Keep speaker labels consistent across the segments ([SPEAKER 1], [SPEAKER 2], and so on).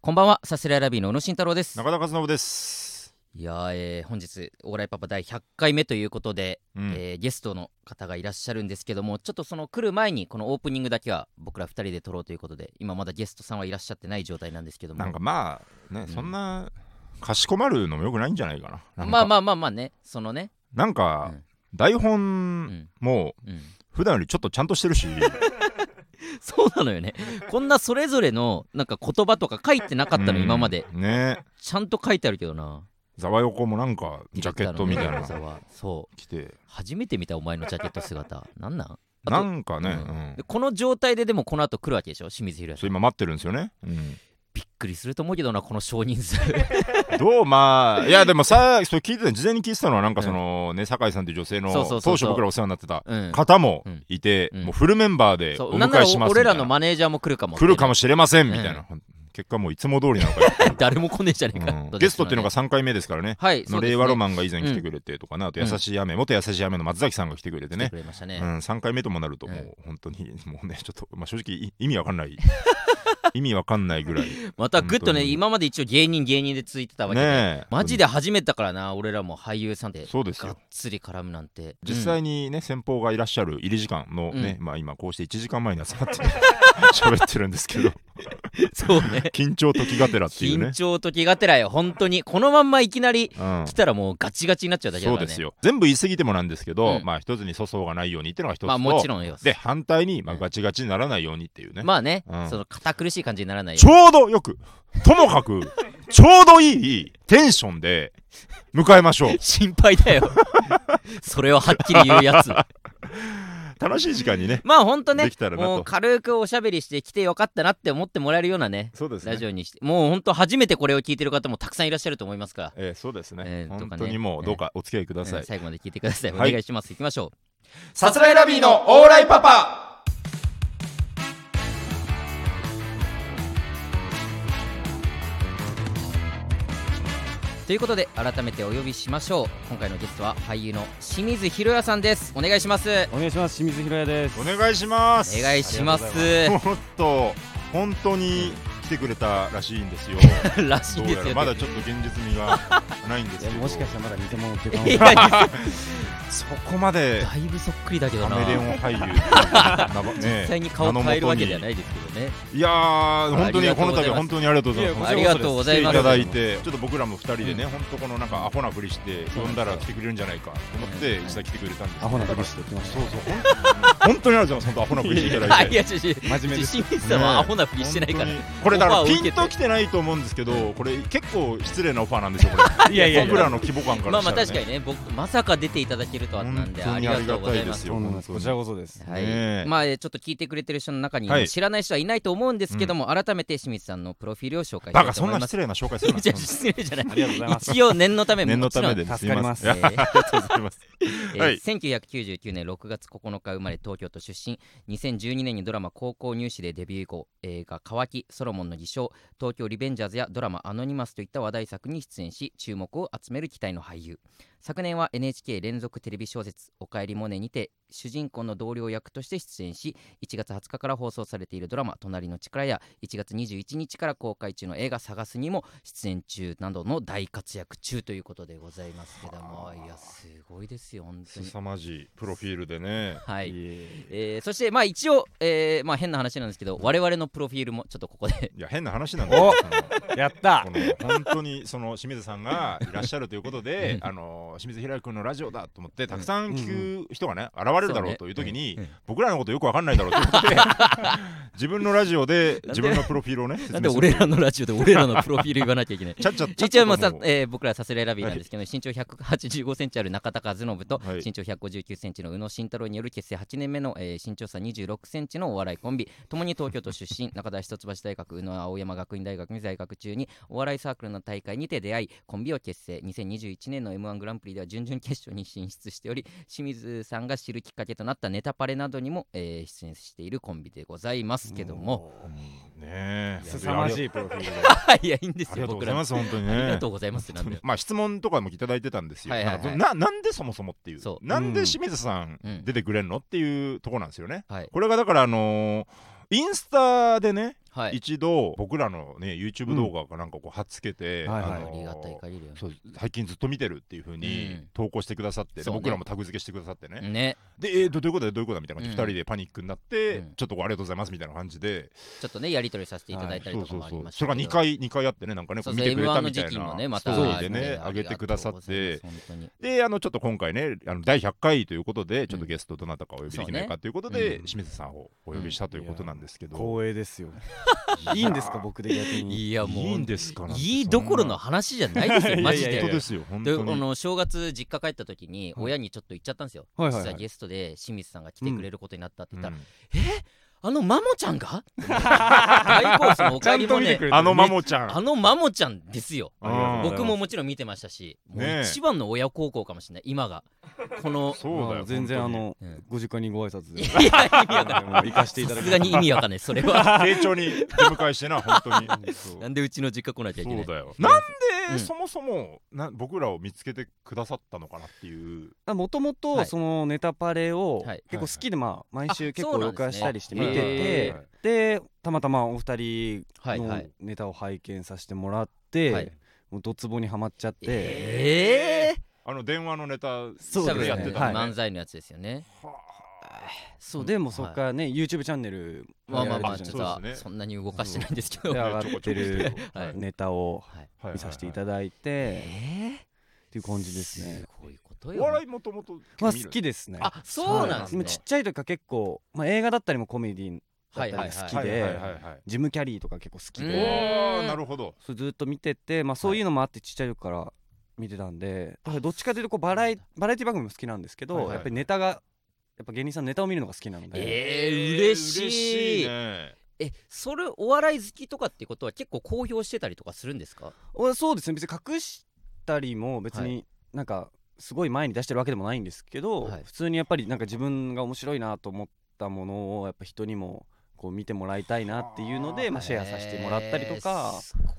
[SPEAKER 1] こんばんは、サスレラビーの小野慎太郎です。
[SPEAKER 2] 中田和信です。
[SPEAKER 1] いやー、えー本日、オーライパパ第100回目ということで、
[SPEAKER 2] うん
[SPEAKER 1] えーゲストの方がいらっしゃるんですけども、ちょっとその来る前に、このオープニングだけは僕ら2人で撮ろうということで、今まだゲストさんはいらっしゃってない状態なんですけども、
[SPEAKER 2] なんかまあね、
[SPEAKER 1] ん
[SPEAKER 2] そんなかしこまるのもよくないんじゃないかな。なんか
[SPEAKER 1] まあまあまあまあね、そのね、
[SPEAKER 2] なんか、
[SPEAKER 1] うん
[SPEAKER 2] 台
[SPEAKER 1] う
[SPEAKER 2] 本
[SPEAKER 1] ん
[SPEAKER 2] も
[SPEAKER 1] うん、
[SPEAKER 2] 普段よりちょっとちゃんとしてるし、
[SPEAKER 1] そうなのよね、こんなそれぞれのなんか言葉とか書いてなかったの、
[SPEAKER 2] うん
[SPEAKER 1] 今まで、
[SPEAKER 2] ね、
[SPEAKER 1] ちゃんと書いてあるけどな、
[SPEAKER 2] ざわよこもなんかジャケットみたいな
[SPEAKER 1] ディレクターのね小沢そう、
[SPEAKER 2] 着て、
[SPEAKER 1] 初めて見たお前のジャケット姿、なんなんあと
[SPEAKER 2] なんかね、
[SPEAKER 1] う
[SPEAKER 2] うん
[SPEAKER 1] でこの状態ででもこの後来るわけでしょ清水宏也
[SPEAKER 2] そ
[SPEAKER 1] さ
[SPEAKER 2] うん今待ってるんですよね。うん
[SPEAKER 1] びっくりすると思うけどなこの少人 数
[SPEAKER 2] どうまあ、いやでもさ、それ聞いてた事前に聞いてたのは、なんかそのね、酒井さんという女性の
[SPEAKER 1] そうそうそうそう
[SPEAKER 2] 当初僕らお世話になってた
[SPEAKER 1] うん
[SPEAKER 2] 方も
[SPEAKER 1] うん
[SPEAKER 2] いて、
[SPEAKER 1] うん
[SPEAKER 2] もうフルメンバーで
[SPEAKER 1] そ
[SPEAKER 2] お
[SPEAKER 1] うなんな
[SPEAKER 2] 迎え
[SPEAKER 1] ら
[SPEAKER 2] しますみた
[SPEAKER 1] 俺
[SPEAKER 2] いな
[SPEAKER 1] らのマネージャーも来るかも
[SPEAKER 2] 来るかも
[SPEAKER 1] し
[SPEAKER 2] しれませんみたいな、結果もういつも通りなのかよ
[SPEAKER 1] れない誰も来ねえじゃねえか、
[SPEAKER 2] うんゲストっていうのが3回目ですからね。
[SPEAKER 1] はい
[SPEAKER 2] の
[SPEAKER 1] そうですね
[SPEAKER 2] 令和ロマンが以前来てくれてとかね、あと優しい雨、元優しい雨の松崎さんが来てくれて
[SPEAKER 1] 来て
[SPEAKER 2] ね
[SPEAKER 1] く。れました
[SPEAKER 2] う
[SPEAKER 1] ね、
[SPEAKER 2] ん、3回目ともなると、
[SPEAKER 1] うん
[SPEAKER 2] もう本当に、もうね、ちょっと、まあ、正直い意味わかん ない、意味わかんないぐらい、
[SPEAKER 1] またグッと
[SPEAKER 2] 本当
[SPEAKER 1] ね
[SPEAKER 2] に
[SPEAKER 1] 今まで一応芸人芸人でついてたわけで、
[SPEAKER 2] ねえ、
[SPEAKER 1] マジで初めてだからな俺らも俳優さんで
[SPEAKER 2] そうです
[SPEAKER 1] がっ
[SPEAKER 2] よ、
[SPEAKER 1] つり絡むなんて
[SPEAKER 2] 実
[SPEAKER 1] うん
[SPEAKER 2] 際にね、先方がいらっしゃる入り時間のね、まあ今、こうして1時間前に集まって 喋ってるんですけど、
[SPEAKER 1] そうね
[SPEAKER 2] 緊張ときがてらっていうね
[SPEAKER 1] 緊、張と気がてらよ本当にこのまんまいきなり
[SPEAKER 2] うん
[SPEAKER 1] 来、たらもうガチガチになっちゃうだけだ
[SPEAKER 2] そ
[SPEAKER 1] から
[SPEAKER 2] う
[SPEAKER 1] ね
[SPEAKER 2] ですよ、全部言い過ぎてもなんですけ
[SPEAKER 1] う
[SPEAKER 2] ど、
[SPEAKER 1] ん
[SPEAKER 2] まあ一つに粗相がないようにっていうのが一つと、
[SPEAKER 1] まあもちろんよ
[SPEAKER 2] で反対に、まあ、
[SPEAKER 1] うん
[SPEAKER 2] ガチガチにならないようにっていうね、
[SPEAKER 1] まあね、
[SPEAKER 2] うん
[SPEAKER 1] その堅苦しい感じにならないよ
[SPEAKER 2] ちょうどよくともかくちょうどいいテンションで迎えま しょう
[SPEAKER 1] 心配だ よそれをはっきり言うやつ
[SPEAKER 2] 楽しい時間にね
[SPEAKER 1] まあほんとね
[SPEAKER 2] できたらなと
[SPEAKER 1] もう軽くおしゃべりしてきてよかったなって思ってもらえるようなね
[SPEAKER 2] そうです
[SPEAKER 1] ラジ
[SPEAKER 2] ね
[SPEAKER 1] オにしてもうほんと初めてこれを聞いてる方もたくさんいらっしゃると思いますから、
[SPEAKER 2] えーそうですね、
[SPEAKER 1] えーと
[SPEAKER 2] 本
[SPEAKER 1] かね
[SPEAKER 2] 当にもうどうかお付き合いくださ
[SPEAKER 1] う
[SPEAKER 2] い
[SPEAKER 1] ん最後まで聞いてください、
[SPEAKER 2] はい
[SPEAKER 1] お願いしますいきましょう
[SPEAKER 2] さすらいラビーのオーライパパ
[SPEAKER 1] ということで改めてお呼びしましょう今回のゲストは俳優の清水宏也さんですお願いします
[SPEAKER 3] お願いします清水宏也です
[SPEAKER 2] お願いします
[SPEAKER 1] お願いします
[SPEAKER 3] ありがとうご
[SPEAKER 2] もっと本当に来てくれたらしいんですよ
[SPEAKER 1] らしい
[SPEAKER 2] どう
[SPEAKER 1] です
[SPEAKER 2] や
[SPEAKER 1] よ、
[SPEAKER 2] ら
[SPEAKER 1] ね、
[SPEAKER 2] まだちょっと現実味がないんですけ
[SPEAKER 3] いや
[SPEAKER 2] ど
[SPEAKER 3] もしかしたらまだ偽物っていう
[SPEAKER 1] い
[SPEAKER 3] か
[SPEAKER 1] やいや
[SPEAKER 2] そこまで
[SPEAKER 1] だいぶそっくりだけど
[SPEAKER 2] カ
[SPEAKER 1] な
[SPEAKER 2] メレオン俳 優なばね
[SPEAKER 1] 実際に顔変えるわけじゃ
[SPEAKER 2] い
[SPEAKER 1] ないですけどね
[SPEAKER 2] いやー、本当
[SPEAKER 1] ありが
[SPEAKER 2] に
[SPEAKER 1] とう
[SPEAKER 2] こ
[SPEAKER 1] ご
[SPEAKER 2] の
[SPEAKER 1] ざいます
[SPEAKER 2] 度は本当にありがとうございます。
[SPEAKER 1] ありがとうございます
[SPEAKER 2] 来ていただいて、ちょっと僕らも2人でね、本当このなんかアホなふりして、呼んだら来てくれるんじゃないかと思って、
[SPEAKER 1] うん
[SPEAKER 2] 実際来てくれたんですけど
[SPEAKER 3] アホなふりしてきまし
[SPEAKER 2] そうそう、ほん本当にありがとうございます。本当アホなふりしていただ い
[SPEAKER 1] い
[SPEAKER 2] て。
[SPEAKER 1] や違う違う
[SPEAKER 3] た真面目です
[SPEAKER 1] 清水さんはアホなふりしてないから、
[SPEAKER 2] 本当にこれだか
[SPEAKER 1] オ
[SPEAKER 2] ら
[SPEAKER 1] ファーを
[SPEAKER 2] ピ
[SPEAKER 1] 受け
[SPEAKER 2] ン
[SPEAKER 1] て
[SPEAKER 2] と来てないと思うんですけどこれ結構失礼なオファーなんですよこ れ
[SPEAKER 3] いやいやいや
[SPEAKER 2] 僕らの規模感か
[SPEAKER 1] ま
[SPEAKER 2] ら
[SPEAKER 1] あまあ
[SPEAKER 2] したら
[SPEAKER 1] 確か
[SPEAKER 2] ね
[SPEAKER 1] にね僕まさか出ていただけるとはなんであ
[SPEAKER 2] 本
[SPEAKER 1] り
[SPEAKER 2] 当に
[SPEAKER 1] が
[SPEAKER 2] あり
[SPEAKER 1] とう
[SPEAKER 2] が
[SPEAKER 1] ご
[SPEAKER 2] た
[SPEAKER 1] ざ
[SPEAKER 2] い
[SPEAKER 1] い
[SPEAKER 2] で
[SPEAKER 1] ます
[SPEAKER 2] す
[SPEAKER 3] そ
[SPEAKER 2] よ
[SPEAKER 3] うなんで
[SPEAKER 2] 本
[SPEAKER 3] す
[SPEAKER 2] 当に
[SPEAKER 3] こちらこそです
[SPEAKER 1] はい
[SPEAKER 2] ねえ
[SPEAKER 1] まあちょっと聞いてくれてる人の中に
[SPEAKER 2] はい
[SPEAKER 1] 知らない人はいないと思うんですけども、改めて清水さんのプロフィールを紹介した
[SPEAKER 2] バ
[SPEAKER 1] い
[SPEAKER 2] カ
[SPEAKER 1] と
[SPEAKER 2] そん
[SPEAKER 1] 思い
[SPEAKER 2] な
[SPEAKER 1] ます
[SPEAKER 2] 失礼な紹介するな
[SPEAKER 1] じゃ失礼じゃない
[SPEAKER 3] ありがとうござい ます
[SPEAKER 1] 一応念のため
[SPEAKER 2] 念のためで
[SPEAKER 1] も
[SPEAKER 2] す
[SPEAKER 3] 助かります
[SPEAKER 1] ちろんえー
[SPEAKER 2] ありがとうございます
[SPEAKER 1] えー
[SPEAKER 2] はい
[SPEAKER 1] 1999年6月9日生まれ東京都出身2012年にドラマ「高校入試」でデビュー以降映画「乾きソロモンの偽証」「東京リベンジャーズ」やドラマ「アノニマス」といった話題作に出演し注目を集める期待の俳優昨年は NHK 連続テレビ小説「おかえりモネ」にて主人公の同僚役として出演し1月20日から放送されているドラマ「隣の力」や1月21日から公開中の映画「探す」にも出演中などの大活躍中ということでございますけどもいやすごいですよ本当に。
[SPEAKER 2] 凄まじいプロフィールでね
[SPEAKER 1] はい
[SPEAKER 3] いえ
[SPEAKER 1] えーそしてまあ一応、えーまあ、変な話なんですけど我々のプロフィールもちょっとここで
[SPEAKER 2] いや変な話なんだよその
[SPEAKER 3] やった
[SPEAKER 2] この本当にその清水さんがいらっしゃるということであの清水平君のラジオだと思ってたくさん聞く人がね現れるだろうという時に
[SPEAKER 1] そうね
[SPEAKER 2] 僕らのことよくわかんないだろうということで自分のラジオで自分のプロフィールをね
[SPEAKER 1] な
[SPEAKER 2] 説
[SPEAKER 1] んで
[SPEAKER 2] 明する
[SPEAKER 1] 俺らのラジオで俺らのプロフィール言わなきゃいけない
[SPEAKER 2] ちゃっちゃっちゃっ
[SPEAKER 1] 一応まあ
[SPEAKER 2] と
[SPEAKER 1] さ
[SPEAKER 2] もう、
[SPEAKER 1] えー僕らさすら選びなんですけど、身長185センチある中田和信と、
[SPEAKER 2] はい
[SPEAKER 1] 身長159センチの宇野慎太郎による結成8年目の、えー身長差26センチのお笑いコンビともに東京都出身 中田一橋大学宇野青山学院大学に在学中にお笑いサークルの大会にて出会いコンビを結成2021年の m 1グランプリでは準々決勝に進出しており清水さんが知るきっかけとなったネタパレなどにも、えー出演しているコンビでございますけども
[SPEAKER 2] うんねえ
[SPEAKER 3] 凄まじ
[SPEAKER 2] い
[SPEAKER 3] いプロフィールで
[SPEAKER 1] いやいいんです
[SPEAKER 2] あり
[SPEAKER 1] よ
[SPEAKER 2] がとう
[SPEAKER 1] 僕
[SPEAKER 2] ござい
[SPEAKER 1] らも
[SPEAKER 2] ます本当に
[SPEAKER 1] あり
[SPEAKER 2] ね
[SPEAKER 1] がとうございますなんだよ
[SPEAKER 2] まあ質問とかもいただいてたんですよ、
[SPEAKER 1] はいはいはい
[SPEAKER 2] なんかどななんでそもそもっていう
[SPEAKER 1] そ
[SPEAKER 2] なんで清水さん
[SPEAKER 1] うん
[SPEAKER 2] 出てくれんのっていうとこなんですよね
[SPEAKER 1] はい
[SPEAKER 2] これがだからあのーインスタでね、
[SPEAKER 1] はい
[SPEAKER 2] 一度僕らのね YouTube 動画かなんかこう貼っつけて、
[SPEAKER 3] はいはい
[SPEAKER 1] あ
[SPEAKER 2] の
[SPEAKER 1] りがたい限りよ
[SPEAKER 2] そう最近ずっと見てるっていうふう
[SPEAKER 1] う
[SPEAKER 2] に
[SPEAKER 1] ん
[SPEAKER 2] 投稿してくださって、で
[SPEAKER 1] そうね
[SPEAKER 2] 僕らもタグ付けしてくださってね、
[SPEAKER 1] ね
[SPEAKER 2] で、えーどどういうことだよどういうことだみたいな感じで
[SPEAKER 1] うん
[SPEAKER 2] 2人でパニックになって、
[SPEAKER 1] うん
[SPEAKER 2] ちょっとこうありがとうございますみたいな感じで、
[SPEAKER 1] ちょっとねやり取りさせていただいたり
[SPEAKER 2] そ
[SPEAKER 1] と
[SPEAKER 2] う
[SPEAKER 1] か
[SPEAKER 2] そう
[SPEAKER 1] もあ
[SPEAKER 2] そ
[SPEAKER 1] り
[SPEAKER 2] う
[SPEAKER 1] ました
[SPEAKER 2] それが2回2回あってねなんかねこう見てくれ
[SPEAKER 1] m 1
[SPEAKER 2] た
[SPEAKER 1] の
[SPEAKER 2] みた
[SPEAKER 1] 時
[SPEAKER 2] い
[SPEAKER 1] 期も
[SPEAKER 2] な
[SPEAKER 1] ねまた
[SPEAKER 2] そうで
[SPEAKER 1] あり
[SPEAKER 2] ね
[SPEAKER 1] がとう
[SPEAKER 2] 上げてくださっ
[SPEAKER 1] ご
[SPEAKER 2] て
[SPEAKER 1] ざいます本当に
[SPEAKER 2] であのちょっと今回ねあの第100回ということでちょっとゲストどなたかお呼びできないかということ
[SPEAKER 1] そう
[SPEAKER 2] で、
[SPEAKER 1] ねうん
[SPEAKER 2] 清水さんをお呼びしたということなんですけど、
[SPEAKER 3] 光栄ですよいいんですか僕で逆に
[SPEAKER 1] いやもう
[SPEAKER 2] いいんですかなんて
[SPEAKER 1] いいどころの話じゃないですよマジ
[SPEAKER 3] いやいやいや
[SPEAKER 1] で
[SPEAKER 2] 本当ですよ本
[SPEAKER 1] であ
[SPEAKER 2] 当に
[SPEAKER 1] の正月実家帰った時に
[SPEAKER 3] はい
[SPEAKER 1] 親にちょっと言っちゃったんですよ、
[SPEAKER 3] はいはいはい
[SPEAKER 1] 実はゲストで清水さんが来てくれることになったって言ったら、
[SPEAKER 2] う
[SPEAKER 1] あのマモちゃんがって思って大コースのお
[SPEAKER 3] ちゃ
[SPEAKER 1] かえり
[SPEAKER 3] ん
[SPEAKER 1] も
[SPEAKER 3] と見て
[SPEAKER 1] ね
[SPEAKER 3] くれてる
[SPEAKER 2] んあのマモちゃん
[SPEAKER 1] あのマモちゃんですよ
[SPEAKER 3] ありがとうございます
[SPEAKER 1] 僕ももちろん見てましたし、もう
[SPEAKER 2] ねえ
[SPEAKER 1] 一番の親孝行かもしれない今がこの
[SPEAKER 2] そうだ
[SPEAKER 3] ま
[SPEAKER 2] よ
[SPEAKER 3] あ全然あ
[SPEAKER 2] 本当に
[SPEAKER 3] の
[SPEAKER 1] うん
[SPEAKER 3] ご実家にご挨拶
[SPEAKER 1] い
[SPEAKER 3] で
[SPEAKER 1] や意味わかんない
[SPEAKER 3] もう行かせていた
[SPEAKER 1] さ
[SPEAKER 3] だき
[SPEAKER 1] す
[SPEAKER 3] ま
[SPEAKER 1] が
[SPEAKER 3] す
[SPEAKER 1] に意味わかんないそれは
[SPEAKER 2] 丁重に出迎えしてな本当にそう
[SPEAKER 1] なんでうちの実家来なきゃいけ
[SPEAKER 2] そ
[SPEAKER 1] な
[SPEAKER 2] う
[SPEAKER 1] い
[SPEAKER 2] だよなんで、
[SPEAKER 1] うん
[SPEAKER 2] そもそもな僕らを見つけてくださったのかなっていう
[SPEAKER 3] もとも
[SPEAKER 1] は
[SPEAKER 3] と
[SPEAKER 1] い
[SPEAKER 3] そのネタパレを
[SPEAKER 1] はい
[SPEAKER 3] 結構好きでまあ毎週結
[SPEAKER 1] そう
[SPEAKER 3] 構
[SPEAKER 1] なんですね
[SPEAKER 3] 録画したりして見
[SPEAKER 1] はい
[SPEAKER 3] て
[SPEAKER 1] へ
[SPEAKER 3] てでたまたまお二人
[SPEAKER 1] はいは
[SPEAKER 3] の
[SPEAKER 1] い
[SPEAKER 3] ネタを拝見させてもら
[SPEAKER 1] は
[SPEAKER 3] っ
[SPEAKER 1] い
[SPEAKER 3] てもうドツボにはまっちゃって
[SPEAKER 1] ええ
[SPEAKER 2] あの電話のネタ
[SPEAKER 3] そうですね
[SPEAKER 2] やってた
[SPEAKER 3] はい
[SPEAKER 2] のね
[SPEAKER 1] 漫才のやつですよね
[SPEAKER 2] は
[SPEAKER 1] そ
[SPEAKER 3] でもそっ
[SPEAKER 1] ら
[SPEAKER 3] からね YouTube チャンネル
[SPEAKER 1] まあまあま
[SPEAKER 2] やら
[SPEAKER 1] あ
[SPEAKER 2] れて
[SPEAKER 1] ち
[SPEAKER 2] る
[SPEAKER 1] ょっ
[SPEAKER 2] じゃ
[SPEAKER 1] と
[SPEAKER 2] んそうですね
[SPEAKER 1] そんなに動かしてないんですけど
[SPEAKER 3] で上
[SPEAKER 1] はい
[SPEAKER 3] がってる
[SPEAKER 1] はい
[SPEAKER 3] ネタを
[SPEAKER 2] あ
[SPEAKER 3] 見させてい
[SPEAKER 2] だ
[SPEAKER 3] ただい
[SPEAKER 1] え
[SPEAKER 3] て
[SPEAKER 1] え
[SPEAKER 3] っていう感じですね
[SPEAKER 1] すごいこと
[SPEAKER 2] お
[SPEAKER 1] よ
[SPEAKER 2] 笑いもともと
[SPEAKER 3] まあ好きですね
[SPEAKER 1] あそうなんですね
[SPEAKER 3] はいちっちゃい時から結構まあ映画だったりもコメディだったりが好き
[SPEAKER 2] はいはいはい
[SPEAKER 3] で
[SPEAKER 2] はい
[SPEAKER 3] ジム・キャリーとか結構好き
[SPEAKER 1] う
[SPEAKER 3] で
[SPEAKER 1] ん
[SPEAKER 2] おーなるほど
[SPEAKER 3] それずっと見てて、まあ、そういうのもあってちっちゃい時から見てたんでだからどっちかというとこうバラエバラエティ番組も好きなんですけど、
[SPEAKER 2] はいはいはい
[SPEAKER 3] やっぱりネタがやっぱ芸人さんのネタを見るのが好きなので、
[SPEAKER 1] えー嬉しい
[SPEAKER 2] 嬉しいね
[SPEAKER 1] えそれお笑い好きとかってことは結構公表してたりとかするんですか
[SPEAKER 3] 俺そうですね別に隠したりも別
[SPEAKER 1] は
[SPEAKER 3] になんかすごい前に出してるわけでもないんですけど、
[SPEAKER 1] はい
[SPEAKER 3] 普通にやっぱりなんか自分が面白いなと思ったものをやっぱ人にもこう見てもらいたいなっていうので、まあ、シェアさせてもらったりとか
[SPEAKER 1] えー、すごい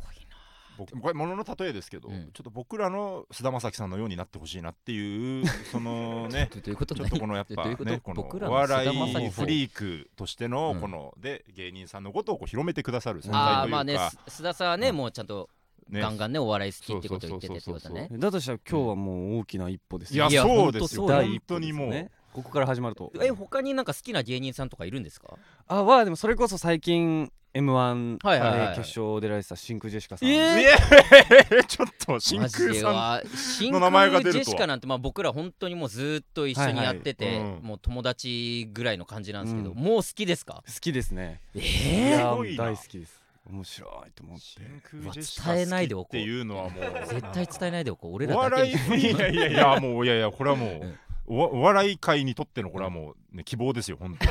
[SPEAKER 2] 僕これものの例えですけど、
[SPEAKER 1] うん
[SPEAKER 2] ちょっと僕らの菅田将暉さんのようになってほしいなっ ていうそのね
[SPEAKER 1] などどういうこと
[SPEAKER 2] ちょっとこのやっ
[SPEAKER 1] ど
[SPEAKER 2] ぱ
[SPEAKER 1] ういうこと
[SPEAKER 2] ねこの
[SPEAKER 1] 僕ら
[SPEAKER 2] お
[SPEAKER 1] の菅田
[SPEAKER 2] 笑
[SPEAKER 1] 将暉
[SPEAKER 2] い
[SPEAKER 1] さん
[SPEAKER 2] フリークとしての
[SPEAKER 1] うん
[SPEAKER 2] この、で芸人さんのことをこう広めてくださる存在
[SPEAKER 1] あ
[SPEAKER 2] と
[SPEAKER 1] あ
[SPEAKER 2] いうか
[SPEAKER 1] まあねす須田さんはね、
[SPEAKER 2] うん
[SPEAKER 1] もうちゃんと
[SPEAKER 2] ね
[SPEAKER 1] ガンガンねお笑い好きってことを言っててって
[SPEAKER 2] そ
[SPEAKER 1] こ
[SPEAKER 2] う
[SPEAKER 1] と
[SPEAKER 2] そうそうそう
[SPEAKER 1] ね
[SPEAKER 3] だとしたら今日はもう大きな一歩です
[SPEAKER 2] い
[SPEAKER 3] よ
[SPEAKER 2] や
[SPEAKER 1] いや
[SPEAKER 2] そうですよ
[SPEAKER 1] 本当そうだ
[SPEAKER 2] 本当にもう、
[SPEAKER 3] ねここから始まると
[SPEAKER 1] え他になんか好きな芸人さんとかいるんですか
[SPEAKER 3] あはでもそれこそ最近 M1
[SPEAKER 1] はいはいはい
[SPEAKER 3] あれ決勝出られてた真空ジェシカさん、
[SPEAKER 1] え
[SPEAKER 2] いやちょっと真
[SPEAKER 1] マジ
[SPEAKER 2] 空
[SPEAKER 1] で
[SPEAKER 2] さん
[SPEAKER 1] は真
[SPEAKER 2] の名前が
[SPEAKER 1] 空
[SPEAKER 2] 出る
[SPEAKER 1] ジェ
[SPEAKER 2] とは
[SPEAKER 1] シカなんてまあ僕ら本当にもうずっと一緒にやってて、
[SPEAKER 2] はいはいうん
[SPEAKER 1] もう友達ぐらいの感じなんですけど、
[SPEAKER 3] うん
[SPEAKER 1] もう好きですか
[SPEAKER 3] 好きですね、
[SPEAKER 1] え
[SPEAKER 3] い
[SPEAKER 1] え
[SPEAKER 3] や
[SPEAKER 2] すごいな
[SPEAKER 3] 大好きです面白いと思って
[SPEAKER 2] 真空
[SPEAKER 1] うわ
[SPEAKER 2] ジェシカ
[SPEAKER 1] 伝えないでお
[SPEAKER 2] 好
[SPEAKER 1] こ
[SPEAKER 2] き
[SPEAKER 1] う
[SPEAKER 2] っていうのはもう
[SPEAKER 1] 絶対伝えないでおこう俺ら
[SPEAKER 2] お
[SPEAKER 1] だけ
[SPEAKER 2] 笑
[SPEAKER 1] に
[SPEAKER 2] いいやいやいやもういやいやこれはも
[SPEAKER 1] うん
[SPEAKER 2] うおお笑い界にとってのこれはもう、ね、希望ですよ本当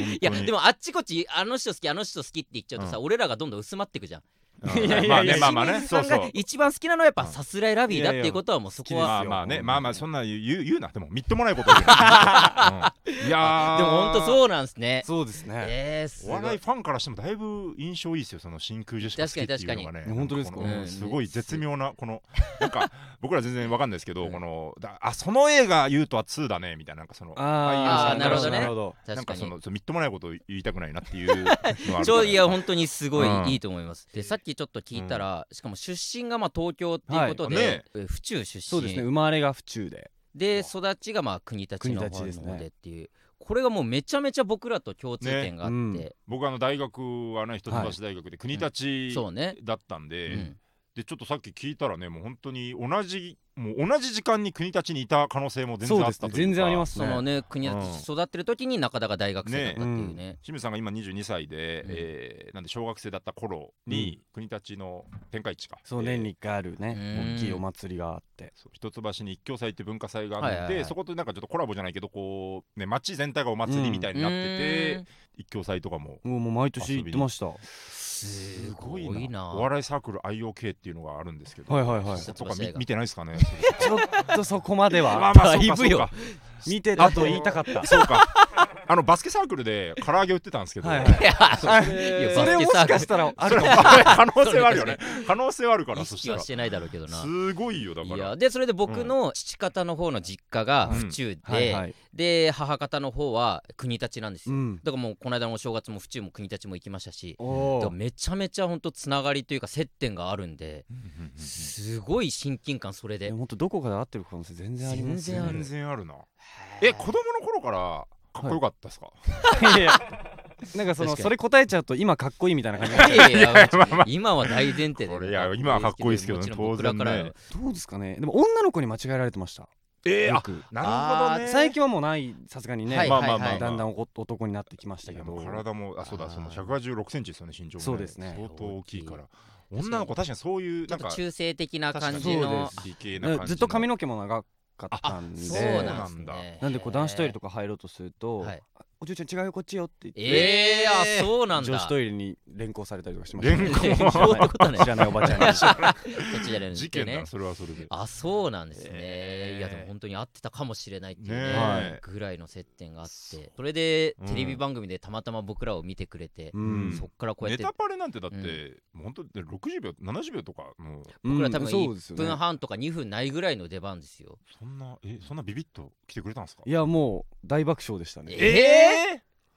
[SPEAKER 2] に
[SPEAKER 1] いやでもあっちこっちあの人好きあの人好きって言っちゃうとさ、俺らがどんどん薄まっていくじゃん
[SPEAKER 2] うん
[SPEAKER 3] いやいやいや
[SPEAKER 2] まあねまあまあね
[SPEAKER 1] 清水さ
[SPEAKER 2] そうんそ
[SPEAKER 1] が
[SPEAKER 2] う
[SPEAKER 1] 一番好きなのはやっぱ
[SPEAKER 2] うん
[SPEAKER 1] さすらいラビーだっていうことはもうそこは
[SPEAKER 2] まあまあ
[SPEAKER 3] う
[SPEAKER 2] ね
[SPEAKER 3] ん
[SPEAKER 2] まあまあそんな言う言う言うなでもみっともないこと言うな、うんいや
[SPEAKER 1] でも本当
[SPEAKER 2] う
[SPEAKER 1] そうなんですね
[SPEAKER 3] そうですね、
[SPEAKER 1] えー、す
[SPEAKER 2] お
[SPEAKER 1] ご
[SPEAKER 2] 笑い
[SPEAKER 1] い
[SPEAKER 2] ファンからしてもだいぶ印象いいですよその真空ジェシカ好きっていうのがね
[SPEAKER 3] 確かに確かに本当ですか
[SPEAKER 2] この
[SPEAKER 1] うん
[SPEAKER 2] すごい絶妙なこのなんか 僕ら全然わかんないですけどこのだあその映画言うとは2だねみたいななんかその
[SPEAKER 3] あー
[SPEAKER 1] あー
[SPEAKER 3] なるほど
[SPEAKER 1] な
[SPEAKER 3] な
[SPEAKER 1] る
[SPEAKER 3] る
[SPEAKER 1] ほ
[SPEAKER 3] ほ
[SPEAKER 2] な
[SPEAKER 3] ど
[SPEAKER 2] ん
[SPEAKER 1] 確か
[SPEAKER 2] かそ
[SPEAKER 1] に
[SPEAKER 2] のそうみっともないことを言いたくないなっていうのはあるから
[SPEAKER 1] ちょいや本当にすごい、
[SPEAKER 2] うん
[SPEAKER 1] いいと思いますでさっきちょっと聞いたら、しかも出身がまあ東京っていうことで、
[SPEAKER 2] はいね
[SPEAKER 1] え府中出身
[SPEAKER 3] そうですね生まれが府中で
[SPEAKER 1] で育ちがまあ国立の方の
[SPEAKER 3] 国立です
[SPEAKER 1] 方で
[SPEAKER 3] ね
[SPEAKER 1] っていう、これがもうめちゃめちゃ僕らと共通点があって、
[SPEAKER 3] ね
[SPEAKER 2] 僕あの大学はね一橋大学で国立
[SPEAKER 1] そうね、
[SPEAKER 2] だったんで、
[SPEAKER 1] うん
[SPEAKER 2] でちょっとさっき聞いたらねもう本当に同じもう同じ時間に国立にいた可能性も全
[SPEAKER 3] そう
[SPEAKER 2] 然あ
[SPEAKER 3] で
[SPEAKER 2] っ
[SPEAKER 3] すね
[SPEAKER 2] たというか
[SPEAKER 3] 全然あります
[SPEAKER 1] そのね国立に育ってる時に中田が大学生だったっていうね
[SPEAKER 2] 清水さんが今22歳で、
[SPEAKER 1] うん
[SPEAKER 2] えーなんで小学生だった頃に、国立の天下一か
[SPEAKER 3] そう
[SPEAKER 2] えー
[SPEAKER 3] 年に1回あるね
[SPEAKER 1] うん
[SPEAKER 3] 大きいお祭りがあって
[SPEAKER 2] そう一橋に一教祭って文化祭があって、
[SPEAKER 1] はいはいはい
[SPEAKER 2] そことなんかちょっとコラボじゃないけどこうね町全体がお祭りみたいになってて、
[SPEAKER 1] うーん
[SPEAKER 2] 一教祭とかも
[SPEAKER 3] もうもう毎年行ってましたは
[SPEAKER 1] すごいな
[SPEAKER 2] お 笑いサークル IOK っていうのがあるんですけど、
[SPEAKER 3] いはいはい
[SPEAKER 1] ち
[SPEAKER 3] ち
[SPEAKER 1] ょっ
[SPEAKER 3] ょっ
[SPEAKER 2] とか
[SPEAKER 1] 私大
[SPEAKER 2] 見
[SPEAKER 1] 学
[SPEAKER 2] 見てないです かね
[SPEAKER 3] とそこまで
[SPEAKER 2] まあ
[SPEAKER 3] は
[SPEAKER 2] まあそう
[SPEAKER 1] だ
[SPEAKER 2] か
[SPEAKER 1] いぶよ
[SPEAKER 2] そうか
[SPEAKER 3] 見て
[SPEAKER 2] あ
[SPEAKER 3] たと言いたかった
[SPEAKER 2] そうかあのバスケサークルで唐揚げ売ってたんですけど、
[SPEAKER 3] はい
[SPEAKER 1] いや
[SPEAKER 3] それ
[SPEAKER 1] いや
[SPEAKER 3] それもしかしたらあ
[SPEAKER 2] そ
[SPEAKER 3] る
[SPEAKER 2] れ
[SPEAKER 3] かも
[SPEAKER 2] は可能性はあるよね可能性はあるから
[SPEAKER 1] 意
[SPEAKER 2] そし
[SPEAKER 1] 識
[SPEAKER 2] た
[SPEAKER 1] は
[SPEAKER 2] ら
[SPEAKER 1] してないだろうけどな。
[SPEAKER 2] すごいよだか
[SPEAKER 1] い
[SPEAKER 2] ら
[SPEAKER 1] やでそれで僕の父方の方の実家が府中
[SPEAKER 3] はいは
[SPEAKER 1] で
[SPEAKER 3] い
[SPEAKER 1] で母方の方は国立なんです
[SPEAKER 3] う
[SPEAKER 1] よ
[SPEAKER 3] ん
[SPEAKER 1] だからもうこの間のお正月も府中も国立も行きましたし
[SPEAKER 3] お
[SPEAKER 1] だから
[SPEAKER 3] ー
[SPEAKER 1] めちゃめちゃ本当つながりというか接点があるんで
[SPEAKER 2] うんうんうん
[SPEAKER 1] すごい親近感それ
[SPEAKER 3] い
[SPEAKER 1] で
[SPEAKER 3] や。本当どこかで合ってる可能性全然ありますよね
[SPEAKER 1] る
[SPEAKER 2] 全然あるなえ子供の頃からかっこよかったですか、
[SPEAKER 3] いやいやなんか
[SPEAKER 1] 確か
[SPEAKER 3] その
[SPEAKER 1] に
[SPEAKER 3] それ答えちゃうと今かっこいいみたいな 感じ
[SPEAKER 1] い やいや
[SPEAKER 2] まあまあ
[SPEAKER 1] 今は大前提で
[SPEAKER 2] これいや今はかっこいいですけどね
[SPEAKER 1] もちろん僕らから
[SPEAKER 2] 当然ね
[SPEAKER 3] どうですかねでも女の子に間違えられてました
[SPEAKER 2] えー、
[SPEAKER 3] よ
[SPEAKER 2] あ
[SPEAKER 3] く
[SPEAKER 2] なるほどね
[SPEAKER 3] 最近はもうないさすがにね、
[SPEAKER 1] はい
[SPEAKER 2] まあまあまあ、
[SPEAKER 1] はい
[SPEAKER 2] ま
[SPEAKER 3] だ
[SPEAKER 2] あ
[SPEAKER 3] んだんおこ男になってきました
[SPEAKER 2] い
[SPEAKER 3] け
[SPEAKER 2] や
[SPEAKER 3] ど
[SPEAKER 2] もう体もあそう
[SPEAKER 1] あ
[SPEAKER 2] だ
[SPEAKER 1] ー
[SPEAKER 2] その186センチですよね身長も、ね、
[SPEAKER 3] そうですね
[SPEAKER 2] 相当大きいから
[SPEAKER 1] 大きい
[SPEAKER 2] 女の子確かにそういう
[SPEAKER 1] ちょ
[SPEAKER 2] な
[SPEAKER 1] っ
[SPEAKER 2] ん
[SPEAKER 1] と
[SPEAKER 2] か
[SPEAKER 1] 中性的な感じ
[SPEAKER 3] 確かに
[SPEAKER 1] の
[SPEAKER 3] そう
[SPEAKER 2] 理系な
[SPEAKER 3] ね
[SPEAKER 2] 感じ
[SPEAKER 3] ずっと髪の毛も長かったんで
[SPEAKER 1] そう
[SPEAKER 2] そう
[SPEAKER 1] な
[SPEAKER 2] なんん
[SPEAKER 1] で
[SPEAKER 2] だ
[SPEAKER 1] すね
[SPEAKER 3] なんでこう男子トイレとか入ろうとすると、
[SPEAKER 1] はい
[SPEAKER 3] おじいちゃん違うよこっちよって言って、
[SPEAKER 1] ええあそうなんだ
[SPEAKER 3] 女子トイレに連行されたりとかしま した、
[SPEAKER 2] 連行
[SPEAKER 1] そういうことね
[SPEAKER 3] 知らないおばち ゃんに
[SPEAKER 1] そっちじゃないの
[SPEAKER 2] 事件 だ、
[SPEAKER 1] ね
[SPEAKER 2] それはそれで
[SPEAKER 1] あそうなんですね、
[SPEAKER 2] ええ
[SPEAKER 1] いやでも本当に合ってたかもしれないっていう
[SPEAKER 2] ね
[SPEAKER 1] ね
[SPEAKER 2] えはい
[SPEAKER 1] ぐらいの接点があって
[SPEAKER 2] う
[SPEAKER 1] それで
[SPEAKER 2] うん
[SPEAKER 1] テレビ番組でたまたま僕らを見てくれて、
[SPEAKER 3] うん
[SPEAKER 1] そっからこうや
[SPEAKER 2] ネ
[SPEAKER 1] って
[SPEAKER 2] タパレなんてだって、もう本当で60秒70秒とかもう
[SPEAKER 1] 僕ら多分
[SPEAKER 3] そうです
[SPEAKER 1] 1
[SPEAKER 3] よね
[SPEAKER 1] 分半とか2分ないぐらいの出番ですよ。
[SPEAKER 2] そんなえそんなビビッと来てくれたんですか
[SPEAKER 3] いやもう大爆笑でしたね
[SPEAKER 1] え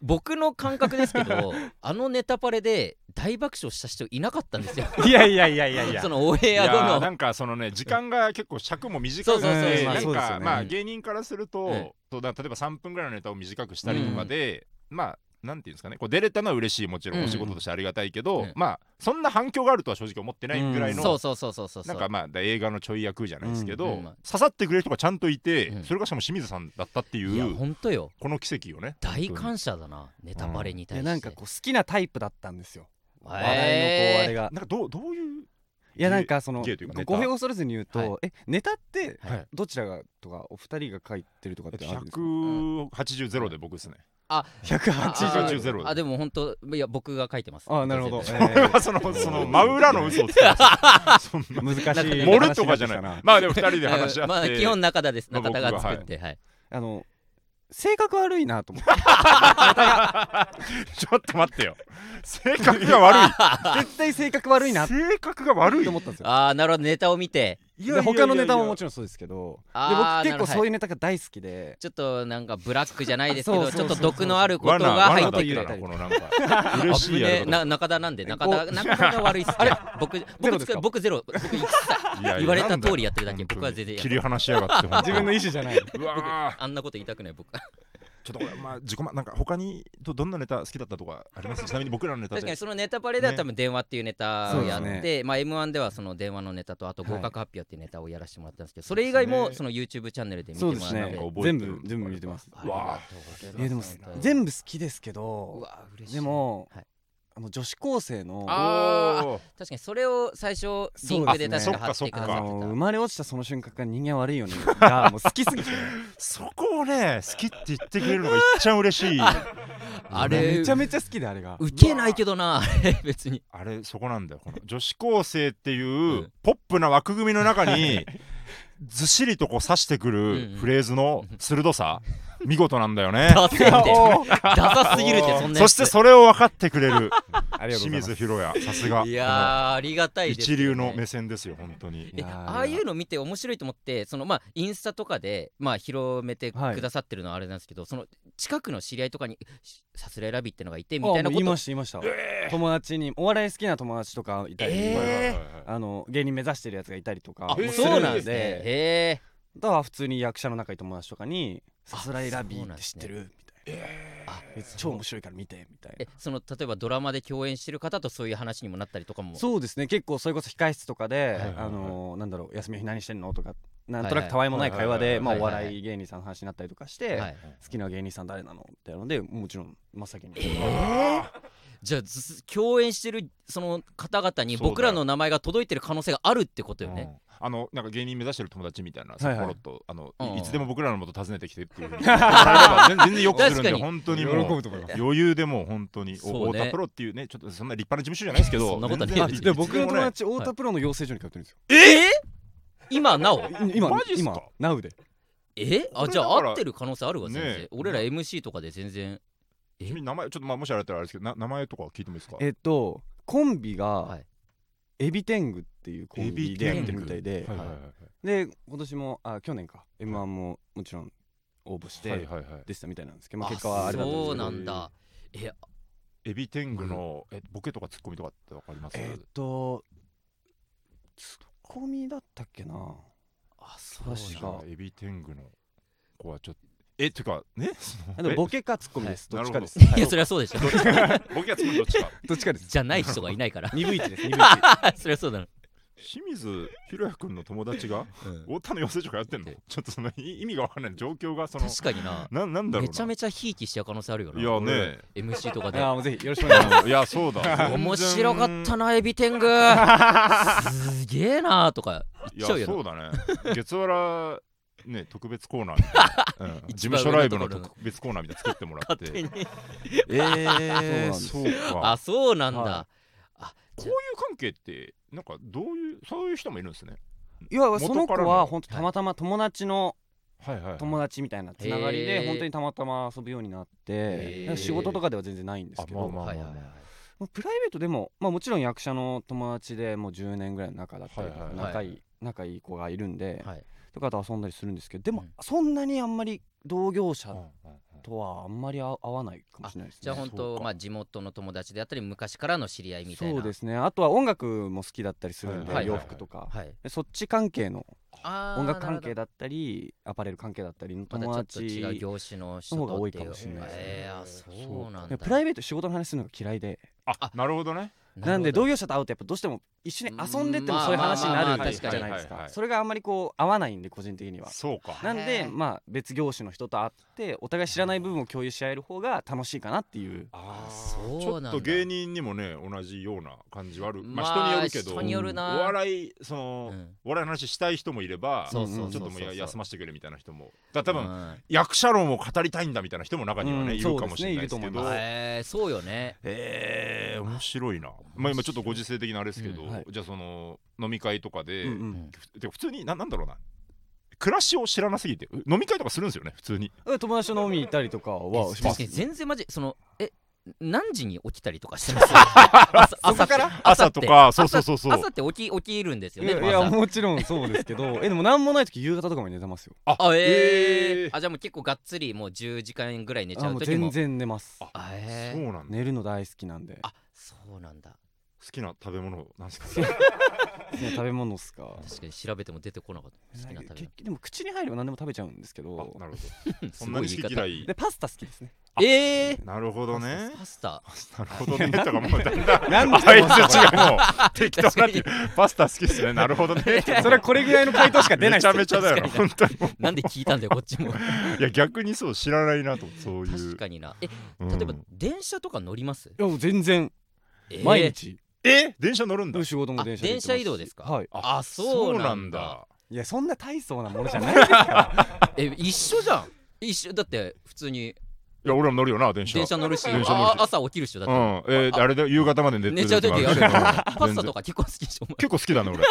[SPEAKER 1] 僕の感覚ですけ どあのネタパレで大爆笑した人いなかったんですよ。
[SPEAKER 3] いやいやいやいや い
[SPEAKER 1] そのオン
[SPEAKER 2] い
[SPEAKER 1] エ
[SPEAKER 2] や
[SPEAKER 1] ア後
[SPEAKER 2] ー
[SPEAKER 1] の
[SPEAKER 2] なんかそのね時間が結構尺も短く
[SPEAKER 1] そ
[SPEAKER 2] て
[SPEAKER 1] うそうそう
[SPEAKER 2] なん
[SPEAKER 3] そうですよ
[SPEAKER 2] か
[SPEAKER 3] ね
[SPEAKER 2] ま
[SPEAKER 1] う
[SPEAKER 2] あ
[SPEAKER 1] ん
[SPEAKER 2] 芸人からすると、
[SPEAKER 1] うん
[SPEAKER 2] そうだ例えば3分ぐらいのネタを短くしたりとかで、まあなんていうんですかねこう出れたのは嬉しいもちろ
[SPEAKER 1] うんん
[SPEAKER 2] お仕事としてありがたいけど、
[SPEAKER 1] うん
[SPEAKER 2] まあそんな反響があるとは正直思ってないぐらいの、
[SPEAKER 1] そうそうそうそうそうそ
[SPEAKER 2] な
[SPEAKER 1] うん
[SPEAKER 2] かまあだ映画のちょい役じゃないですけど、
[SPEAKER 1] うんうんまあ
[SPEAKER 2] 刺さってくれる人がちゃんといて、
[SPEAKER 1] うん
[SPEAKER 2] それがしかも清水さんだったってい
[SPEAKER 1] いや
[SPEAKER 2] う
[SPEAKER 1] ほんとよ
[SPEAKER 2] この奇跡よね
[SPEAKER 1] 大感謝だなネタパレに対して。
[SPEAKER 3] なんかこう好きなタイプだったんですよ
[SPEAKER 1] へー
[SPEAKER 3] 話題のこうあれが
[SPEAKER 2] なんかどうどういう
[SPEAKER 3] いやなんかその
[SPEAKER 2] ゲイというかネタ
[SPEAKER 3] 語弊を恐れずに言うと、
[SPEAKER 1] はい
[SPEAKER 3] えネタって
[SPEAKER 1] はい
[SPEAKER 3] どちらがとかお二人が書いてるとかっ
[SPEAKER 2] えってと
[SPEAKER 3] あるんですか
[SPEAKER 2] 180ゼロで僕ですね。
[SPEAKER 3] 180
[SPEAKER 2] 180ゼロで
[SPEAKER 1] あでも本当いや僕が書いてます。
[SPEAKER 3] あなるほど、
[SPEAKER 1] 全
[SPEAKER 3] え
[SPEAKER 2] 俺
[SPEAKER 3] ー
[SPEAKER 2] はそのその真裏の嘘をつきま すそんな
[SPEAKER 3] 難しい話
[SPEAKER 2] 盛るとかじゃ
[SPEAKER 3] にっ
[SPEAKER 2] ない
[SPEAKER 3] てきた。
[SPEAKER 2] まあでも二人で
[SPEAKER 1] 然
[SPEAKER 2] 話し合って。
[SPEAKER 1] まあ基本中田です
[SPEAKER 2] まあ
[SPEAKER 1] 中
[SPEAKER 2] 僕
[SPEAKER 1] 田
[SPEAKER 2] が
[SPEAKER 1] が作ってはい。
[SPEAKER 3] あの性格悪いなと思って
[SPEAKER 2] ちょっと待ってよ。性格が悪い。
[SPEAKER 3] 絶対性格悪いなって
[SPEAKER 2] 性格が悪い。
[SPEAKER 3] 思ったんですよ
[SPEAKER 1] ああなるほどネタを見て
[SPEAKER 2] い
[SPEAKER 3] で他のネタもも
[SPEAKER 2] ち
[SPEAKER 3] ちろんそうですけどで
[SPEAKER 1] あー
[SPEAKER 3] 僕結構
[SPEAKER 1] なるほど
[SPEAKER 3] そういうネタが大好きで
[SPEAKER 1] ちょっとなんかブラックじゃないですけ
[SPEAKER 3] そ
[SPEAKER 1] ど
[SPEAKER 3] う
[SPEAKER 1] ち
[SPEAKER 3] そ
[SPEAKER 1] ょっ
[SPEAKER 3] う
[SPEAKER 1] と
[SPEAKER 3] そうそう
[SPEAKER 1] 毒のあること
[SPEAKER 2] 罠
[SPEAKER 1] が入
[SPEAKER 2] 罠
[SPEAKER 1] っ
[SPEAKER 2] だ
[SPEAKER 1] てく
[SPEAKER 2] った
[SPEAKER 1] る
[SPEAKER 2] なこのなんか嬉しい
[SPEAKER 1] 危
[SPEAKER 2] や
[SPEAKER 1] ねえ
[SPEAKER 2] り方。
[SPEAKER 1] な中田なんで中
[SPEAKER 3] お
[SPEAKER 1] 田中田が悪いっすねあれ僕
[SPEAKER 3] ゼロ
[SPEAKER 1] 僕
[SPEAKER 3] ですか
[SPEAKER 1] 僕ゼロ僕一切
[SPEAKER 2] いやいや
[SPEAKER 1] 言われた
[SPEAKER 2] なんだよ
[SPEAKER 1] 通りやってるだけ僕は全然や
[SPEAKER 2] 切り離しやがって本当
[SPEAKER 3] 自
[SPEAKER 2] に
[SPEAKER 3] 分の意思じゃない
[SPEAKER 2] うわー
[SPEAKER 1] あんなこと言いたくない僕確
[SPEAKER 2] ちょっとこれまあ自己まなんか他にどどんなネタ好きだったとかありますちなみに僕らのネタで
[SPEAKER 1] かにそのネタバレでは
[SPEAKER 2] ね
[SPEAKER 1] 多分電話っていうネタをやっ
[SPEAKER 3] そうで
[SPEAKER 1] て、
[SPEAKER 3] す
[SPEAKER 1] まあ M1 ではその電話のネタとあと
[SPEAKER 3] はい
[SPEAKER 1] 合格発表っていうネタをやらせてもらったんですけど、それ以外も
[SPEAKER 2] ね
[SPEAKER 1] その YouTube チャンネルで見て
[SPEAKER 3] そ
[SPEAKER 1] も
[SPEAKER 3] う
[SPEAKER 1] らっ
[SPEAKER 3] です
[SPEAKER 1] て、
[SPEAKER 2] なんか
[SPEAKER 3] ね
[SPEAKER 2] 覚えてる
[SPEAKER 3] 全部全部見てます
[SPEAKER 1] あり
[SPEAKER 2] わ
[SPEAKER 1] が
[SPEAKER 2] あ
[SPEAKER 1] とうございます
[SPEAKER 3] いやでも全部好きですけ
[SPEAKER 1] う
[SPEAKER 3] ど
[SPEAKER 1] わ嬉しい
[SPEAKER 3] でも、
[SPEAKER 1] はい
[SPEAKER 3] あの女子高生の
[SPEAKER 1] あ
[SPEAKER 3] あ
[SPEAKER 1] ー
[SPEAKER 2] おー
[SPEAKER 1] 確かにそれを最初リンクで確か貼ってくださっ
[SPEAKER 3] の
[SPEAKER 1] て
[SPEAKER 3] 生
[SPEAKER 1] た
[SPEAKER 3] まれ落ちたその瞬間から人間悪いよねがもう好きすぎて
[SPEAKER 2] そこをね好きって言ってくれるのがいっちゃん嬉しい
[SPEAKER 1] あれ
[SPEAKER 3] めちゃめちゃ好きであれが
[SPEAKER 1] ウケないけどなあれ別に
[SPEAKER 2] あれそこなんだよこの 女子高生っていう、
[SPEAKER 1] うん
[SPEAKER 2] ポップな枠組みの中 にずっしりとこう刺してく
[SPEAKER 1] うんう
[SPEAKER 2] る
[SPEAKER 1] ん
[SPEAKER 2] フレーズの 鋭さ見事なんだよね
[SPEAKER 1] ダセって
[SPEAKER 3] おー
[SPEAKER 1] ダサすぎるってそんなや
[SPEAKER 2] そ
[SPEAKER 1] つ
[SPEAKER 2] してそれを分かって くれる
[SPEAKER 3] ありがと
[SPEAKER 2] 清
[SPEAKER 3] うございます
[SPEAKER 2] 水宏也さすが
[SPEAKER 1] いやーありがた
[SPEAKER 2] この
[SPEAKER 1] いですよ
[SPEAKER 2] 一
[SPEAKER 1] ね
[SPEAKER 2] 流の目線ですよ本当に
[SPEAKER 1] え
[SPEAKER 3] いやー
[SPEAKER 1] ああいうの見て面白いと思ってそのまあインスタとかでまあ広めて
[SPEAKER 3] はい
[SPEAKER 1] くださってるのはあれなんですけど、その近くの知り合いとかにしさすらいラビってのがいてみたいな
[SPEAKER 3] あも
[SPEAKER 1] こ
[SPEAKER 3] う言い
[SPEAKER 1] と
[SPEAKER 3] ました言いました、友達にお笑い好きな友達とかいたり、
[SPEAKER 1] え
[SPEAKER 2] はいはいはいはい
[SPEAKER 3] あの芸人目指してるやつがいたりとか
[SPEAKER 1] あ
[SPEAKER 3] も
[SPEAKER 1] そうなんですね
[SPEAKER 3] するんで
[SPEAKER 1] へ
[SPEAKER 3] だから普通に役者の仲いい友達とかに「
[SPEAKER 1] あ
[SPEAKER 3] さすらいラビーって知って
[SPEAKER 1] そ
[SPEAKER 3] る?」みたいな
[SPEAKER 1] えあ
[SPEAKER 3] え「超面白いから見て」みたい
[SPEAKER 1] え
[SPEAKER 3] な
[SPEAKER 1] その例えばドラマで共演してる方とそういう話にもなったりとかも
[SPEAKER 3] そうですね結構それこそ控室とか
[SPEAKER 2] はいは
[SPEAKER 3] で
[SPEAKER 2] いは
[SPEAKER 3] 「
[SPEAKER 2] い
[SPEAKER 3] あのなんだろう休みの日何してんの?」とかなんと
[SPEAKER 1] はいはい
[SPEAKER 3] なくたわいもない会話で
[SPEAKER 2] はいはいはい
[SPEAKER 3] まあ
[SPEAKER 1] は
[SPEAKER 3] お
[SPEAKER 1] いはいは
[SPEAKER 3] 笑い芸人さんの話になったりとかして
[SPEAKER 1] はい、
[SPEAKER 3] 「好きな芸人さん誰なの?」みたいなのでもちろん真っ先に
[SPEAKER 1] じゃあず共演してるその方々に
[SPEAKER 2] そうだよ
[SPEAKER 1] 僕らの名前が届いてる可能性があるってことよね、
[SPEAKER 2] うんあのなんか芸人目指してる友達みたいな、
[SPEAKER 3] いはい
[SPEAKER 2] ポロッとあの、
[SPEAKER 1] うん
[SPEAKER 2] いいつでも僕らの元訪ねてきてってい うふうに言ってもらえれば全全然よくする
[SPEAKER 1] 確
[SPEAKER 2] ん
[SPEAKER 1] か
[SPEAKER 2] で
[SPEAKER 1] に
[SPEAKER 2] 本当にもう
[SPEAKER 3] 喜ぶと思います
[SPEAKER 2] 余裕でもう本当に、
[SPEAKER 1] そうね
[SPEAKER 2] お太田プロっていうねちょっとそんな立派な事務所じゃないですけど
[SPEAKER 1] そんなことはね
[SPEAKER 2] 全然
[SPEAKER 1] 別に
[SPEAKER 2] い
[SPEAKER 3] で僕の友
[SPEAKER 2] いつ
[SPEAKER 3] 達太田プロの養成所に通ってるんですよ
[SPEAKER 1] え今なお
[SPEAKER 3] 今
[SPEAKER 2] マジっすか
[SPEAKER 3] 今 Now で
[SPEAKER 1] えあ
[SPEAKER 2] 俺
[SPEAKER 1] じゃ
[SPEAKER 2] だか
[SPEAKER 1] あ
[SPEAKER 2] ら
[SPEAKER 1] 合ってる可能性あるわ全然、
[SPEAKER 2] ねえ
[SPEAKER 1] 俺ら MC とかで全然え
[SPEAKER 2] 君名前ちょっとまあもしあれだったらあれですけどな名前とか聞いてもいいですか
[SPEAKER 3] えっとコンビ
[SPEAKER 1] は
[SPEAKER 3] が
[SPEAKER 1] い
[SPEAKER 3] エビ天狗っていうコンビでやってるみたいで、
[SPEAKER 2] はいはいはい
[SPEAKER 3] で今年もあ去年か m 1ももちろん応募し
[SPEAKER 2] はい
[SPEAKER 3] て
[SPEAKER 2] はいはい
[SPEAKER 3] でしたみたいなんですけど、まあ、結果はあれだったんで
[SPEAKER 1] そ
[SPEAKER 3] すけ
[SPEAKER 1] う
[SPEAKER 3] ど
[SPEAKER 1] なんだえ
[SPEAKER 2] エビ天狗のえボケとかツッコミとかってわかります
[SPEAKER 3] えーっとツッコミだったっけな
[SPEAKER 1] あそう
[SPEAKER 3] 確
[SPEAKER 1] なん
[SPEAKER 3] か
[SPEAKER 1] だ
[SPEAKER 2] エビ天狗の子はちょっとえっていうかね
[SPEAKER 3] あでもボケかツッコミです、
[SPEAKER 2] え
[SPEAKER 3] どっちかです、
[SPEAKER 2] なるほど
[SPEAKER 1] いやそれはそうでしょ
[SPEAKER 2] ケボケはツッコミどっちか
[SPEAKER 3] どっちかです
[SPEAKER 1] じゃない人がいない から
[SPEAKER 3] 二分一です二分
[SPEAKER 1] それはそうだな
[SPEAKER 2] 清水宏也君の友達が太田の養成所からやってんのちょっとそのい意味がわかんない状況がその
[SPEAKER 1] 確かにな
[SPEAKER 2] ななんだろうな
[SPEAKER 1] めちゃめちゃひいきしちゃう可能性あるよない
[SPEAKER 2] やね
[SPEAKER 1] MC とか
[SPEAKER 3] 一
[SPEAKER 1] で
[SPEAKER 3] あーもうぜひよろしくお願いします
[SPEAKER 2] いやそうだ
[SPEAKER 1] 面白かった
[SPEAKER 2] な
[SPEAKER 1] なエビ天 狗すげえなとか
[SPEAKER 2] い
[SPEAKER 1] 言っ
[SPEAKER 2] や
[SPEAKER 1] ちゃうよな
[SPEAKER 2] そうだね月原ね特別コーナーみた いな、うん事務所ライブの特別コーナーみたいなの作ってもらっ
[SPEAKER 1] 勝手
[SPEAKER 2] て
[SPEAKER 1] に
[SPEAKER 2] えー、
[SPEAKER 3] そ
[SPEAKER 2] そうう
[SPEAKER 3] な
[SPEAKER 1] あそうなん
[SPEAKER 2] か
[SPEAKER 3] ん
[SPEAKER 1] だ、
[SPEAKER 3] は
[SPEAKER 2] こういう関係ってなんかどういうそういう人もいるんですね
[SPEAKER 3] いやその子
[SPEAKER 2] 元から
[SPEAKER 3] は
[SPEAKER 2] の
[SPEAKER 3] 本当たまたま友達の
[SPEAKER 2] はいはい、
[SPEAKER 3] 友達みたいなつながり
[SPEAKER 1] へ
[SPEAKER 3] で
[SPEAKER 1] ー
[SPEAKER 3] 本当にたまたま遊ぶようになっ
[SPEAKER 1] へ
[SPEAKER 3] て
[SPEAKER 1] ー
[SPEAKER 3] なんか仕事とかでは全然ないんです
[SPEAKER 2] あ
[SPEAKER 3] けど
[SPEAKER 2] まあまあ
[SPEAKER 1] はいはいはい
[SPEAKER 3] まあプライベートでも、まあ、もちろん役者の友達でもう10年ぐらいの仲だったりとか
[SPEAKER 2] はい
[SPEAKER 1] はい
[SPEAKER 2] はい
[SPEAKER 3] 仲いい仲いい子がいるんで、
[SPEAKER 1] はい
[SPEAKER 3] とかと遊んだりするんですけどでも、
[SPEAKER 1] うん
[SPEAKER 3] そんなにあんまり同業
[SPEAKER 2] う
[SPEAKER 3] 者
[SPEAKER 2] んうんうん
[SPEAKER 3] とはあんまり合合わないかもしれないですね。
[SPEAKER 1] じゃあ本
[SPEAKER 2] そう
[SPEAKER 1] 当
[SPEAKER 2] か
[SPEAKER 1] まあ地元の友達であったり昔からの知り合いみたいな
[SPEAKER 3] そうですねあとは音楽も好きだったりするんで、
[SPEAKER 1] はいはい
[SPEAKER 3] 洋服とか、
[SPEAKER 1] はい
[SPEAKER 3] でそっち関係の
[SPEAKER 1] あー
[SPEAKER 3] 音楽関係
[SPEAKER 1] なる
[SPEAKER 3] だったりアパレル関係だったりの
[SPEAKER 1] ほど
[SPEAKER 3] 友
[SPEAKER 1] またち
[SPEAKER 3] 達
[SPEAKER 1] ょっと違う業種の人
[SPEAKER 3] の方が
[SPEAKER 1] と
[SPEAKER 3] 多
[SPEAKER 1] っ
[SPEAKER 3] い
[SPEAKER 1] て
[SPEAKER 3] か
[SPEAKER 1] いう
[SPEAKER 3] もしれないですね
[SPEAKER 1] えーあそうなんだ
[SPEAKER 3] でプライベート仕事の話するのが嫌いで
[SPEAKER 2] あなるほどね
[SPEAKER 3] なんで同
[SPEAKER 1] いう
[SPEAKER 3] 業者と会うとやっぱどうしても一緒に遊んでって
[SPEAKER 1] うん
[SPEAKER 3] も
[SPEAKER 1] まあ
[SPEAKER 3] そういう話にな
[SPEAKER 1] まあまあまあ
[SPEAKER 3] るじゃないで
[SPEAKER 2] 確
[SPEAKER 3] す
[SPEAKER 2] か
[SPEAKER 3] か
[SPEAKER 2] に
[SPEAKER 3] それがあんまりこう合わないんで個人的には
[SPEAKER 2] そうか
[SPEAKER 3] なん
[SPEAKER 1] へ
[SPEAKER 3] で
[SPEAKER 1] ー
[SPEAKER 3] まあ別業種の人と会ってお互い知らない部分を共有し合える方が楽しいかなっていう
[SPEAKER 2] あ
[SPEAKER 1] あ
[SPEAKER 2] ー
[SPEAKER 1] そうなんだ
[SPEAKER 2] ちょっと芸人にもね同じような感じはある、まあ、
[SPEAKER 1] まあ
[SPEAKER 2] 人によるけど
[SPEAKER 1] 人によるな
[SPEAKER 2] お笑いその、
[SPEAKER 1] うん
[SPEAKER 2] お笑いの話したい人もいれば
[SPEAKER 1] そうそうそう
[SPEAKER 2] ちょっともうや休ませてくれみたいな人もだから多分、
[SPEAKER 1] 分
[SPEAKER 2] 役者論を語りたいんだみたいな人も中にはね、
[SPEAKER 3] うん
[SPEAKER 2] いるかもしれないですけ
[SPEAKER 3] そうですねいると思い
[SPEAKER 2] ど
[SPEAKER 3] ま
[SPEAKER 1] えーそうよね
[SPEAKER 2] えー、面白いなまあ今ちょっとご時世的なあれですけど、
[SPEAKER 3] うんはい
[SPEAKER 2] じゃあその飲み会とかで、
[SPEAKER 3] うんう
[SPEAKER 1] うんん
[SPEAKER 2] てか普通にななんだろうな暮らしを知らなすぎてう飲み会とかするんですよね普通に
[SPEAKER 3] うん友達と飲みに行ったりとかはしま
[SPEAKER 1] 確か
[SPEAKER 3] す
[SPEAKER 1] に全然マジそのえ何時に起きたりとかして ます朝朝って
[SPEAKER 2] 朝とかそうそうそうそう
[SPEAKER 1] 朝って起き起きるんですよ
[SPEAKER 3] い
[SPEAKER 1] ね
[SPEAKER 3] やい
[SPEAKER 1] まあ
[SPEAKER 3] や
[SPEAKER 1] 朝
[SPEAKER 3] もちろんそうですけどえでも何もない時夕方とかまで寝てますよ
[SPEAKER 2] あ
[SPEAKER 1] あえー
[SPEAKER 2] あ
[SPEAKER 1] あじゃあもう結構がっつりもう10時間ぐらい寝ち
[SPEAKER 3] あ
[SPEAKER 1] ゃう
[SPEAKER 3] もう
[SPEAKER 1] 時
[SPEAKER 3] 全
[SPEAKER 1] も
[SPEAKER 3] 然寝ます
[SPEAKER 1] あえ
[SPEAKER 2] そう
[SPEAKER 1] ー
[SPEAKER 2] なんだ
[SPEAKER 3] 寝るの大好きなんで
[SPEAKER 1] あそうなんだ
[SPEAKER 2] 好きな食べ物なんですか
[SPEAKER 3] ね食べ物っすか
[SPEAKER 1] 確かに調べても出てこなかった好きな食べ
[SPEAKER 3] 結局でも口に入れば何でも食べちゃうんですけ
[SPEAKER 2] あ
[SPEAKER 3] ど
[SPEAKER 2] なるほど
[SPEAKER 1] 物
[SPEAKER 2] そんなに好き嫌い
[SPEAKER 3] でパスタ好きですね
[SPEAKER 1] ええー
[SPEAKER 2] なるほどね
[SPEAKER 1] パスタ
[SPEAKER 2] なるほどねとかもうだん だん
[SPEAKER 3] なんで
[SPEAKER 2] あいつ違うもう 適当なってパスタ好きっすねなるほどね
[SPEAKER 3] それはこれぐらいの回答しか出ない
[SPEAKER 2] め
[SPEAKER 3] っす
[SPEAKER 2] ちゃめちゃだよな本当にも
[SPEAKER 1] なんで聞いたんだよこっ ちも
[SPEAKER 2] ういや逆にそう知らないなと思ってそういう
[SPEAKER 1] 確かになえ
[SPEAKER 2] うん
[SPEAKER 1] 例えば電車とか乗ります
[SPEAKER 3] いやもう全然
[SPEAKER 1] えー
[SPEAKER 3] 毎日
[SPEAKER 2] え電車乗るんだ
[SPEAKER 3] 仕事も電車で行ってますし
[SPEAKER 1] あ電車移動ですか
[SPEAKER 3] はい
[SPEAKER 1] あそうなんだ
[SPEAKER 3] いやそんな大層なものじゃないですから
[SPEAKER 1] え一緒じゃん一緒だって普通に
[SPEAKER 2] いや俺も乗るよな電車
[SPEAKER 1] 電車乗るし
[SPEAKER 2] 電車乗るし
[SPEAKER 1] あ朝起きる人だ
[SPEAKER 2] う
[SPEAKER 1] っ
[SPEAKER 2] ん
[SPEAKER 1] て、
[SPEAKER 2] えーあれで夕方まで寝て
[SPEAKER 1] 寝ちゃう時あるよ
[SPEAKER 2] 時も
[SPEAKER 1] パ
[SPEAKER 2] 全
[SPEAKER 1] スタ
[SPEAKER 2] 然
[SPEAKER 1] とか結構好きでしょお
[SPEAKER 2] 結構好きだね俺
[SPEAKER 1] 前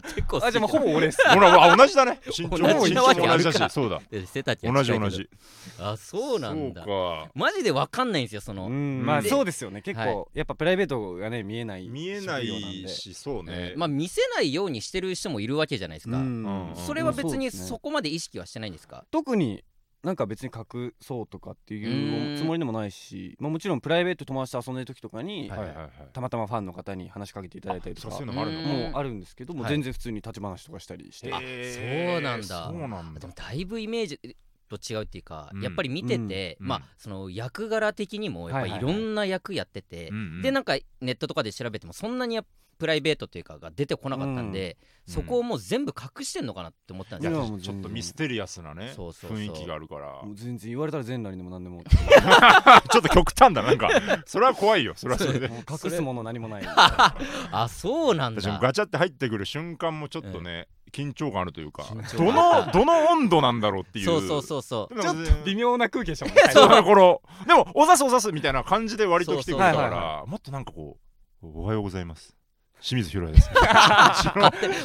[SPEAKER 1] 結構好き
[SPEAKER 3] あじゃあもうほぼ俺っす
[SPEAKER 2] ほらあ同じだね身長
[SPEAKER 1] 同
[SPEAKER 2] も
[SPEAKER 1] じ
[SPEAKER 2] 身
[SPEAKER 1] な
[SPEAKER 2] 長も
[SPEAKER 1] わけ
[SPEAKER 2] 同じだ
[SPEAKER 1] あるか
[SPEAKER 2] しそうだ
[SPEAKER 1] で背丈は近い
[SPEAKER 2] 同じ
[SPEAKER 1] けど
[SPEAKER 2] 同じ
[SPEAKER 1] あそうなんだ
[SPEAKER 2] そうか
[SPEAKER 1] マジでわかんないんですよその、
[SPEAKER 3] うんまあ
[SPEAKER 1] で
[SPEAKER 3] そうですよね結
[SPEAKER 1] は
[SPEAKER 3] 構やっぱプライベートがね見えない
[SPEAKER 2] 見えな
[SPEAKER 3] 職業なん
[SPEAKER 2] い
[SPEAKER 3] で
[SPEAKER 2] しそう
[SPEAKER 1] え
[SPEAKER 2] ね
[SPEAKER 1] ーまあ見せないようにしてる人もいるわけじゃないですか、
[SPEAKER 3] うん
[SPEAKER 2] うん
[SPEAKER 1] それは別に
[SPEAKER 3] そうですね
[SPEAKER 1] そこまで意識はしてないんですか、
[SPEAKER 3] 特になんか別に隠そうとかっていうつもりでもないしまあもちろんプライベート友達と遊んでる時とかに
[SPEAKER 1] はい
[SPEAKER 2] はいはいはい
[SPEAKER 3] たまたまファンの方に話しかけていただいたりと
[SPEAKER 2] あ
[SPEAKER 3] か
[SPEAKER 2] そういう
[SPEAKER 3] も
[SPEAKER 2] のもあるのか
[SPEAKER 1] うん
[SPEAKER 3] うあるんですけどもう
[SPEAKER 1] はい
[SPEAKER 3] 全然普通に立ち話とかしたりして
[SPEAKER 1] あ
[SPEAKER 2] へー
[SPEAKER 1] そうなんだ
[SPEAKER 2] そうなんだ
[SPEAKER 1] でもだいぶイメージと違うっていうか、
[SPEAKER 2] うん
[SPEAKER 1] やっぱり見てて、
[SPEAKER 2] うん
[SPEAKER 1] まあその役柄的にもやっぱり
[SPEAKER 3] はい
[SPEAKER 1] い
[SPEAKER 3] はいは
[SPEAKER 1] ろ
[SPEAKER 3] い
[SPEAKER 1] んな役やってて、
[SPEAKER 2] うんうん
[SPEAKER 1] でなんかネットとかで調べてもそんなにやっぱプライベートというかが出てこなかったんで、
[SPEAKER 2] うん
[SPEAKER 1] そこをもう全部隠してんのかなって思ったん
[SPEAKER 2] い
[SPEAKER 1] です
[SPEAKER 2] や
[SPEAKER 1] よ、
[SPEAKER 3] うん
[SPEAKER 2] 確かにちょっとミステリアスなね
[SPEAKER 1] そうそうそう
[SPEAKER 2] 雰囲気があるから
[SPEAKER 3] もう全然言われたら全裸にでも 何でも
[SPEAKER 2] ちょっと極端だなんかそれは怖いよそれはそれで
[SPEAKER 3] もう隠すもの何もない
[SPEAKER 1] あそうなん
[SPEAKER 2] 私も
[SPEAKER 1] だ
[SPEAKER 2] ガチャって入ってくる瞬間もちょっとね緊張感あるというか
[SPEAKER 1] 緊張
[SPEAKER 2] ど
[SPEAKER 1] 感
[SPEAKER 2] のどの温度なんだろうっていう
[SPEAKER 1] そうそうそうそう
[SPEAKER 2] でもね
[SPEAKER 3] 微妙な空気で したもん
[SPEAKER 2] そうだ頃でもおざすおざすみたいな感じで割と来てくれた
[SPEAKER 3] そ
[SPEAKER 2] か
[SPEAKER 3] うそうそう
[SPEAKER 2] らもっとなんかこうおはようございます清水宏也 です。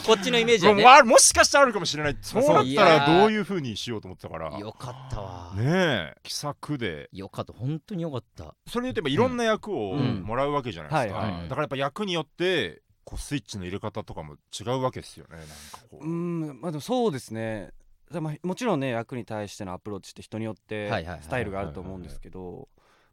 [SPEAKER 1] こっちのイメージ
[SPEAKER 2] も
[SPEAKER 1] は
[SPEAKER 2] う
[SPEAKER 1] ね
[SPEAKER 2] まあもしかしたらあるかもしれない。そうだっ
[SPEAKER 1] い
[SPEAKER 2] た
[SPEAKER 1] や
[SPEAKER 2] ら
[SPEAKER 1] ー
[SPEAKER 2] どういう風にしようと思ってたから。
[SPEAKER 1] よかったわ、
[SPEAKER 2] ねえ、気さくで。
[SPEAKER 1] よかった本当によかった
[SPEAKER 2] それに言えばいろんな役を
[SPEAKER 1] うん
[SPEAKER 2] もらうわけじゃないですか。
[SPEAKER 3] うん
[SPEAKER 1] はいはい
[SPEAKER 2] だからやっぱ役によってこうスイッチの入れ方とかも違うわけですよね。なんかこ
[SPEAKER 3] う
[SPEAKER 2] う。
[SPEAKER 3] んまあでもそうですねだまあもちろんね役に対してのアプローチって人によっ
[SPEAKER 1] はいは
[SPEAKER 3] て
[SPEAKER 1] いはいはい
[SPEAKER 3] スタイルがあると思うんですけど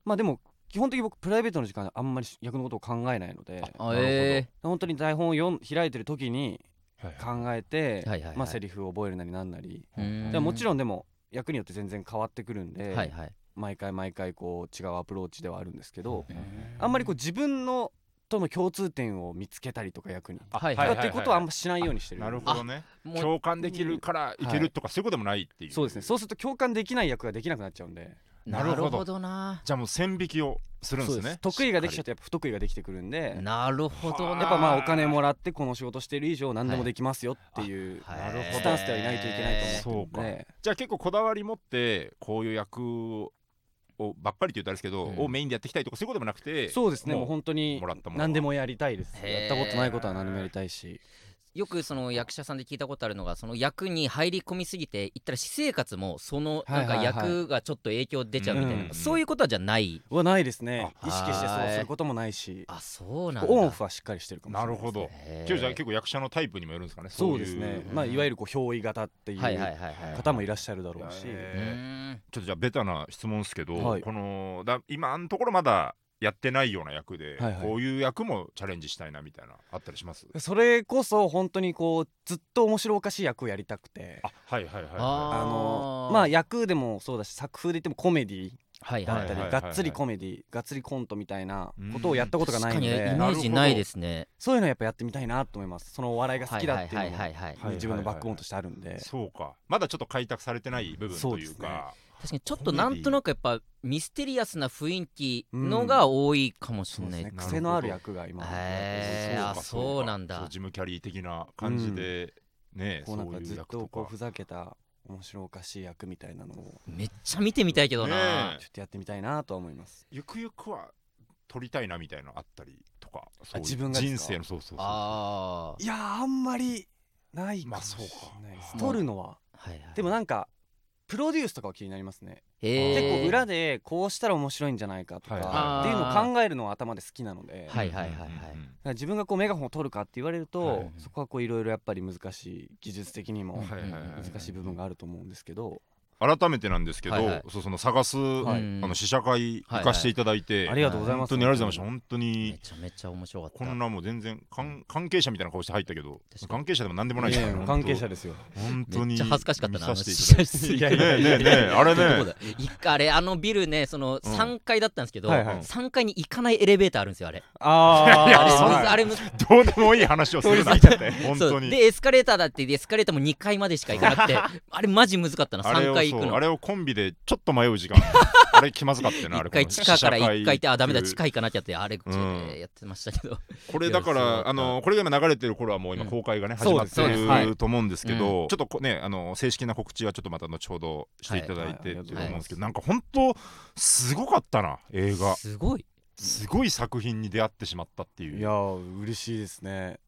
[SPEAKER 3] まあでも基本的に僕プライベートの時間あんまり役のことを考えないので
[SPEAKER 1] あえ
[SPEAKER 3] 本当に台本を読ん開いてる時に
[SPEAKER 2] はいはい
[SPEAKER 3] 考えて、
[SPEAKER 1] はいはいはい
[SPEAKER 3] まあセリフを覚えるなりなんなり、
[SPEAKER 1] ー、う
[SPEAKER 3] でももちろ
[SPEAKER 1] ん、
[SPEAKER 3] んでも役によって全然変わってくるんで、
[SPEAKER 1] はいはい
[SPEAKER 3] 毎回毎回こう違うアプローチではあるんですけど、
[SPEAKER 1] うん
[SPEAKER 3] あんまりこう自分のとの共通点を見つけたりとか役に、
[SPEAKER 2] あ
[SPEAKER 1] はい
[SPEAKER 3] と
[SPEAKER 1] はい
[SPEAKER 3] か
[SPEAKER 1] は
[SPEAKER 3] っ
[SPEAKER 1] い
[SPEAKER 3] ていうことはあんましないようにしてる
[SPEAKER 2] なるほどね。
[SPEAKER 1] もう
[SPEAKER 2] 共感できるからいけるとかそういうことでもないっていう。
[SPEAKER 3] そうですね。そうすると共感できない役ができなくなっちゃうんで
[SPEAKER 1] な
[SPEAKER 2] な
[SPEAKER 1] る
[SPEAKER 2] るほど
[SPEAKER 1] ほどな
[SPEAKER 2] じゃあもう線引きをするんです
[SPEAKER 3] そうで
[SPEAKER 2] ね
[SPEAKER 3] す。得意ができちゃう
[SPEAKER 2] っ
[SPEAKER 3] とやっぱ不得意ができてくるんでやっ
[SPEAKER 1] なるほどな
[SPEAKER 2] は
[SPEAKER 3] ぱまあお金もらってこの仕事してる以上何でもできますよっていう
[SPEAKER 1] はいあなるほど
[SPEAKER 3] スタンスではいないといけないと思ってるんで、
[SPEAKER 2] じゃあ結構こだわり持ってこういう役をばっかりって言ったらあれですけど、
[SPEAKER 1] うん
[SPEAKER 2] をメインでやっていきたいとかそういうことでもなくて
[SPEAKER 3] そうですね
[SPEAKER 2] もう
[SPEAKER 3] もう本当に
[SPEAKER 2] もらったものは
[SPEAKER 3] 何でもやりたいです
[SPEAKER 1] へー
[SPEAKER 3] やったことないことは何でもやりたいし
[SPEAKER 1] よくその役者さんで聞いたことあるのがその役に入り込みすぎていったら私生活もそのなんか
[SPEAKER 3] はいはいはい
[SPEAKER 1] 役がちょっと影響出ちゃうみたいな、
[SPEAKER 2] うん
[SPEAKER 1] そういうことはじゃない
[SPEAKER 3] はないですね
[SPEAKER 1] あ
[SPEAKER 3] 意識してそうすることもないし
[SPEAKER 1] あそうなんだ
[SPEAKER 3] オンオフはしっかりしてるかもし
[SPEAKER 2] な
[SPEAKER 3] れ
[SPEAKER 2] る
[SPEAKER 3] ないで
[SPEAKER 2] ほ
[SPEAKER 3] す
[SPEAKER 2] ど
[SPEAKER 1] へー
[SPEAKER 2] じゃあ結構役者のタイプにもよるんですかね
[SPEAKER 3] そう
[SPEAKER 2] い
[SPEAKER 3] ですね
[SPEAKER 1] うん
[SPEAKER 3] まあいわゆるこう憑依型ってい
[SPEAKER 1] はいはいうはいはい
[SPEAKER 3] 方もいらっしゃるだろう
[SPEAKER 1] う
[SPEAKER 3] し
[SPEAKER 2] え
[SPEAKER 1] ー
[SPEAKER 2] ー
[SPEAKER 1] ん
[SPEAKER 2] ちょっとじゃあベタな質問ですけど、
[SPEAKER 3] はい
[SPEAKER 2] このだ今のところまだやってないような役で、
[SPEAKER 3] はいはい
[SPEAKER 2] こういう役もチャレンジしたいなみたいなあったりします
[SPEAKER 3] それこそ本当にこうずっと面白おかしい役をやりたくて
[SPEAKER 2] あはいはいはい
[SPEAKER 1] あ
[SPEAKER 2] は
[SPEAKER 3] あ
[SPEAKER 1] あ
[SPEAKER 3] の
[SPEAKER 1] ー
[SPEAKER 3] まあ役でもそうだし作風で言ってもコメディ
[SPEAKER 1] はい
[SPEAKER 3] だ
[SPEAKER 1] は
[SPEAKER 3] っ
[SPEAKER 1] い
[SPEAKER 3] た
[SPEAKER 1] はい
[SPEAKER 2] は
[SPEAKER 3] り
[SPEAKER 2] いはい
[SPEAKER 3] がっつりコメディがっつりコントみたいな
[SPEAKER 2] うん
[SPEAKER 3] ことをやったことがないの
[SPEAKER 1] 確かにイ
[SPEAKER 3] で
[SPEAKER 1] メージないですね
[SPEAKER 3] そういうのはやっぱやってみたいなと思いますそのお笑いが好きだっていうの
[SPEAKER 1] はいはいはいはい
[SPEAKER 2] は
[SPEAKER 3] も
[SPEAKER 2] い
[SPEAKER 3] 自分のバックボーンとしてあるんで
[SPEAKER 2] いそうかまだちょっと開拓されてない部分というか
[SPEAKER 1] 確かにちょっとなんとなくやっぱミステリアスな雰囲気の
[SPEAKER 3] うん
[SPEAKER 1] が多いかもし
[SPEAKER 3] そ
[SPEAKER 1] れ
[SPEAKER 3] うで
[SPEAKER 1] な
[SPEAKER 3] す
[SPEAKER 1] い、
[SPEAKER 2] なるほど
[SPEAKER 3] ね癖のある役が今
[SPEAKER 1] へーあ
[SPEAKER 2] か
[SPEAKER 1] そう
[SPEAKER 2] か
[SPEAKER 1] なんだ
[SPEAKER 2] そうジム・キャリー的な感じで、ね
[SPEAKER 3] こうなんかずっとこうふ
[SPEAKER 2] ざ
[SPEAKER 3] ざけた面白おかしい役みたいなのを
[SPEAKER 1] めっちゃ見てみたいけどな、
[SPEAKER 2] ねえ
[SPEAKER 3] ちょっとやってみたいなとは思います
[SPEAKER 2] ゆくゆくは撮りたいなみたいなのあったりとかそういう
[SPEAKER 3] 自分がで
[SPEAKER 2] 人
[SPEAKER 3] すか
[SPEAKER 2] 生のそうそうそう
[SPEAKER 1] ああ
[SPEAKER 3] いやーあんまりないか
[SPEAKER 2] まあ
[SPEAKER 3] もし
[SPEAKER 2] そうか
[SPEAKER 3] れないです
[SPEAKER 2] うん
[SPEAKER 3] 撮るのは
[SPEAKER 1] はいはい
[SPEAKER 3] でもなんかプロデュースとかは気になりますね
[SPEAKER 1] へー
[SPEAKER 3] 結構裏でこうしたら面白いんじゃないかとか、
[SPEAKER 2] はい
[SPEAKER 3] っていうのを考えるのは頭で好きなので、だか
[SPEAKER 1] はいはいはいはい
[SPEAKER 3] ら自分がこうメガホンを取るかって言われると、
[SPEAKER 2] はい
[SPEAKER 3] そこはこういろいろやっぱり難しい技術的にも
[SPEAKER 2] はいはいはいはい
[SPEAKER 3] 難しい部分があると思うんですけど、
[SPEAKER 2] 改めてなんですけど、
[SPEAKER 1] はいはい
[SPEAKER 2] そうその探す、
[SPEAKER 1] はい
[SPEAKER 2] あの試写会行かせていただいて、
[SPEAKER 3] ありがとうございま
[SPEAKER 2] 本
[SPEAKER 3] す
[SPEAKER 2] 当にありがとうございました本当
[SPEAKER 1] め
[SPEAKER 2] に
[SPEAKER 1] ちゃめちゃ面白かった
[SPEAKER 2] こんなもう全然かん関係者みたいな顔して入ったけど
[SPEAKER 1] 確かに
[SPEAKER 2] 関係者でも何でもないです
[SPEAKER 3] いやいや関係者 ですよ
[SPEAKER 2] 本当
[SPEAKER 1] め
[SPEAKER 2] に
[SPEAKER 1] っちゃ恥ずかしかったな
[SPEAKER 2] 見さ
[SPEAKER 1] あの
[SPEAKER 2] せてい
[SPEAKER 1] 試
[SPEAKER 2] ただい
[SPEAKER 1] 写室
[SPEAKER 3] いやいや
[SPEAKER 2] てね えねえねえあれ
[SPEAKER 1] どこ
[SPEAKER 2] ね
[SPEAKER 1] だ一回あれあのビルねその
[SPEAKER 2] うん
[SPEAKER 1] 3階だったんですけど、
[SPEAKER 3] はいはい
[SPEAKER 1] 3階に行かないエレベーターあるんですよあれ
[SPEAKER 3] あ
[SPEAKER 1] あれそう
[SPEAKER 2] はい
[SPEAKER 1] あれむ
[SPEAKER 2] どうでもいい話をするな
[SPEAKER 3] 通り過ぎちゃって
[SPEAKER 2] 本
[SPEAKER 1] そう
[SPEAKER 2] 当に
[SPEAKER 1] でエスカレーターだってエスカレーターも2階までしか行かなく てあれマジむずかったな
[SPEAKER 2] あれ
[SPEAKER 1] 3
[SPEAKER 2] を
[SPEAKER 1] 階行く
[SPEAKER 2] そう
[SPEAKER 1] の
[SPEAKER 2] あれをコンビでちょっと迷う時間あれ気まずかったなあれ
[SPEAKER 1] 1階地下から1階ってあダメだ地
[SPEAKER 2] い
[SPEAKER 1] 下行かなきゃってあれ、
[SPEAKER 2] ん
[SPEAKER 1] やってましたけど
[SPEAKER 2] これだか
[SPEAKER 1] いやそうだっ
[SPEAKER 2] ら
[SPEAKER 1] た
[SPEAKER 2] あのこれが今流れてる頃はもう今
[SPEAKER 1] うん
[SPEAKER 2] 公開がね、始
[SPEAKER 3] そう
[SPEAKER 2] まっ
[SPEAKER 3] です
[SPEAKER 2] て
[SPEAKER 1] そう
[SPEAKER 2] る、
[SPEAKER 1] ですはい
[SPEAKER 2] と思うんですけど、
[SPEAKER 1] うん
[SPEAKER 2] ちょっとこねあの正式な告知はちょっとまた後ほどしていただいて
[SPEAKER 3] は
[SPEAKER 2] っ
[SPEAKER 3] い
[SPEAKER 2] て思うんですけど、なんか本当すごかったな映画
[SPEAKER 1] すごい
[SPEAKER 2] すごい作品に出会ってしまったっていう
[SPEAKER 3] いやー嬉しいですね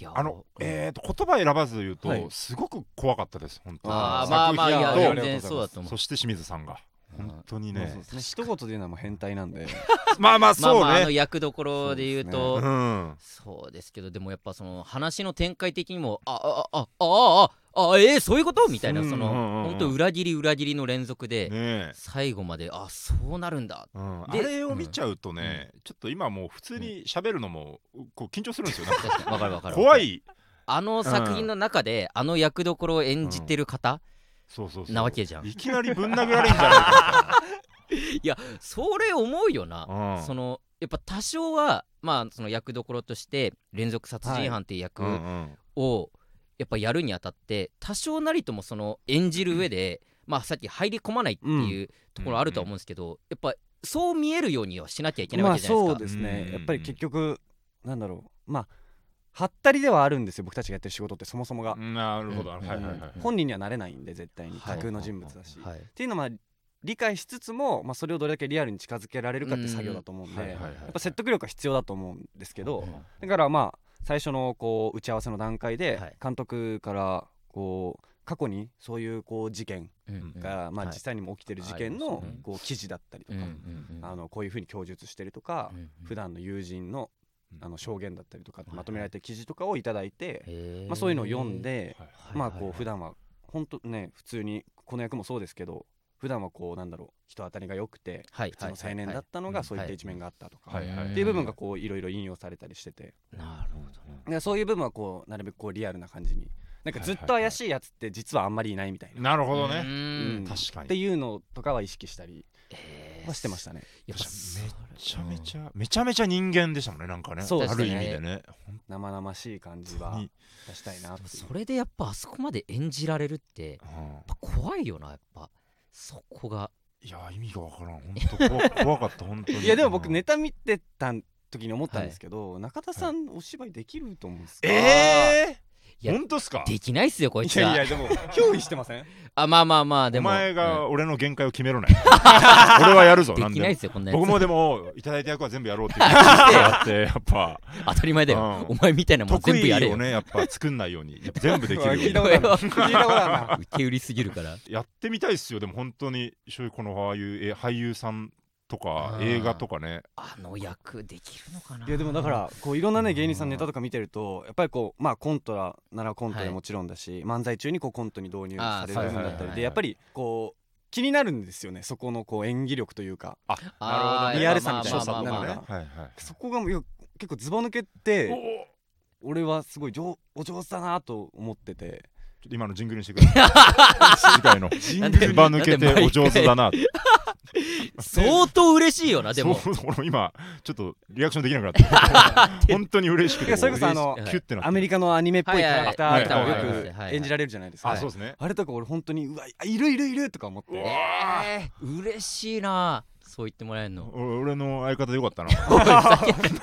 [SPEAKER 1] いや
[SPEAKER 2] あの、
[SPEAKER 1] うん
[SPEAKER 2] えー、と言葉選ばず言うと、
[SPEAKER 3] はい
[SPEAKER 2] すごく怖かったです本当に
[SPEAKER 1] あー
[SPEAKER 3] ー
[SPEAKER 1] まあ
[SPEAKER 2] 作
[SPEAKER 1] まあい
[SPEAKER 2] 品
[SPEAKER 1] や
[SPEAKER 2] と
[SPEAKER 1] 全然そうだと思う
[SPEAKER 2] そして清水さんが本当にね
[SPEAKER 3] そうですね一言で言うのはもう変態なんで
[SPEAKER 2] まあまあ
[SPEAKER 1] まあ
[SPEAKER 2] そう
[SPEAKER 1] まああの
[SPEAKER 2] ね、
[SPEAKER 1] 役どころで言うと
[SPEAKER 2] うん
[SPEAKER 1] そうですけどでもやっぱその話の展開的にもあああああああえー、そういうことみたいな
[SPEAKER 2] うん
[SPEAKER 1] そ
[SPEAKER 2] うんうん
[SPEAKER 1] の
[SPEAKER 2] うん
[SPEAKER 1] 本当裏切り裏切りの連続で、
[SPEAKER 2] ねえ
[SPEAKER 1] 最後まであそうなるんだ
[SPEAKER 2] うん、あ
[SPEAKER 1] で
[SPEAKER 2] れを見ちゃうとね、ちょっと今もう普通に喋るのもこう緊張するんですよ、なんか
[SPEAKER 1] 確かにわかるわかる
[SPEAKER 2] 怖い
[SPEAKER 1] あの作品の中で、あの役どころを演じてる方、
[SPEAKER 2] そうそうそう
[SPEAKER 1] なわけじゃん
[SPEAKER 2] いきなりぶん殴られんじゃないか
[SPEAKER 1] それ思うよな、
[SPEAKER 2] みた いなうん
[SPEAKER 1] そのやっぱ多少はまあその役どころとして連続殺人犯っていう役
[SPEAKER 2] うんうん
[SPEAKER 1] をやっぱやるにあたって多少なりともその演じる上で、まあさっき入り込まないっていうところあるとは思うんですけど、やっぱそう見えるようにはしなきゃいけないわ
[SPEAKER 3] ま
[SPEAKER 1] け
[SPEAKER 3] あ
[SPEAKER 1] じゃないですか。
[SPEAKER 3] そうです
[SPEAKER 2] うんうん
[SPEAKER 3] ね
[SPEAKER 2] うん
[SPEAKER 3] やっぱり結局なんだろうまあはったりではあるんですよ僕たちがやってる仕事ってそもそもが、
[SPEAKER 2] うんなるほど、
[SPEAKER 1] うん
[SPEAKER 2] はいはいはいはい
[SPEAKER 3] 本人にはなれないんで絶対
[SPEAKER 1] は
[SPEAKER 3] に
[SPEAKER 1] い
[SPEAKER 3] 架空の人物だし、
[SPEAKER 1] はい
[SPEAKER 3] っていうのはまあ理解しつつも、まあ、それをどれだけリアルに近づけられるかって作業だと思うんで、
[SPEAKER 2] うんはいはいはい
[SPEAKER 3] やっぱ説得力は必要だと思うんですけど、
[SPEAKER 1] うん
[SPEAKER 3] だからまあ最初のこう打ち合わせの段階で
[SPEAKER 1] はい
[SPEAKER 3] 監督からこう過去にそういうこう事件
[SPEAKER 1] うんうん
[SPEAKER 3] が、まあ、
[SPEAKER 1] はい
[SPEAKER 3] 実際にも起きてる事件
[SPEAKER 1] あ
[SPEAKER 3] の
[SPEAKER 1] りますね
[SPEAKER 3] こう記事だったりと
[SPEAKER 1] う
[SPEAKER 3] か
[SPEAKER 1] ん、うんうん
[SPEAKER 3] あのこういうふうに供述してるとか、
[SPEAKER 1] うんうん
[SPEAKER 3] 普段の友人の
[SPEAKER 2] うん
[SPEAKER 3] あの証言だったりとか
[SPEAKER 1] はい
[SPEAKER 3] まとめられた記事とかをいただいて、
[SPEAKER 1] へー
[SPEAKER 3] まあ、そういうのを読んで、
[SPEAKER 2] はい
[SPEAKER 3] まあこう普
[SPEAKER 1] 段
[SPEAKER 3] 段は本当ね普通にこの役もそうですけど普段はこうなんだろう人当たりが良くて
[SPEAKER 1] 普
[SPEAKER 3] 普通の青年だったのがそういった一面があったとか、
[SPEAKER 2] はいはい
[SPEAKER 3] っていう部分がこういろいろ引用されたりしてて
[SPEAKER 1] なるほど
[SPEAKER 3] でそういう部分はこうなるべくこうリアルな感じになんかずっと
[SPEAKER 2] はいはいはい
[SPEAKER 3] 怪しいやつって実はあんまりいないみたいな、
[SPEAKER 2] なるほど
[SPEAKER 1] う
[SPEAKER 2] ね。
[SPEAKER 1] ん
[SPEAKER 3] うん
[SPEAKER 2] 確か
[SPEAKER 3] って
[SPEAKER 2] に。
[SPEAKER 3] いうのとかは意識したり
[SPEAKER 1] へー
[SPEAKER 3] はしてましたね。
[SPEAKER 1] やっぱそれ
[SPEAKER 2] めちゃめちゃめちゃめちゃ人間でしたもんねなんかね。
[SPEAKER 3] そうですね
[SPEAKER 2] ある意味でね。本
[SPEAKER 3] 生々しい感じ
[SPEAKER 2] 当
[SPEAKER 3] は
[SPEAKER 2] に。
[SPEAKER 3] 出したいなっていう
[SPEAKER 1] それでやっぱあそこまで演じられるってやっ
[SPEAKER 2] うん
[SPEAKER 1] ぱ怖いよなやっぱそこが
[SPEAKER 2] いや意味がわからん。本当怖 怖かった本当に。
[SPEAKER 3] いやでも
[SPEAKER 2] う
[SPEAKER 3] 僕
[SPEAKER 2] ん
[SPEAKER 3] ネ。タ見てた時に思ったんですけど、中田さんお芝居できると思うんですか、
[SPEAKER 2] え
[SPEAKER 1] い
[SPEAKER 2] え。
[SPEAKER 1] や
[SPEAKER 2] 本当っすか。
[SPEAKER 1] できないっすよこい
[SPEAKER 3] い
[SPEAKER 1] つ
[SPEAKER 3] やい
[SPEAKER 1] は
[SPEAKER 3] やでも憑依してません
[SPEAKER 1] あまあまあまあで
[SPEAKER 2] お
[SPEAKER 1] も
[SPEAKER 2] 前
[SPEAKER 1] う
[SPEAKER 2] が
[SPEAKER 1] ん
[SPEAKER 2] 俺の限界を決めろね。 俺はやるぞ。
[SPEAKER 1] で
[SPEAKER 2] なん
[SPEAKER 1] きないっ
[SPEAKER 2] です
[SPEAKER 1] よこんなや
[SPEAKER 2] 僕
[SPEAKER 1] つ
[SPEAKER 2] もでもいただいた役は全部やろうっていう 気持ちでやってやっぱ
[SPEAKER 1] 当たり前だよ
[SPEAKER 2] う
[SPEAKER 1] お
[SPEAKER 2] ん
[SPEAKER 1] 前みたいなもん
[SPEAKER 2] 得
[SPEAKER 1] 全部
[SPEAKER 2] 意
[SPEAKER 1] やれよ
[SPEAKER 2] をねやっぱ作んないようにやっぱ全部できるよ う
[SPEAKER 3] 聞い
[SPEAKER 2] に
[SPEAKER 3] たことあ る聞いたことあるな
[SPEAKER 1] 受け売りすぎるから
[SPEAKER 2] やってみたいっすよでも本当にそういうこのああいうえ俳優さんとか
[SPEAKER 1] うん
[SPEAKER 2] 映画とかね
[SPEAKER 1] あの役できるのかない
[SPEAKER 3] やでもだからこういろんなね芸人さんのネタとか見てるとやっぱりこうまあコントならコントでもちろんだし、漫才中にこうコントに導入される
[SPEAKER 2] あー
[SPEAKER 3] 部分
[SPEAKER 2] は
[SPEAKER 3] だった
[SPEAKER 2] いはいはい
[SPEAKER 3] り
[SPEAKER 2] はい
[SPEAKER 3] でやっぱりこう気になるんですよねそこのこう演技力というか
[SPEAKER 1] あー
[SPEAKER 2] なるほどね
[SPEAKER 1] やっぱ
[SPEAKER 3] リアルさみたい
[SPEAKER 1] ま
[SPEAKER 3] な
[SPEAKER 1] あまあまあ
[SPEAKER 3] 所
[SPEAKER 1] まあ
[SPEAKER 3] 作と
[SPEAKER 2] ね
[SPEAKER 3] か
[SPEAKER 2] はいはい
[SPEAKER 3] そこがいや結構ズバ抜けて俺はすごい上お上手だなと思ってて
[SPEAKER 2] ちょっと今のジングルにしてくだ さい次回のジ
[SPEAKER 1] なんで
[SPEAKER 2] ずば抜け
[SPEAKER 1] なんで
[SPEAKER 2] てお
[SPEAKER 1] 毎回
[SPEAKER 2] 上手だな
[SPEAKER 1] 相当嬉しいよなでも
[SPEAKER 2] そう俺も今ちょっとリアクションできなくなっ て本当に嬉しく
[SPEAKER 3] い
[SPEAKER 2] て
[SPEAKER 3] やそれこそあの
[SPEAKER 2] キュッてなって
[SPEAKER 3] アメリカのアニメっぽいキャラクターとか
[SPEAKER 2] はいはい
[SPEAKER 1] はい
[SPEAKER 2] はい
[SPEAKER 3] よ
[SPEAKER 1] はい
[SPEAKER 3] く演じられるじゃないですか、
[SPEAKER 2] あそうですね
[SPEAKER 3] あれとか俺本当にうわいるいるいるとか思っ
[SPEAKER 2] う
[SPEAKER 3] て
[SPEAKER 2] わ
[SPEAKER 1] えー嬉しいなそう言ってもらえる の
[SPEAKER 2] お俺の相方よかったな
[SPEAKER 1] おいふざけん な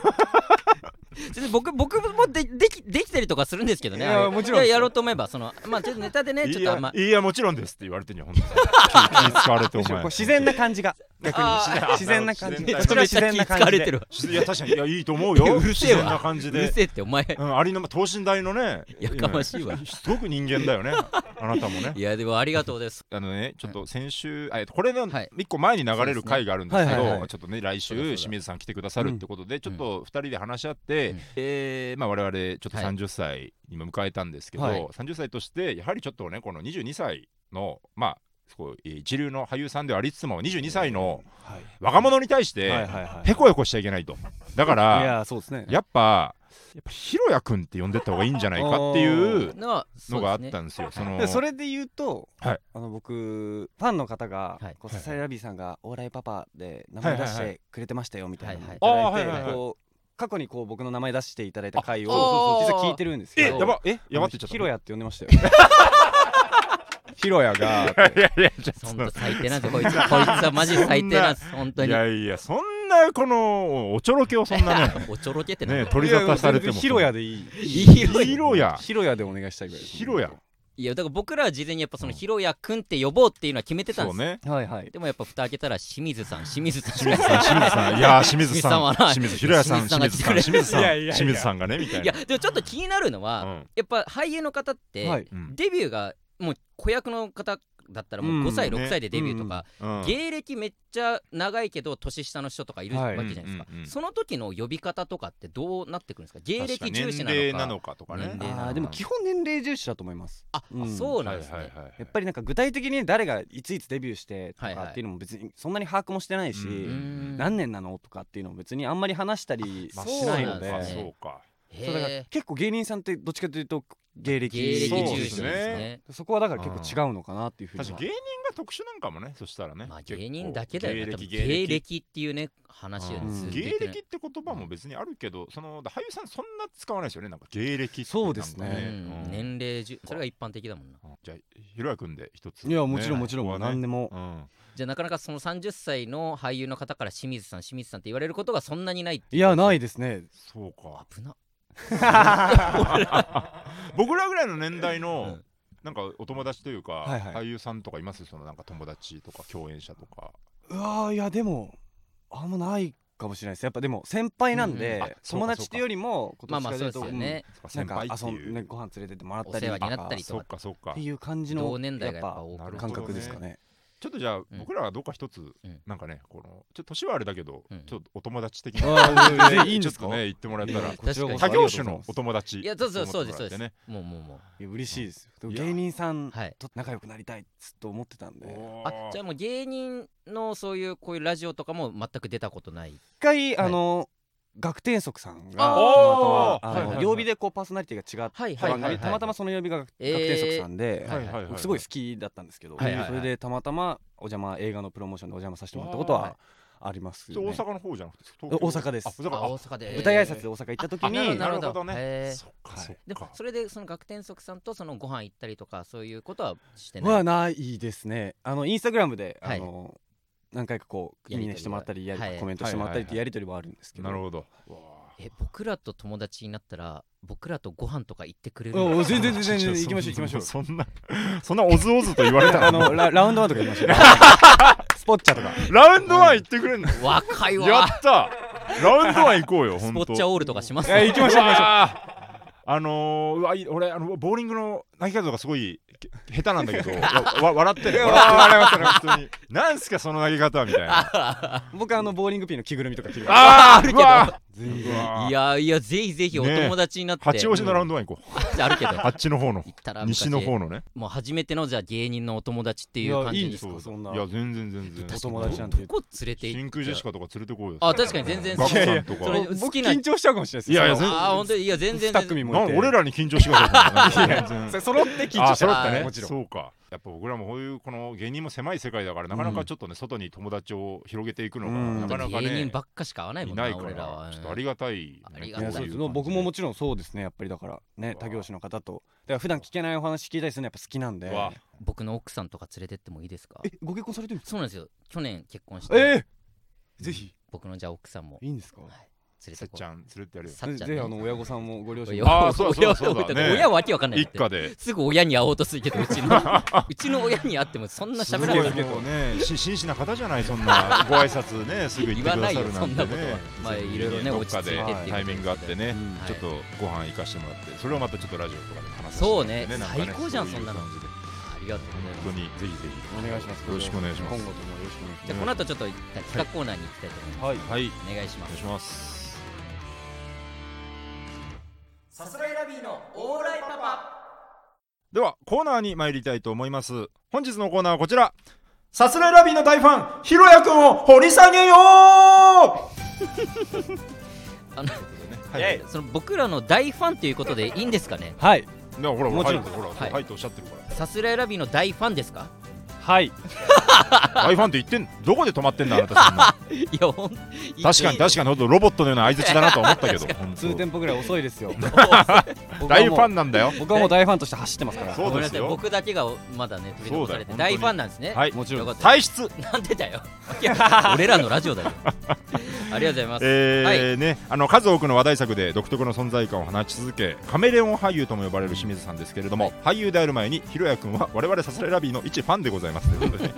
[SPEAKER 1] ちょっと僕僕もでできできてるとかするんですけどね
[SPEAKER 3] い
[SPEAKER 1] あ
[SPEAKER 3] や
[SPEAKER 1] れ
[SPEAKER 3] もちろん
[SPEAKER 1] いややろうと思えばそのまあちょっとネタでね
[SPEAKER 2] い
[SPEAKER 1] ちょっとあ
[SPEAKER 2] や
[SPEAKER 1] んま
[SPEAKER 2] いやもちろんですって言われてんじゃん本当に気気使われてお
[SPEAKER 3] むしろこ
[SPEAKER 2] 前
[SPEAKER 3] う自然な感じが逆に
[SPEAKER 1] あー
[SPEAKER 3] 自然な感
[SPEAKER 2] 自
[SPEAKER 3] じ
[SPEAKER 2] 然
[SPEAKER 1] め
[SPEAKER 2] な
[SPEAKER 1] ちゃめちゃ気使われてるわ
[SPEAKER 2] いや確かにいやいいと思うよ
[SPEAKER 1] いやうるせえわ
[SPEAKER 2] 自然な感じ
[SPEAKER 1] うる
[SPEAKER 2] で
[SPEAKER 1] せえってお前
[SPEAKER 2] うん、ありのま、等身大のね、
[SPEAKER 1] やかましいわ
[SPEAKER 2] うんすごく人間だよね、あなたもね
[SPEAKER 1] い。やでもありがとうです
[SPEAKER 2] あのね、ちょっと先週、あえっとこれの
[SPEAKER 1] はい
[SPEAKER 2] 一個前に流れる回があるんですけ
[SPEAKER 3] はいはいはいは
[SPEAKER 2] ど、
[SPEAKER 3] い
[SPEAKER 2] ちょっとね、来
[SPEAKER 1] そうだそうだ
[SPEAKER 2] 週、清水さん来てくださるってことで、ちょっと2人で話し合って、
[SPEAKER 1] うん
[SPEAKER 2] えーまあ、我々ちょっと
[SPEAKER 1] はい
[SPEAKER 2] 30歳にも迎えたんですけど、
[SPEAKER 3] はい
[SPEAKER 2] 30歳として、やはりちょっとね、この22歳の、まあ、すごいえー一流の俳優さんではありつつも、22歳の
[SPEAKER 3] はい
[SPEAKER 2] 若者に対し
[SPEAKER 3] はい
[SPEAKER 2] て、
[SPEAKER 3] はいはい
[SPEAKER 2] へこへこしちゃいけないと。だから、
[SPEAKER 3] いやそうですね
[SPEAKER 2] やっぱ、やっぱひろやくんって呼んでった方がいいんじゃないかっていう
[SPEAKER 1] のはそ
[SPEAKER 2] の
[SPEAKER 1] う
[SPEAKER 2] があ
[SPEAKER 1] ですね
[SPEAKER 2] ったんですよ。そ
[SPEAKER 3] で
[SPEAKER 2] の
[SPEAKER 3] もそれで言うと、
[SPEAKER 2] はい
[SPEAKER 3] あの僕ファンの方が、
[SPEAKER 1] はい
[SPEAKER 3] こ
[SPEAKER 2] は
[SPEAKER 3] う
[SPEAKER 2] い
[SPEAKER 3] ササイラビーさんが「お笑いパパ」で名前出し
[SPEAKER 2] はいはいは
[SPEAKER 3] てくれてましたよみたいなのをいた
[SPEAKER 2] はい
[SPEAKER 3] だい
[SPEAKER 2] あーはいはいは
[SPEAKER 3] て
[SPEAKER 2] い
[SPEAKER 3] こう過去にこう僕の名前出していただいた回を
[SPEAKER 1] あそうそうそう
[SPEAKER 3] 実は聞いてるんです
[SPEAKER 2] え
[SPEAKER 3] けど
[SPEAKER 2] やばえやばって言っちゃった。
[SPEAKER 3] ヒロヤって呼んでました よヒロヤが
[SPEAKER 2] いやいやちょっと
[SPEAKER 1] 本当最低なんですこいつこいつはマジ最低なんです本当
[SPEAKER 2] い
[SPEAKER 1] に
[SPEAKER 2] やいやそんなこのおちょろけをそん なね
[SPEAKER 1] おちょろけってな
[SPEAKER 2] ね取り沙汰されても
[SPEAKER 3] いや全然ヒロヤでいい
[SPEAKER 2] ヒロヤ
[SPEAKER 3] ヒロヤでお願いしたいぐらいです
[SPEAKER 2] ヒロヤ
[SPEAKER 1] いやだから僕らは事前にやっぱそのヒロヤくんって呼ぼうっていうのは決めてたん
[SPEAKER 2] そ
[SPEAKER 1] で
[SPEAKER 2] う
[SPEAKER 1] す、
[SPEAKER 2] ね。
[SPEAKER 3] はいはい
[SPEAKER 1] でもやっぱ蓋開けたら清水さん清水さん
[SPEAKER 2] 清水さん清水 さんいやー清水さん
[SPEAKER 1] 清
[SPEAKER 2] 清
[SPEAKER 1] 水さ
[SPEAKER 2] 水ひ
[SPEAKER 1] んは
[SPEAKER 2] ろ
[SPEAKER 1] な
[SPEAKER 2] や
[SPEAKER 1] 清
[SPEAKER 2] さん
[SPEAKER 1] 水
[SPEAKER 2] 清水
[SPEAKER 1] さんが
[SPEAKER 2] さん清水さん
[SPEAKER 3] いやいやいや
[SPEAKER 2] 清水さんがねみたい
[SPEAKER 1] いや
[SPEAKER 2] な。
[SPEAKER 1] でもちょっと気になるのは、
[SPEAKER 2] うん
[SPEAKER 1] やっぱ俳優の方って、
[SPEAKER 3] はい
[SPEAKER 2] うん
[SPEAKER 1] デビューがもう子役の方だったらもう5歳、
[SPEAKER 2] うん
[SPEAKER 1] 6歳でデビューとか、
[SPEAKER 2] うん
[SPEAKER 1] 芸歴めっちゃ長いけど年下の人とかいるわ
[SPEAKER 3] は
[SPEAKER 1] け
[SPEAKER 3] い
[SPEAKER 1] じゃないですか、
[SPEAKER 2] うんうんうん
[SPEAKER 1] その時の呼び方とかってどうなってくるんですか芸
[SPEAKER 2] 確か
[SPEAKER 1] 歴
[SPEAKER 2] に
[SPEAKER 1] 重視な
[SPEAKER 2] 年齢
[SPEAKER 1] のか
[SPEAKER 2] なのかとか
[SPEAKER 1] 年
[SPEAKER 2] ね。
[SPEAKER 1] 齢なの
[SPEAKER 3] あ
[SPEAKER 1] か
[SPEAKER 3] ーでも基本年齢重視だと思います
[SPEAKER 1] あ、
[SPEAKER 3] うん
[SPEAKER 1] そうなんですね、
[SPEAKER 2] はいはいはい
[SPEAKER 3] やっぱりなんか具体的に誰がいついつデビューしてと
[SPEAKER 1] はいはい
[SPEAKER 3] かっていうのも別にそんなに把握もしてないし、
[SPEAKER 2] うんうん
[SPEAKER 3] 何年なのとかっていうのも別にあんまり話したり
[SPEAKER 1] まあ
[SPEAKER 3] しないの
[SPEAKER 1] そう
[SPEAKER 3] で
[SPEAKER 1] なん
[SPEAKER 2] あ
[SPEAKER 1] ですね
[SPEAKER 2] そうか。
[SPEAKER 1] へ
[SPEAKER 3] そうだから
[SPEAKER 1] え
[SPEAKER 3] 結構芸人さんってどっちかというと芸歴
[SPEAKER 1] 芸歴
[SPEAKER 2] そう
[SPEAKER 1] 重視なん
[SPEAKER 2] で
[SPEAKER 1] です
[SPEAKER 2] す
[SPEAKER 1] ね
[SPEAKER 2] ね
[SPEAKER 3] そこはだから結構違うのかなっていうふうに
[SPEAKER 2] 確かに芸人が特殊なんかもねそしたらね。
[SPEAKER 1] まあ、
[SPEAKER 2] 結構
[SPEAKER 1] 芸人だけだよね
[SPEAKER 2] 芸
[SPEAKER 1] 多分
[SPEAKER 2] 歴
[SPEAKER 1] 芸
[SPEAKER 2] 芸
[SPEAKER 1] 歴
[SPEAKER 2] 歴
[SPEAKER 1] っていうね話よね
[SPEAKER 2] うん
[SPEAKER 1] ずっと言
[SPEAKER 2] 芸
[SPEAKER 1] ってる
[SPEAKER 2] 歴って言葉も別にあるけど、その俳優さんそんな使わないですよねなんか芸歴ってなんか
[SPEAKER 3] そうですね
[SPEAKER 1] う
[SPEAKER 2] うん
[SPEAKER 1] ん、年齢じゅそれが一般的だもんな
[SPEAKER 2] うんじゃあひろやくんで一つ、
[SPEAKER 3] いやもちろんもちろん、
[SPEAKER 2] ここは
[SPEAKER 3] 何
[SPEAKER 2] ね
[SPEAKER 3] でも、
[SPEAKER 2] うん
[SPEAKER 1] じゃあなかなかその30歳の俳優の方から清水さん清水さんって言われることがそんなにないって
[SPEAKER 3] いやないいですね
[SPEAKER 2] そう か
[SPEAKER 1] 危な
[SPEAKER 2] 僕らぐらいの年代の、
[SPEAKER 1] うん
[SPEAKER 2] なんかお友達というか、
[SPEAKER 3] はいはい
[SPEAKER 2] 俳優さんとかいますそのなんか友達とか共演者とか
[SPEAKER 3] うわーいやでもあんまないかもしれないですやっぱでも先輩なん
[SPEAKER 1] うん
[SPEAKER 2] うんあ
[SPEAKER 3] で
[SPEAKER 2] そうか
[SPEAKER 3] 友達っていうよりも
[SPEAKER 1] ま
[SPEAKER 3] 今
[SPEAKER 1] あまあ
[SPEAKER 3] 年
[SPEAKER 1] そう
[SPEAKER 3] か
[SPEAKER 1] ですよね
[SPEAKER 2] そうか
[SPEAKER 3] な
[SPEAKER 2] 先
[SPEAKER 3] んか
[SPEAKER 2] 輩って
[SPEAKER 3] 遊
[SPEAKER 2] い
[SPEAKER 3] ん
[SPEAKER 2] う
[SPEAKER 3] ねご飯連れてってもらったり
[SPEAKER 1] お世話になったり
[SPEAKER 3] と
[SPEAKER 2] そ
[SPEAKER 3] か
[SPEAKER 2] うかそうか
[SPEAKER 3] っていう感じの
[SPEAKER 1] 同年代が
[SPEAKER 3] や
[SPEAKER 1] や
[SPEAKER 3] っ
[SPEAKER 1] っ
[SPEAKER 3] ぱ
[SPEAKER 1] ぱ多くなる
[SPEAKER 2] ぱ
[SPEAKER 3] 感覚ですかね
[SPEAKER 2] ちょっとじゃあ
[SPEAKER 1] ん
[SPEAKER 2] 僕らはどうか一つ
[SPEAKER 1] ん
[SPEAKER 2] なんかねこのちょっと年はあれだけど
[SPEAKER 1] うん
[SPEAKER 2] ちょっとお友達的
[SPEAKER 3] あー全
[SPEAKER 2] な
[SPEAKER 3] 然いいんです
[SPEAKER 2] ち
[SPEAKER 3] か
[SPEAKER 2] ょっとね言ってもらえた
[SPEAKER 1] いや
[SPEAKER 2] ら
[SPEAKER 1] こちらこそ
[SPEAKER 2] 他業種のお友達
[SPEAKER 1] いやそうそうそうですそう
[SPEAKER 2] って
[SPEAKER 1] で
[SPEAKER 2] 思ってもらえて
[SPEAKER 1] す、も
[SPEAKER 2] ね
[SPEAKER 1] うもうもう
[SPEAKER 3] いや嬉しいですでも
[SPEAKER 2] いや
[SPEAKER 3] 芸人さん
[SPEAKER 1] はい
[SPEAKER 3] と仲良くなりたいっつと思ってたんで一
[SPEAKER 2] おー
[SPEAKER 1] あじゃあもう芸人のそういうこういうラジオとかも全く出たことない
[SPEAKER 3] 回あの学天則さんがたまた
[SPEAKER 2] あー
[SPEAKER 3] まあ
[SPEAKER 1] はいはい
[SPEAKER 3] の
[SPEAKER 1] はい
[SPEAKER 3] 曜日でこうパーソナリティが違っ
[SPEAKER 1] はい
[SPEAKER 3] た
[SPEAKER 1] はい
[SPEAKER 3] 番
[SPEAKER 1] はい
[SPEAKER 3] 組たまたまその曜日が学天則さんで
[SPEAKER 1] はいはい
[SPEAKER 3] 僕すごい好きだったんですけど、
[SPEAKER 1] はいはいはい
[SPEAKER 3] それでたまたまお邪魔映画のプロモーションでお邪魔させてもらったこと
[SPEAKER 1] はい
[SPEAKER 3] はあります
[SPEAKER 2] そ
[SPEAKER 3] よ
[SPEAKER 2] れ
[SPEAKER 3] ね、
[SPEAKER 2] 大阪の方じゃなくて東
[SPEAKER 3] え
[SPEAKER 2] 京
[SPEAKER 3] 大阪です
[SPEAKER 2] あ大阪
[SPEAKER 1] あ
[SPEAKER 2] あ
[SPEAKER 1] 大阪で
[SPEAKER 3] 舞台挨拶で大阪行った時に、
[SPEAKER 1] あ
[SPEAKER 2] な
[SPEAKER 1] な
[SPEAKER 2] る
[SPEAKER 1] る
[SPEAKER 2] ほ
[SPEAKER 1] ほ
[SPEAKER 2] ど
[SPEAKER 1] ど
[SPEAKER 2] ね
[SPEAKER 1] へー
[SPEAKER 2] そっか
[SPEAKER 3] はい
[SPEAKER 2] そっ
[SPEAKER 1] で
[SPEAKER 2] か
[SPEAKER 1] それでその学天則さんとそのご飯行ったりとかそういうことはしてない
[SPEAKER 3] はないですねあのインスタグラムで、
[SPEAKER 1] はい
[SPEAKER 3] あの何回かこう
[SPEAKER 1] や
[SPEAKER 3] い
[SPEAKER 1] りとりはい
[SPEAKER 3] ねしてもらったりやり、
[SPEAKER 1] はい
[SPEAKER 3] コメントしてもらったりっ
[SPEAKER 2] はいはいはい
[SPEAKER 3] てやり取りはあるんですけど、
[SPEAKER 2] なるほど
[SPEAKER 1] え僕らと友達になったら僕らとご飯とか行ってくれる
[SPEAKER 3] お
[SPEAKER 1] の
[SPEAKER 3] お全然全然全然行きましょう行きましょう
[SPEAKER 2] そんなそんなおずおずと言われたら
[SPEAKER 3] あのララウンドワンとか言いましたよスポッチャとか
[SPEAKER 2] ラウンドワン行ってくれんの
[SPEAKER 1] 若い
[SPEAKER 2] や
[SPEAKER 1] わ
[SPEAKER 2] ったラウンドワン行こうよ
[SPEAKER 1] ス
[SPEAKER 2] 本
[SPEAKER 1] ポ
[SPEAKER 2] 当
[SPEAKER 1] ッチャオールとかします
[SPEAKER 3] いや行きましょう行きましょう
[SPEAKER 2] あのー、うわい俺あのボーリングの投げ方とかすごいけ下手なんだけどわわ笑ってる笑ってる本当になんすかその投げ方みたいなあ
[SPEAKER 3] 僕あのボーリングピンの着ぐるみとか着る
[SPEAKER 2] あ
[SPEAKER 1] るけど
[SPEAKER 3] 全
[SPEAKER 2] う
[SPEAKER 3] 然
[SPEAKER 2] わ
[SPEAKER 1] いやいやぜひぜひお
[SPEAKER 2] ねえ
[SPEAKER 1] 友達になって、
[SPEAKER 2] 八王子のラウンドワン行こう
[SPEAKER 1] あるけど行
[SPEAKER 2] あっちの方の
[SPEAKER 1] ったら昔
[SPEAKER 2] 西の方のね
[SPEAKER 1] もう初めてのじゃあ芸人のお友達っていう感
[SPEAKER 3] い
[SPEAKER 1] じ
[SPEAKER 3] いん
[SPEAKER 1] で
[SPEAKER 3] ですすかそんない
[SPEAKER 2] や全然全然
[SPEAKER 3] お友達なんて
[SPEAKER 1] どこ連れて行
[SPEAKER 2] 真
[SPEAKER 1] っ
[SPEAKER 2] 空ジェシカとか連れてこうよ
[SPEAKER 1] あ確かに全然
[SPEAKER 2] ガク
[SPEAKER 3] いや
[SPEAKER 2] さ
[SPEAKER 3] い
[SPEAKER 2] ん
[SPEAKER 3] や
[SPEAKER 2] とか
[SPEAKER 1] それ好
[SPEAKER 3] 僕
[SPEAKER 1] きな
[SPEAKER 3] 緊張しちゃうかもしれないです
[SPEAKER 2] いやいや
[SPEAKER 3] その
[SPEAKER 1] あー本当にいや全然
[SPEAKER 3] 二組も
[SPEAKER 2] ない
[SPEAKER 3] て
[SPEAKER 2] ん俺らに緊張してください全 然
[SPEAKER 3] それ揃って緊
[SPEAKER 2] あ
[SPEAKER 3] 張しち
[SPEAKER 2] 揃
[SPEAKER 3] ゃ
[SPEAKER 2] っ
[SPEAKER 3] う
[SPEAKER 2] たね
[SPEAKER 3] もちろん
[SPEAKER 2] そうかやっぱ僕らもこういうこの芸人も狭い世界だからなかなかちょっとね、外に友達を広げていくのが
[SPEAKER 3] うん
[SPEAKER 2] なかなかね、
[SPEAKER 1] 芸人ばっかしか会わない
[SPEAKER 2] い
[SPEAKER 1] もん
[SPEAKER 2] な
[SPEAKER 1] ない
[SPEAKER 2] から
[SPEAKER 1] 俺らは
[SPEAKER 2] ちょっとありがたい、
[SPEAKER 1] あり
[SPEAKER 3] い
[SPEAKER 1] がた
[SPEAKER 3] や
[SPEAKER 1] い
[SPEAKER 3] そう
[SPEAKER 1] と
[SPEAKER 3] で
[SPEAKER 1] い
[SPEAKER 3] す僕ももちろんそうですねやっぱりだからね
[SPEAKER 2] わ
[SPEAKER 3] 他業種の方とだから普段聞けないお話聞いたりするのやっぱ好きなんで
[SPEAKER 2] わ
[SPEAKER 1] 僕の奥さんとか連れてってもいいですか
[SPEAKER 3] えご結婚されてるんです
[SPEAKER 1] そうなんですよ去年結婚して、
[SPEAKER 3] かええぜひ
[SPEAKER 1] 僕のじゃあ奥さんも
[SPEAKER 3] いいんですか
[SPEAKER 1] 連れ
[SPEAKER 2] せ
[SPEAKER 1] て
[SPEAKER 2] っ
[SPEAKER 1] こ
[SPEAKER 2] ちゃん連れてやる
[SPEAKER 1] う
[SPEAKER 2] よ
[SPEAKER 1] さっちゃん
[SPEAKER 3] ぜ
[SPEAKER 1] ね
[SPEAKER 3] ひあの親御さんもご両親
[SPEAKER 1] 親
[SPEAKER 3] も
[SPEAKER 2] あーそうだそうだそうだね
[SPEAKER 1] 親はわけわかんない
[SPEAKER 2] 一
[SPEAKER 1] って
[SPEAKER 2] 家です
[SPEAKER 1] ぐ親に会おうとするけどうち のうちの親に会ってもそんな喋ら
[SPEAKER 2] す
[SPEAKER 1] ない
[SPEAKER 2] ごいもうねし真摯な方じゃないそ んなご挨拶ねすぐ言ってくださる
[SPEAKER 1] 言わな
[SPEAKER 2] なんて
[SPEAKER 1] いよそんなこと
[SPEAKER 2] ね
[SPEAKER 1] はまあいろいろね
[SPEAKER 2] どっかで
[SPEAKER 3] 落ち着いてっていう
[SPEAKER 2] タイミングがあってね、
[SPEAKER 3] うん
[SPEAKER 1] はい
[SPEAKER 2] ちょっとご飯行かしてもらってそれをまたちょっとラジオとかで話す
[SPEAKER 1] そうね
[SPEAKER 2] なんか
[SPEAKER 1] 最高じゃん
[SPEAKER 2] ういう
[SPEAKER 1] そんなの
[SPEAKER 2] 感じで
[SPEAKER 1] ありがとうございます
[SPEAKER 2] 本当にぜひぜひ
[SPEAKER 3] お願いします
[SPEAKER 2] よろしくお願いします
[SPEAKER 3] 今後ともよろしくお願いし
[SPEAKER 1] じゃあこの後ちょっと一旦企画コーナーに行きたいと思います、
[SPEAKER 3] ます
[SPEAKER 2] はい
[SPEAKER 1] お願いし
[SPEAKER 2] お
[SPEAKER 1] ま
[SPEAKER 2] 願
[SPEAKER 1] す
[SPEAKER 2] いします
[SPEAKER 1] さすらいラビーのオーライパパ
[SPEAKER 2] ではコーナーに参りたいと思います本日のコーナーはこちらさすらいラビーの大ファンひろやくんを掘り下 げよう
[SPEAKER 1] あの
[SPEAKER 2] はい、はい、
[SPEAKER 1] その僕らの大ファンということでいいんですかね
[SPEAKER 3] はい
[SPEAKER 2] ではほら
[SPEAKER 3] もちろん
[SPEAKER 2] はいほら、は、
[SPEAKER 1] はいい
[SPEAKER 2] はいとおっしゃってるか
[SPEAKER 1] さすらいラビーの大ファンですから
[SPEAKER 3] はい
[SPEAKER 2] ら大ファンって言ってんどこで止まってんだあ なたそんない
[SPEAKER 1] やほん
[SPEAKER 2] 確かに確かにほんとロボットのような相槌だなと思ったけ ど本
[SPEAKER 3] 数
[SPEAKER 2] 当
[SPEAKER 3] 店舗ぐらい遅いですよ僕は
[SPEAKER 2] 大フ
[SPEAKER 3] もう
[SPEAKER 2] ァンなんだよ
[SPEAKER 3] 僕はもう大ファンとして走ってますから
[SPEAKER 2] そう
[SPEAKER 1] ごめん
[SPEAKER 2] で
[SPEAKER 1] な
[SPEAKER 2] す
[SPEAKER 1] さい
[SPEAKER 2] よ
[SPEAKER 1] 僕だけがまだね取り残されて
[SPEAKER 2] そうだ
[SPEAKER 1] 大
[SPEAKER 2] よ本当に
[SPEAKER 1] ファンなんですね
[SPEAKER 2] はい
[SPEAKER 3] もちろ
[SPEAKER 1] よ
[SPEAKER 3] ん
[SPEAKER 1] かった
[SPEAKER 2] 体質
[SPEAKER 1] なんでだよ俺らのラジ オだよありがとうございます、
[SPEAKER 2] えー
[SPEAKER 1] は
[SPEAKER 2] ね、あの数多くの話題作で独特の存在感を放ち続けカメレオン俳優とも呼ばれる清水さんですけれども、俳優である前にひろやくんは我々サスライラビーの一ファンでござ いますということで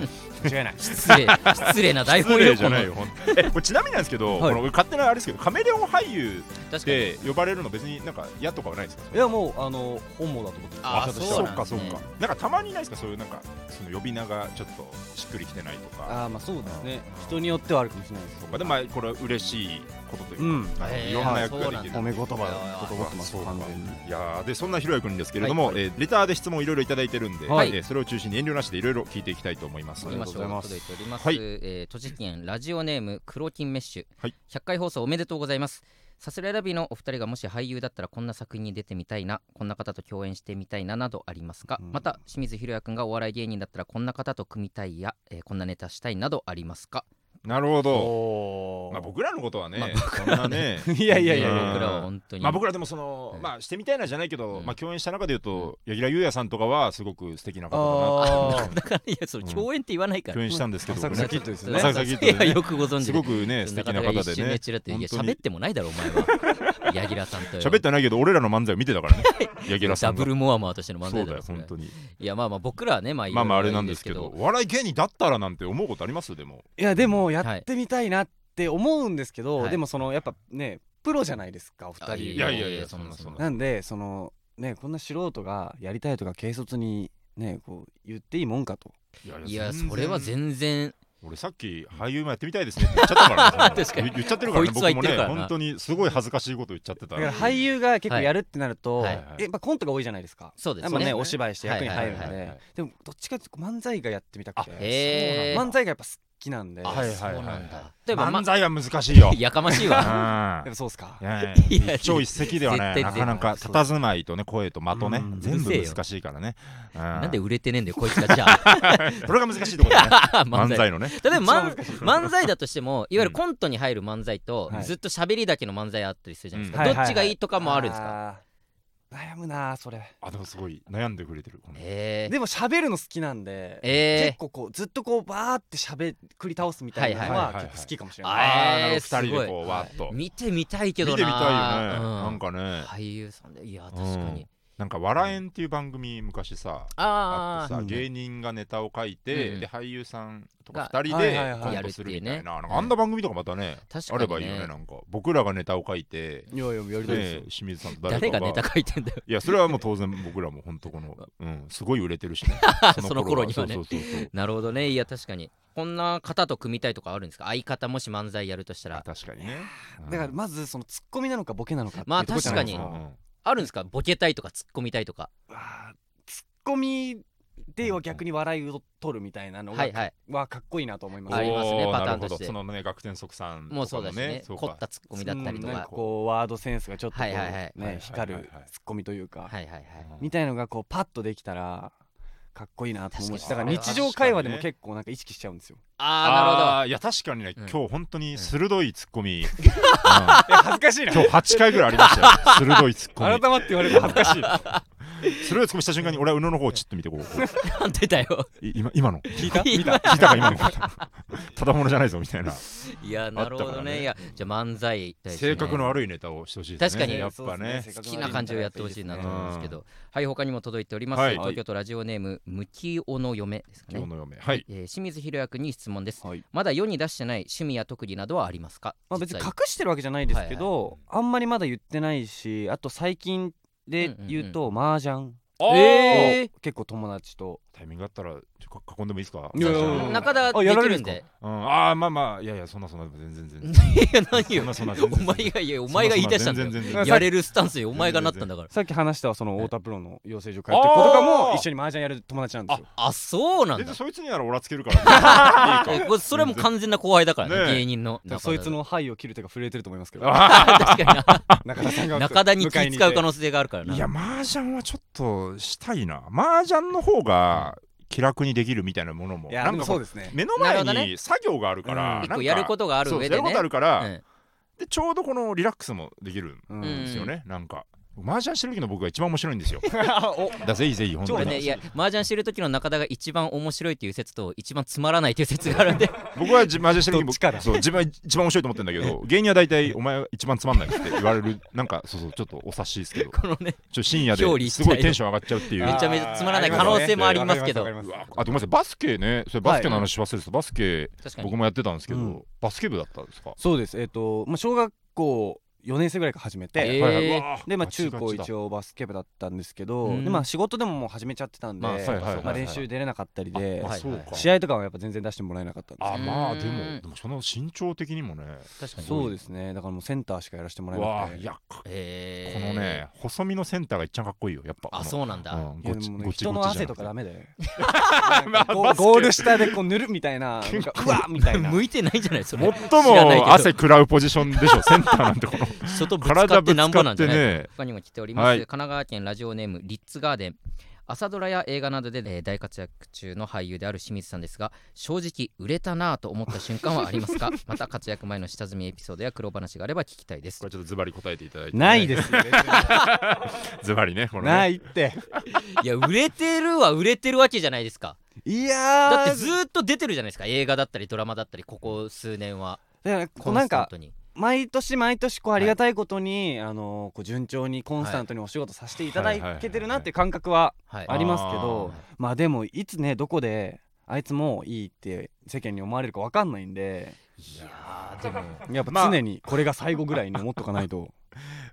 [SPEAKER 3] 間違いない
[SPEAKER 1] 失礼失礼な台
[SPEAKER 2] 失
[SPEAKER 1] 本よ
[SPEAKER 2] 礼じゃないよ、本当にえこれちなみになんですけど、
[SPEAKER 1] はい
[SPEAKER 2] この勝手なあれですけど、カメレオン俳優
[SPEAKER 1] この確
[SPEAKER 2] っ
[SPEAKER 1] かに
[SPEAKER 2] て呼ばれるの、別になんか嫌とかはないですか
[SPEAKER 3] いやもうあの本望だと思って
[SPEAKER 1] あー
[SPEAKER 3] 私として
[SPEAKER 1] そう
[SPEAKER 2] そ
[SPEAKER 1] な
[SPEAKER 2] うんか、
[SPEAKER 1] です
[SPEAKER 2] そう
[SPEAKER 1] ね
[SPEAKER 2] か、なんかたまにないですか、そういうなんか、その呼び名がちょっとしっくりきてないとか、
[SPEAKER 3] ああまあそうですね人によってはあるかもしれないです
[SPEAKER 2] とかでまあ、これは嬉しいことというか、
[SPEAKER 3] うん
[SPEAKER 2] あの
[SPEAKER 1] えー
[SPEAKER 2] いろんな役ができ
[SPEAKER 1] そう
[SPEAKER 2] る
[SPEAKER 1] な
[SPEAKER 3] 褒
[SPEAKER 1] んだ
[SPEAKER 3] め言葉だと思ってます
[SPEAKER 2] そうか
[SPEAKER 3] 完全に
[SPEAKER 2] いやーでそんなひろやくんですけれども、
[SPEAKER 1] はいは
[SPEAKER 2] えーレターで質問いろいろいただいてるんで、
[SPEAKER 3] はい
[SPEAKER 2] えーそれを中心に遠慮なしでいろいろ聞いていきたいと思います。
[SPEAKER 3] あり
[SPEAKER 1] 今
[SPEAKER 3] がとうござ
[SPEAKER 1] 届
[SPEAKER 3] いま
[SPEAKER 1] い
[SPEAKER 3] す
[SPEAKER 1] ております、
[SPEAKER 2] はい
[SPEAKER 1] えー栃木県ラジオネーム黒金メッシュ、
[SPEAKER 2] はい
[SPEAKER 1] 100回放送おめでとうございますさすらいラビーのお二人がもし俳優だったらこんな作品に出てみたいなこんな方と共演してみたいななどありますか、
[SPEAKER 3] うん
[SPEAKER 1] また清水宏也くんがお笑い芸人だったらこんな方と組みたいや、えーこんなネタしたいなどありますか、
[SPEAKER 2] なるほど、
[SPEAKER 3] お
[SPEAKER 2] まあ、僕らのことはね、
[SPEAKER 1] まあ
[SPEAKER 2] そんなね
[SPEAKER 3] いやいやいやい
[SPEAKER 2] うん
[SPEAKER 3] や
[SPEAKER 1] 僕らは本当に、
[SPEAKER 2] まあ、僕らでもその、
[SPEAKER 1] うん
[SPEAKER 2] まあ、してみたいなじゃないけど、
[SPEAKER 1] うん
[SPEAKER 2] まあ、共演した中でいうと、柳楽優弥さんとかはすごく素敵な方だ
[SPEAKER 3] あ
[SPEAKER 2] な
[SPEAKER 3] ー
[SPEAKER 1] だからいやそれ
[SPEAKER 2] うん
[SPEAKER 1] 共演って言わないから、
[SPEAKER 2] 共演したんですけど、
[SPEAKER 3] 浅草キッドですよね
[SPEAKER 2] 浅草キッド
[SPEAKER 1] い
[SPEAKER 2] で
[SPEAKER 1] や
[SPEAKER 2] ね
[SPEAKER 1] よくご存知
[SPEAKER 2] す
[SPEAKER 1] で
[SPEAKER 2] ごくね素敵な方でね
[SPEAKER 1] ちらっていや
[SPEAKER 2] 本当に
[SPEAKER 1] 喋ってもないだろお前は柳楽さんと
[SPEAKER 2] 喋ってないけど俺らの漫才を見て たからね柳楽さ
[SPEAKER 1] ダ
[SPEAKER 2] んが
[SPEAKER 1] ブルモアマーとしての漫
[SPEAKER 2] そ
[SPEAKER 1] 才
[SPEAKER 2] うだよ
[SPEAKER 1] それ
[SPEAKER 2] 本当に
[SPEAKER 1] いやまあまあ僕らはねまあ
[SPEAKER 2] まあまああ
[SPEAKER 1] いろ
[SPEAKER 2] れ
[SPEAKER 1] いろ
[SPEAKER 2] なんですけどお笑い芸人だったらなんて思うことありますでも
[SPEAKER 3] いやでもやってみたいなっって思うんですけど、
[SPEAKER 1] はい
[SPEAKER 3] でもそのやっぱねプロじゃないですかお二人
[SPEAKER 1] あ
[SPEAKER 2] いやいやいや
[SPEAKER 1] そんなそ
[SPEAKER 2] そ
[SPEAKER 1] ん
[SPEAKER 2] ん
[SPEAKER 1] な
[SPEAKER 2] な
[SPEAKER 3] なんでそのねこんな素人がやりたいとか軽率にねこう言っていいもんかと
[SPEAKER 1] いやそれは全然
[SPEAKER 2] 俺さっき俳優もやってみたいですねって言っちゃったからね
[SPEAKER 1] 確かに
[SPEAKER 2] 言言っちゃってるからね
[SPEAKER 1] こいつは言
[SPEAKER 2] 僕
[SPEAKER 1] っ
[SPEAKER 2] も
[SPEAKER 1] てる
[SPEAKER 2] ね
[SPEAKER 1] からな
[SPEAKER 2] 本当にすごい恥ずかしいこと言っちゃってた
[SPEAKER 3] だから俳優が結構やるってなると、
[SPEAKER 1] はい
[SPEAKER 2] はい
[SPEAKER 3] やっぱコントが多いじゃないですか
[SPEAKER 1] そうで
[SPEAKER 3] やっ
[SPEAKER 1] す
[SPEAKER 3] ぱね
[SPEAKER 1] ね
[SPEAKER 2] う
[SPEAKER 3] お芝居して役に入るので、
[SPEAKER 1] はいはい
[SPEAKER 2] はいはい
[SPEAKER 3] でもどっちかっていうと漫才がやってみたくて
[SPEAKER 1] あへー
[SPEAKER 3] そうなん漫才がやっぱ好きなんで、
[SPEAKER 2] あ
[SPEAKER 3] や
[SPEAKER 2] はいはいはい
[SPEAKER 1] そうなんだ例
[SPEAKER 2] 例
[SPEAKER 1] え
[SPEAKER 2] え
[SPEAKER 1] ば
[SPEAKER 2] ば
[SPEAKER 1] ま
[SPEAKER 2] 漫才は難しいよ
[SPEAKER 1] やかましい わ
[SPEAKER 2] うん
[SPEAKER 3] っぱそうっすか
[SPEAKER 2] いやいや
[SPEAKER 1] いや
[SPEAKER 2] 一朝一夕では
[SPEAKER 1] 絶
[SPEAKER 2] ね
[SPEAKER 1] 対
[SPEAKER 2] なかなか
[SPEAKER 3] そう
[SPEAKER 2] 佇まいとね声と的ね
[SPEAKER 3] うん
[SPEAKER 2] 全
[SPEAKER 1] うる
[SPEAKER 2] 部
[SPEAKER 1] せえよ
[SPEAKER 2] 難しいからねうん
[SPEAKER 1] なんで売れてねえんだよこいつがじゃあ
[SPEAKER 2] これが難しいところだね
[SPEAKER 1] 漫
[SPEAKER 2] 漫
[SPEAKER 1] 才
[SPEAKER 2] 才のね
[SPEAKER 1] 例えば
[SPEAKER 3] 一番
[SPEAKER 1] 漫
[SPEAKER 3] 難しい
[SPEAKER 1] 漫才だとしてもいわゆるコントに入る漫才と
[SPEAKER 3] はい
[SPEAKER 1] ずっと喋りだけの漫才あったりするじゃないです
[SPEAKER 3] はい
[SPEAKER 1] か
[SPEAKER 3] はい
[SPEAKER 1] ど
[SPEAKER 3] はい
[SPEAKER 1] っちがいいとかもあるんですか
[SPEAKER 3] あー悩むなーそれ
[SPEAKER 2] あでもすごい悩んでくれてるこの
[SPEAKER 1] えー
[SPEAKER 3] でも喋るの好きなんで、
[SPEAKER 1] え
[SPEAKER 3] 結構こうずっとこうバーって喋り倒すみたいな
[SPEAKER 2] は
[SPEAKER 3] の
[SPEAKER 2] い
[SPEAKER 3] は
[SPEAKER 2] はいはいはい
[SPEAKER 3] 結構好きかもしれ
[SPEAKER 1] あ
[SPEAKER 3] ない
[SPEAKER 2] あーな
[SPEAKER 1] えー
[SPEAKER 2] るほど二人ですこ
[SPEAKER 1] ご
[SPEAKER 2] うわーっと
[SPEAKER 1] ー
[SPEAKER 2] 見て
[SPEAKER 1] 見てみたいけどな
[SPEAKER 2] みたいよねな
[SPEAKER 1] うんん
[SPEAKER 2] かね
[SPEAKER 1] 俳優さんでいや確
[SPEAKER 2] う
[SPEAKER 1] か
[SPEAKER 2] ん
[SPEAKER 1] に
[SPEAKER 2] なんか「笑えん」っていう番組昔さ
[SPEAKER 1] あ
[SPEAKER 2] あって
[SPEAKER 1] あ
[SPEAKER 2] さ
[SPEAKER 3] うん
[SPEAKER 2] 芸人がネタを書いて、
[SPEAKER 1] うん
[SPEAKER 2] で俳優さんと
[SPEAKER 1] が
[SPEAKER 2] か2人
[SPEAKER 3] はいはい
[SPEAKER 2] で
[SPEAKER 3] はい
[SPEAKER 2] コントするみたいな,、
[SPEAKER 1] やるっていうね
[SPEAKER 2] なんかあんな番組とかまたね、
[SPEAKER 1] 確かにね
[SPEAKER 2] あればいいよねなんか僕らがネタを書いて、
[SPEAKER 3] いやいややりたいですよ
[SPEAKER 2] ね、清水さんと
[SPEAKER 1] 誰
[SPEAKER 2] 誰
[SPEAKER 1] が
[SPEAKER 2] かが
[SPEAKER 1] ネタ書いてんだ よ
[SPEAKER 2] いやそれはもう当然僕らも本当こ の、うん、すごい売れてるしね
[SPEAKER 1] その頃にはね
[SPEAKER 2] そうそうそうそう
[SPEAKER 1] なるほどねいや確かにこんな方と組みたいとかあるんですか相方もし漫才やるとした
[SPEAKER 2] あ
[SPEAKER 1] ら
[SPEAKER 2] 確かにねうん
[SPEAKER 3] だからまずそのツッコミなのかボケなのかって
[SPEAKER 1] まあ
[SPEAKER 3] いうとこじゃないです
[SPEAKER 1] 確
[SPEAKER 2] うん
[SPEAKER 1] あるんですかボケたいとか突っ込みたいとか
[SPEAKER 3] あーツッコミでは逆に笑いを取るみたいなのが、
[SPEAKER 1] はいはい
[SPEAKER 3] はかっこいいなと思います
[SPEAKER 1] ありますね
[SPEAKER 2] お
[SPEAKER 1] パターンとして
[SPEAKER 2] なるほどそのね学天即さんとか
[SPEAKER 1] もうそうだしね
[SPEAKER 2] そう
[SPEAKER 1] 凝
[SPEAKER 2] か
[SPEAKER 1] ったツッコミだったりと
[SPEAKER 3] うんなん
[SPEAKER 1] か
[SPEAKER 3] かこうワードセンスがちょっとこう
[SPEAKER 1] はいはいはい
[SPEAKER 2] はいはいはいは
[SPEAKER 3] ね
[SPEAKER 2] い
[SPEAKER 3] 光るツッコミというか
[SPEAKER 1] はいはいはい
[SPEAKER 3] みたいのがこうパッとできたらかっこいいなと思うし
[SPEAKER 1] 確
[SPEAKER 3] だ
[SPEAKER 1] か
[SPEAKER 3] か
[SPEAKER 1] らに
[SPEAKER 3] 日常会話でも結構なんか意識しちゃうんですよ
[SPEAKER 1] ああ
[SPEAKER 2] あーいや確かにね、
[SPEAKER 1] うん
[SPEAKER 2] 今日本当に鋭いツッ コミ、うん
[SPEAKER 3] いや恥ずかしい な
[SPEAKER 2] 今日8回ぐらいありましたよ 鋭いツッコミ
[SPEAKER 3] 改まって言われると恥ずかしい
[SPEAKER 2] それを突っ込みした瞬間に俺は宇野の方をちっと見てこうこ
[SPEAKER 1] なるほど なんでだよ
[SPEAKER 2] うい今今の聞いた
[SPEAKER 1] 見
[SPEAKER 2] 聞いたか今のただものじゃないぞみたいない
[SPEAKER 1] やなるほ
[SPEAKER 2] あっ
[SPEAKER 1] ど
[SPEAKER 2] たから
[SPEAKER 1] ね
[SPEAKER 2] ね
[SPEAKER 1] いやじゃあ漫才ですね
[SPEAKER 2] 性格の悪いネタをしてほしいですね
[SPEAKER 1] 確かに
[SPEAKER 2] やっぱね
[SPEAKER 3] そうです
[SPEAKER 1] 好き
[SPEAKER 3] ね
[SPEAKER 1] な感じをやってほしいなと思うんですけ
[SPEAKER 2] う
[SPEAKER 1] どはい他にも届いております、
[SPEAKER 2] はい
[SPEAKER 1] 東京都ラジオネームムキオの嫁ですか
[SPEAKER 2] 今
[SPEAKER 1] ね
[SPEAKER 2] 日、の嫁はい
[SPEAKER 1] えー清水宏也君に質問です
[SPEAKER 3] はい
[SPEAKER 1] まだ世に出してない趣味や特技などはありますか
[SPEAKER 3] まあ別に
[SPEAKER 1] 実
[SPEAKER 3] 隠
[SPEAKER 1] 際
[SPEAKER 3] してるわけじゃないですけどあんまりまだ言ってないしあと最近で言うと麻雀
[SPEAKER 1] んえー
[SPEAKER 3] を結構友達と
[SPEAKER 2] タイミングあったらちょっと囲んでもいいですか
[SPEAKER 3] いやいやいや
[SPEAKER 2] 最初に
[SPEAKER 3] うん
[SPEAKER 1] 中田
[SPEAKER 3] あや
[SPEAKER 1] で
[SPEAKER 3] ら
[SPEAKER 1] き
[SPEAKER 3] れる
[SPEAKER 1] る
[SPEAKER 3] ん
[SPEAKER 1] ん
[SPEAKER 3] で
[SPEAKER 1] で。
[SPEAKER 2] うん、ああまあまあいやいやそんなそんな全然全然
[SPEAKER 1] いや何
[SPEAKER 2] そん
[SPEAKER 1] よ
[SPEAKER 2] なそんな
[SPEAKER 1] お
[SPEAKER 2] 全然
[SPEAKER 1] 前がいやお前が言い出したんだ
[SPEAKER 2] 全然全
[SPEAKER 1] よ
[SPEAKER 2] 然
[SPEAKER 1] やれるスタンスにお前がなったんだから
[SPEAKER 3] さっき話したその太田プロの養成所通ってる子とかも一緒に麻雀やる友達なんですよ
[SPEAKER 1] あそうなん
[SPEAKER 2] 全然
[SPEAKER 1] だ
[SPEAKER 2] そいつにならオラつけるから、 ね、いい
[SPEAKER 1] え
[SPEAKER 2] か
[SPEAKER 1] これそれはもう完全な後輩だからね
[SPEAKER 2] ねえ
[SPEAKER 1] 芸人の
[SPEAKER 3] だ
[SPEAKER 1] 中
[SPEAKER 3] から
[SPEAKER 1] 田
[SPEAKER 3] そいつの牌を切る手が震えてると思いますけど
[SPEAKER 2] あ
[SPEAKER 1] 確 か
[SPEAKER 3] 中田さん
[SPEAKER 1] にな
[SPEAKER 3] が
[SPEAKER 1] 中田に気使う可
[SPEAKER 3] 能
[SPEAKER 1] 能性があるから
[SPEAKER 2] ー
[SPEAKER 1] ない
[SPEAKER 2] や麻雀はちょっとしたいな麻雀の方が気楽にできるみたいなものも
[SPEAKER 3] いや
[SPEAKER 2] な
[SPEAKER 3] で
[SPEAKER 2] ん
[SPEAKER 3] も
[SPEAKER 2] か
[SPEAKER 3] そ
[SPEAKER 2] こ
[SPEAKER 3] う
[SPEAKER 2] う
[SPEAKER 3] ですね
[SPEAKER 2] 目の
[SPEAKER 1] なる
[SPEAKER 2] 前
[SPEAKER 1] ほどね
[SPEAKER 2] に作業があるから、
[SPEAKER 3] うん
[SPEAKER 1] 一個やることとがある上で
[SPEAKER 2] やるこ
[SPEAKER 1] ね
[SPEAKER 2] とあるか
[SPEAKER 1] う
[SPEAKER 2] ら、
[SPEAKER 1] ん
[SPEAKER 2] でちょうどこのリラックスもできる
[SPEAKER 3] うん
[SPEAKER 1] うん
[SPEAKER 2] んですよね、なんか麻雀してる時の僕が一番面白い んですよ
[SPEAKER 3] お
[SPEAKER 2] だぜひぜひ本
[SPEAKER 1] こ
[SPEAKER 2] 当
[SPEAKER 1] れ
[SPEAKER 2] に、
[SPEAKER 1] ねいや麻雀してる時の中田が一番面白いという説と一番つまらないという説がある んで
[SPEAKER 2] 僕はじ麻雀してる時
[SPEAKER 3] どっちかだ
[SPEAKER 2] 僕そう自分は一番面白いと思ってるんだけど芸人は大体お前は一番つまんないって言われるなんかそうそうちょっとお察しですけど ちょ
[SPEAKER 1] このね
[SPEAKER 2] っと深夜
[SPEAKER 1] 表裏
[SPEAKER 2] で
[SPEAKER 1] 一体
[SPEAKER 2] す
[SPEAKER 1] の
[SPEAKER 2] ごいテンション上がっちゃうっていう
[SPEAKER 1] めちゃめちゃつまらない可能性もありますけど
[SPEAKER 3] あーありますねわかりますわかります
[SPEAKER 2] あとごめんなさいバスケねそれバスケの話忘れてた、バスケ
[SPEAKER 1] 確かに
[SPEAKER 2] 僕もやってたんですけど、
[SPEAKER 3] うん
[SPEAKER 2] バスケ部だったんですか
[SPEAKER 3] そうですえっとまあ小学校4年生ぐらいから始め
[SPEAKER 1] え
[SPEAKER 3] て
[SPEAKER 1] ー
[SPEAKER 2] はいはいうわー
[SPEAKER 3] でまあ
[SPEAKER 2] ガチ
[SPEAKER 3] 中
[SPEAKER 2] ガチだ
[SPEAKER 3] 高一応バスケ部だったんですけど
[SPEAKER 1] うん
[SPEAKER 3] でまあ仕事でももう始めちゃってたんで
[SPEAKER 2] まあはいはいはいはい
[SPEAKER 3] まあ練習出れなかったりで
[SPEAKER 2] あ
[SPEAKER 1] はい
[SPEAKER 2] そうか
[SPEAKER 3] 試合とかはやっぱ全然出してもらえなかったんです
[SPEAKER 2] あまあで
[SPEAKER 1] うん
[SPEAKER 2] もでもその身長的にもね
[SPEAKER 1] 確かに
[SPEAKER 3] そうですねだからもうセンターしかやらせてもらえな
[SPEAKER 2] わ
[SPEAKER 3] く
[SPEAKER 2] あ
[SPEAKER 3] て
[SPEAKER 2] いやこ
[SPEAKER 1] え
[SPEAKER 2] のね細身のセンターが一番かっこいいよやっぱ
[SPEAKER 1] あそうなんだ、
[SPEAKER 2] うん
[SPEAKER 3] い
[SPEAKER 2] ご
[SPEAKER 3] やで
[SPEAKER 2] ち
[SPEAKER 3] もね
[SPEAKER 2] ごち
[SPEAKER 3] 人
[SPEAKER 2] ご
[SPEAKER 3] の
[SPEAKER 2] ちじ
[SPEAKER 3] 汗
[SPEAKER 2] ゃな
[SPEAKER 3] と
[SPEAKER 2] くて
[SPEAKER 3] かダメだよ
[SPEAKER 2] まあ
[SPEAKER 3] ゴ
[SPEAKER 2] バスケ
[SPEAKER 3] ゴール下でこう塗るみたいななんかうわみた いな
[SPEAKER 1] 向いてないんじゃないそれ
[SPEAKER 2] 最
[SPEAKER 1] 知らないけど
[SPEAKER 2] も汗食らうポジションでしょセンターなんてこの
[SPEAKER 1] 人とぶつか
[SPEAKER 2] 体
[SPEAKER 1] って
[SPEAKER 2] ぶ
[SPEAKER 1] な
[SPEAKER 2] つ
[SPEAKER 1] んぼ
[SPEAKER 2] か
[SPEAKER 1] な
[SPEAKER 2] っ
[SPEAKER 1] んじゃ
[SPEAKER 2] て
[SPEAKER 1] ない
[SPEAKER 2] ね
[SPEAKER 1] 他にも来ております、
[SPEAKER 2] はい
[SPEAKER 1] 神奈川県ラジオネームリッツガーデン朝ドラや映画などで、えー大活躍中の俳優である清水さんですが正直売れたなぁと思った瞬間はあり ますかまた活躍前の下積みエピソードや苦労話があれば聞きたいです
[SPEAKER 2] これちょっとズバリ答えていただいてね
[SPEAKER 3] ないですよ別に
[SPEAKER 2] ズバリねこのね
[SPEAKER 3] ないって
[SPEAKER 1] いや売れてるは売れてるわけじゃないですか
[SPEAKER 3] いやー
[SPEAKER 1] だってずーっと出てるじゃないですか映画だったりドラマだったりここ数年は
[SPEAKER 3] だからこ
[SPEAKER 1] コ
[SPEAKER 3] うな
[SPEAKER 1] ン
[SPEAKER 3] ん
[SPEAKER 1] スタン
[SPEAKER 3] か
[SPEAKER 1] トに
[SPEAKER 3] 毎年毎年こう
[SPEAKER 1] は
[SPEAKER 3] あ
[SPEAKER 1] い
[SPEAKER 3] りがたいことに、あのこう順調にコンスタントにお仕事させていただ
[SPEAKER 2] はいはいはい
[SPEAKER 3] けてるなっていう感覚は
[SPEAKER 1] はい
[SPEAKER 3] ありますけ
[SPEAKER 1] は
[SPEAKER 3] ど
[SPEAKER 1] い
[SPEAKER 3] まあでもいつねどこであいつもういいって世間に思われるかわかんないんで
[SPEAKER 1] いやーでも
[SPEAKER 3] やっ
[SPEAKER 2] ま
[SPEAKER 3] ぱ
[SPEAKER 2] あ
[SPEAKER 3] 常にこれが最後ぐらいに思っとかな いと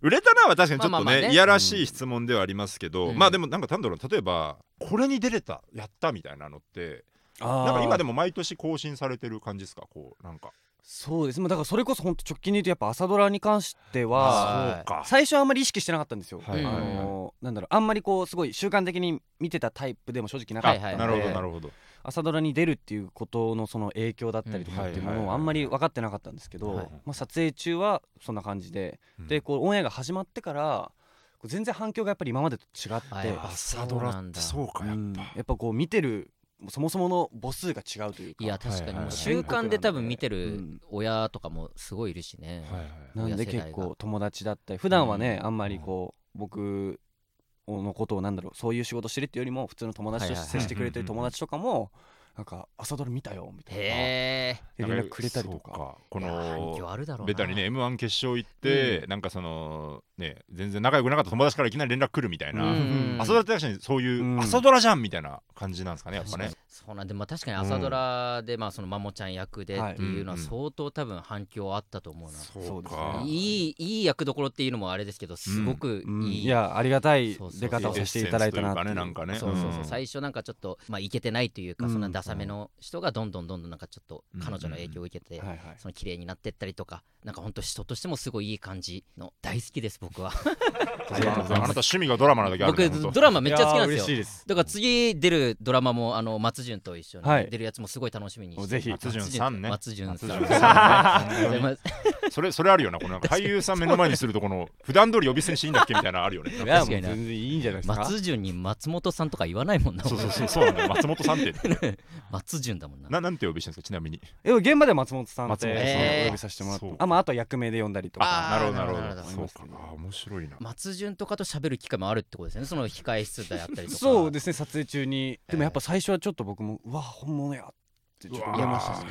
[SPEAKER 2] 売れたなは確かにちょっとね,、
[SPEAKER 1] まあまあまあね
[SPEAKER 2] いやらしい質問ではありますけど、
[SPEAKER 1] うん
[SPEAKER 2] まあでもなんか単だろう例えばこれに出れたやったみたいなのって
[SPEAKER 3] な
[SPEAKER 2] なんか今でも
[SPEAKER 3] も
[SPEAKER 2] 毎年更新されてる感じですかこうなんか
[SPEAKER 3] そうですまあだからそれこそ本当直近で言うとやっぱ朝ドラに関して
[SPEAKER 1] あ
[SPEAKER 3] は
[SPEAKER 1] ー
[SPEAKER 2] そうか
[SPEAKER 3] 最初はあんまり意識してなかったんですよ、
[SPEAKER 2] はい
[SPEAKER 1] はいはい
[SPEAKER 3] あのーなんだろうあんまりこうすごい習慣的に見てたタイプでも正直なかったの
[SPEAKER 1] はい
[SPEAKER 3] で、
[SPEAKER 1] は
[SPEAKER 2] ないるほどなるほど
[SPEAKER 3] 朝ドラに出るっていうことのその影響だったりとかっていうも
[SPEAKER 2] うん
[SPEAKER 3] のをあんまり分かってなかったんですけ
[SPEAKER 1] はい
[SPEAKER 3] ど、
[SPEAKER 1] はい
[SPEAKER 3] まあ、撮影中はそんな感じで、
[SPEAKER 2] うん
[SPEAKER 3] でこうオンエアが始まってからこう全然反響がやっぱり今までと違って、
[SPEAKER 1] はいあ
[SPEAKER 2] 朝ドラ
[SPEAKER 1] そうな
[SPEAKER 2] っ
[SPEAKER 1] んだ
[SPEAKER 2] てそうか
[SPEAKER 3] う
[SPEAKER 2] やっぱ、
[SPEAKER 3] んやっぱこう見てるそもそもの母数が違うというか
[SPEAKER 1] いや確かにもう習
[SPEAKER 3] はいはいは
[SPEAKER 1] 慣
[SPEAKER 3] い
[SPEAKER 1] で多分見て
[SPEAKER 3] う
[SPEAKER 1] る
[SPEAKER 3] ん
[SPEAKER 1] 親とかもすごいいるしね、
[SPEAKER 2] はいはい
[SPEAKER 3] なん
[SPEAKER 1] 親世
[SPEAKER 3] で
[SPEAKER 1] 代が
[SPEAKER 3] 結構友達だったり普段はね、
[SPEAKER 1] うん
[SPEAKER 3] あんまりこう僕のことをなんだろうそういう仕事してるっていうよりも普通の友達として接してくれてる友達とかもなんか朝ドラ見たよみたいな
[SPEAKER 1] へえ
[SPEAKER 3] 連絡くれたりと
[SPEAKER 2] そ
[SPEAKER 3] か
[SPEAKER 2] うこ
[SPEAKER 1] いや反響
[SPEAKER 2] の
[SPEAKER 1] あるだろうな
[SPEAKER 2] ベタにね m 1決勝行って、なんかそのね全然仲良くなかった友達からいきなり連絡来るみたいな、
[SPEAKER 1] うん
[SPEAKER 2] 朝ドラって確かにそういう、
[SPEAKER 3] うん
[SPEAKER 2] 朝ドラじゃんみたいな感じなんですかねやっぱ
[SPEAKER 1] 確か
[SPEAKER 2] ね
[SPEAKER 1] にそうなんで、まあ、確かに朝ドラで、まあ、そのマモちゃん役でっていうのは
[SPEAKER 2] はいうんうん
[SPEAKER 1] 相当多分反響あったと思うな、
[SPEAKER 3] そうですね
[SPEAKER 1] い、いいい役どころっていうのもあれですけどすごくいい、
[SPEAKER 3] うんいやありがたい
[SPEAKER 1] そうそう
[SPEAKER 3] 出方をさせていただいたなって
[SPEAKER 2] エッセンスというかね
[SPEAKER 3] い
[SPEAKER 2] なんかね
[SPEAKER 1] そうそうそう、
[SPEAKER 2] うん
[SPEAKER 1] 最初なんかちょっとまあいけてないというか、
[SPEAKER 3] うん
[SPEAKER 1] そんなダサめの人がどんどんどんどんなんかちょっと彼女の影響を受けて、
[SPEAKER 3] はいはい
[SPEAKER 1] その綺麗になってったりとかなんか本当人としてもすごいいい感じの大好きです僕は
[SPEAKER 2] ありがとうございますあなた趣味がドラマなだけあるね
[SPEAKER 1] 僕
[SPEAKER 2] ほんと
[SPEAKER 1] ドラマめっちゃ好きなん
[SPEAKER 3] い
[SPEAKER 1] で
[SPEAKER 3] やー嬉
[SPEAKER 1] す
[SPEAKER 3] しい
[SPEAKER 1] よ
[SPEAKER 3] です
[SPEAKER 1] だから次出るドラマもあの松潤と一緒に
[SPEAKER 3] はい
[SPEAKER 1] 出るやつもすごい楽しみにして
[SPEAKER 3] ぜひ
[SPEAKER 2] 松潤さんね
[SPEAKER 1] 松潤さん
[SPEAKER 2] 松潤さんね
[SPEAKER 1] ありがとうご ざいます
[SPEAKER 2] それそれあるよなこのなんか俳優さん目の前にするとこの普段通り呼び捨てにしていいんだっけみたいなのあるよね
[SPEAKER 3] いやもう
[SPEAKER 1] 確かに
[SPEAKER 3] 全
[SPEAKER 1] な
[SPEAKER 3] 然いいんじゃないですか
[SPEAKER 1] 松潤に松本さんとか言わないもんな
[SPEAKER 2] そうそうそうそうなんだよ松本さんって
[SPEAKER 1] 松潤だもんな
[SPEAKER 2] ななんて呼び捨てですかちなみに
[SPEAKER 3] え現場では松本さんっ
[SPEAKER 2] 松
[SPEAKER 3] て
[SPEAKER 2] 本
[SPEAKER 1] さん
[SPEAKER 3] お呼びさせてもらっ
[SPEAKER 2] えー
[SPEAKER 3] て
[SPEAKER 2] そう
[SPEAKER 3] あまああとは役名で呼んだりとか
[SPEAKER 1] あー
[SPEAKER 2] なるほどな
[SPEAKER 1] なるほど
[SPEAKER 2] るほどそうか
[SPEAKER 3] なるほど
[SPEAKER 2] あー面白いな
[SPEAKER 1] 松潤とかと喋る機会もあるってことですよねその控え室であったりとか
[SPEAKER 3] そうですね撮影中に
[SPEAKER 1] え
[SPEAKER 3] でも
[SPEAKER 1] ー
[SPEAKER 3] やっぱ最初はちょっと僕もうわ本物やってちょっと思いました
[SPEAKER 2] うわ
[SPEAKER 3] ね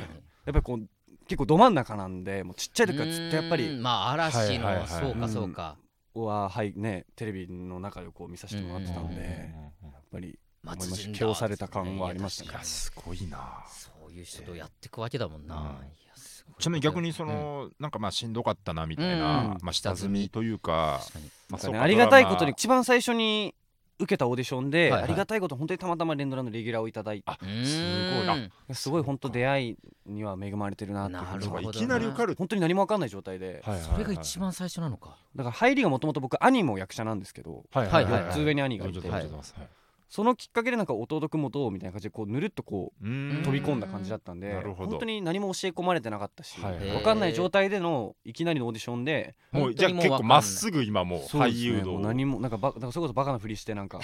[SPEAKER 1] 確かに
[SPEAKER 3] やっぱりこう結構ど真ん中なんでもうちっちゃい時からずっとやっぱ
[SPEAKER 1] うー
[SPEAKER 3] り
[SPEAKER 1] んまあ嵐の、
[SPEAKER 2] はいはいはい
[SPEAKER 1] そうかそうか、
[SPEAKER 3] ははいねテレビの中でこう見させてもらってたんで
[SPEAKER 1] うんうんうん
[SPEAKER 3] やっぱり
[SPEAKER 1] 松潤だ
[SPEAKER 3] 思いました気をされた感はありましたね
[SPEAKER 2] い
[SPEAKER 1] いや
[SPEAKER 2] や
[SPEAKER 1] 確
[SPEAKER 2] すごいな
[SPEAKER 1] かにそういう人とやってくわけだもんな、
[SPEAKER 2] うん
[SPEAKER 1] いやすごい
[SPEAKER 2] ちなみに逆にその、なんかまあしんどかったなみたい
[SPEAKER 1] うん
[SPEAKER 2] な
[SPEAKER 3] う、ん
[SPEAKER 2] まあ、下積みというか
[SPEAKER 1] 確かに
[SPEAKER 2] ま
[SPEAKER 3] なんか
[SPEAKER 2] そう
[SPEAKER 3] ね
[SPEAKER 2] か
[SPEAKER 3] ありがたいこと
[SPEAKER 2] ドラ
[SPEAKER 3] に
[SPEAKER 2] マ
[SPEAKER 3] 一番最初に受けたオーディションで、
[SPEAKER 1] はいはい
[SPEAKER 3] ありがたいことに本当にたまたま連ドラのレギュラーをいただいて
[SPEAKER 2] あ
[SPEAKER 1] うーん
[SPEAKER 2] すごいな
[SPEAKER 3] すごい本当出会いには恵まれてるなっていうふうに
[SPEAKER 1] なるほど
[SPEAKER 2] いきなり受かる、
[SPEAKER 3] 本当に何も分かんない状態で、
[SPEAKER 2] はいはいはい
[SPEAKER 1] それが一番最初なのか、
[SPEAKER 3] だから入りがもともと僕兄も役者なんですけど
[SPEAKER 2] はい
[SPEAKER 1] はいはい
[SPEAKER 3] 4つ上に兄がいて、
[SPEAKER 2] ありがとうございますはい
[SPEAKER 3] そのきっかけでなんか弟君もどうみたいな感じでこうぬるっとこ
[SPEAKER 2] うー
[SPEAKER 3] うん飛び込んだ感じだったんで
[SPEAKER 2] なるほど
[SPEAKER 3] 本当に何も教え込まれてなかったし、
[SPEAKER 2] はいはい
[SPEAKER 3] 分かんない状態でのいきなりのオーディションで
[SPEAKER 2] もうじ
[SPEAKER 1] 本当
[SPEAKER 2] ゃあ結
[SPEAKER 1] にもう
[SPEAKER 2] 構
[SPEAKER 1] 分かん
[SPEAKER 2] ま
[SPEAKER 1] ない
[SPEAKER 2] っすぐ今もう
[SPEAKER 3] そう
[SPEAKER 2] 俳
[SPEAKER 3] ですね
[SPEAKER 2] 優道
[SPEAKER 3] も
[SPEAKER 2] を
[SPEAKER 3] う何もなんかばなんかそれこそバカなふりしてな んか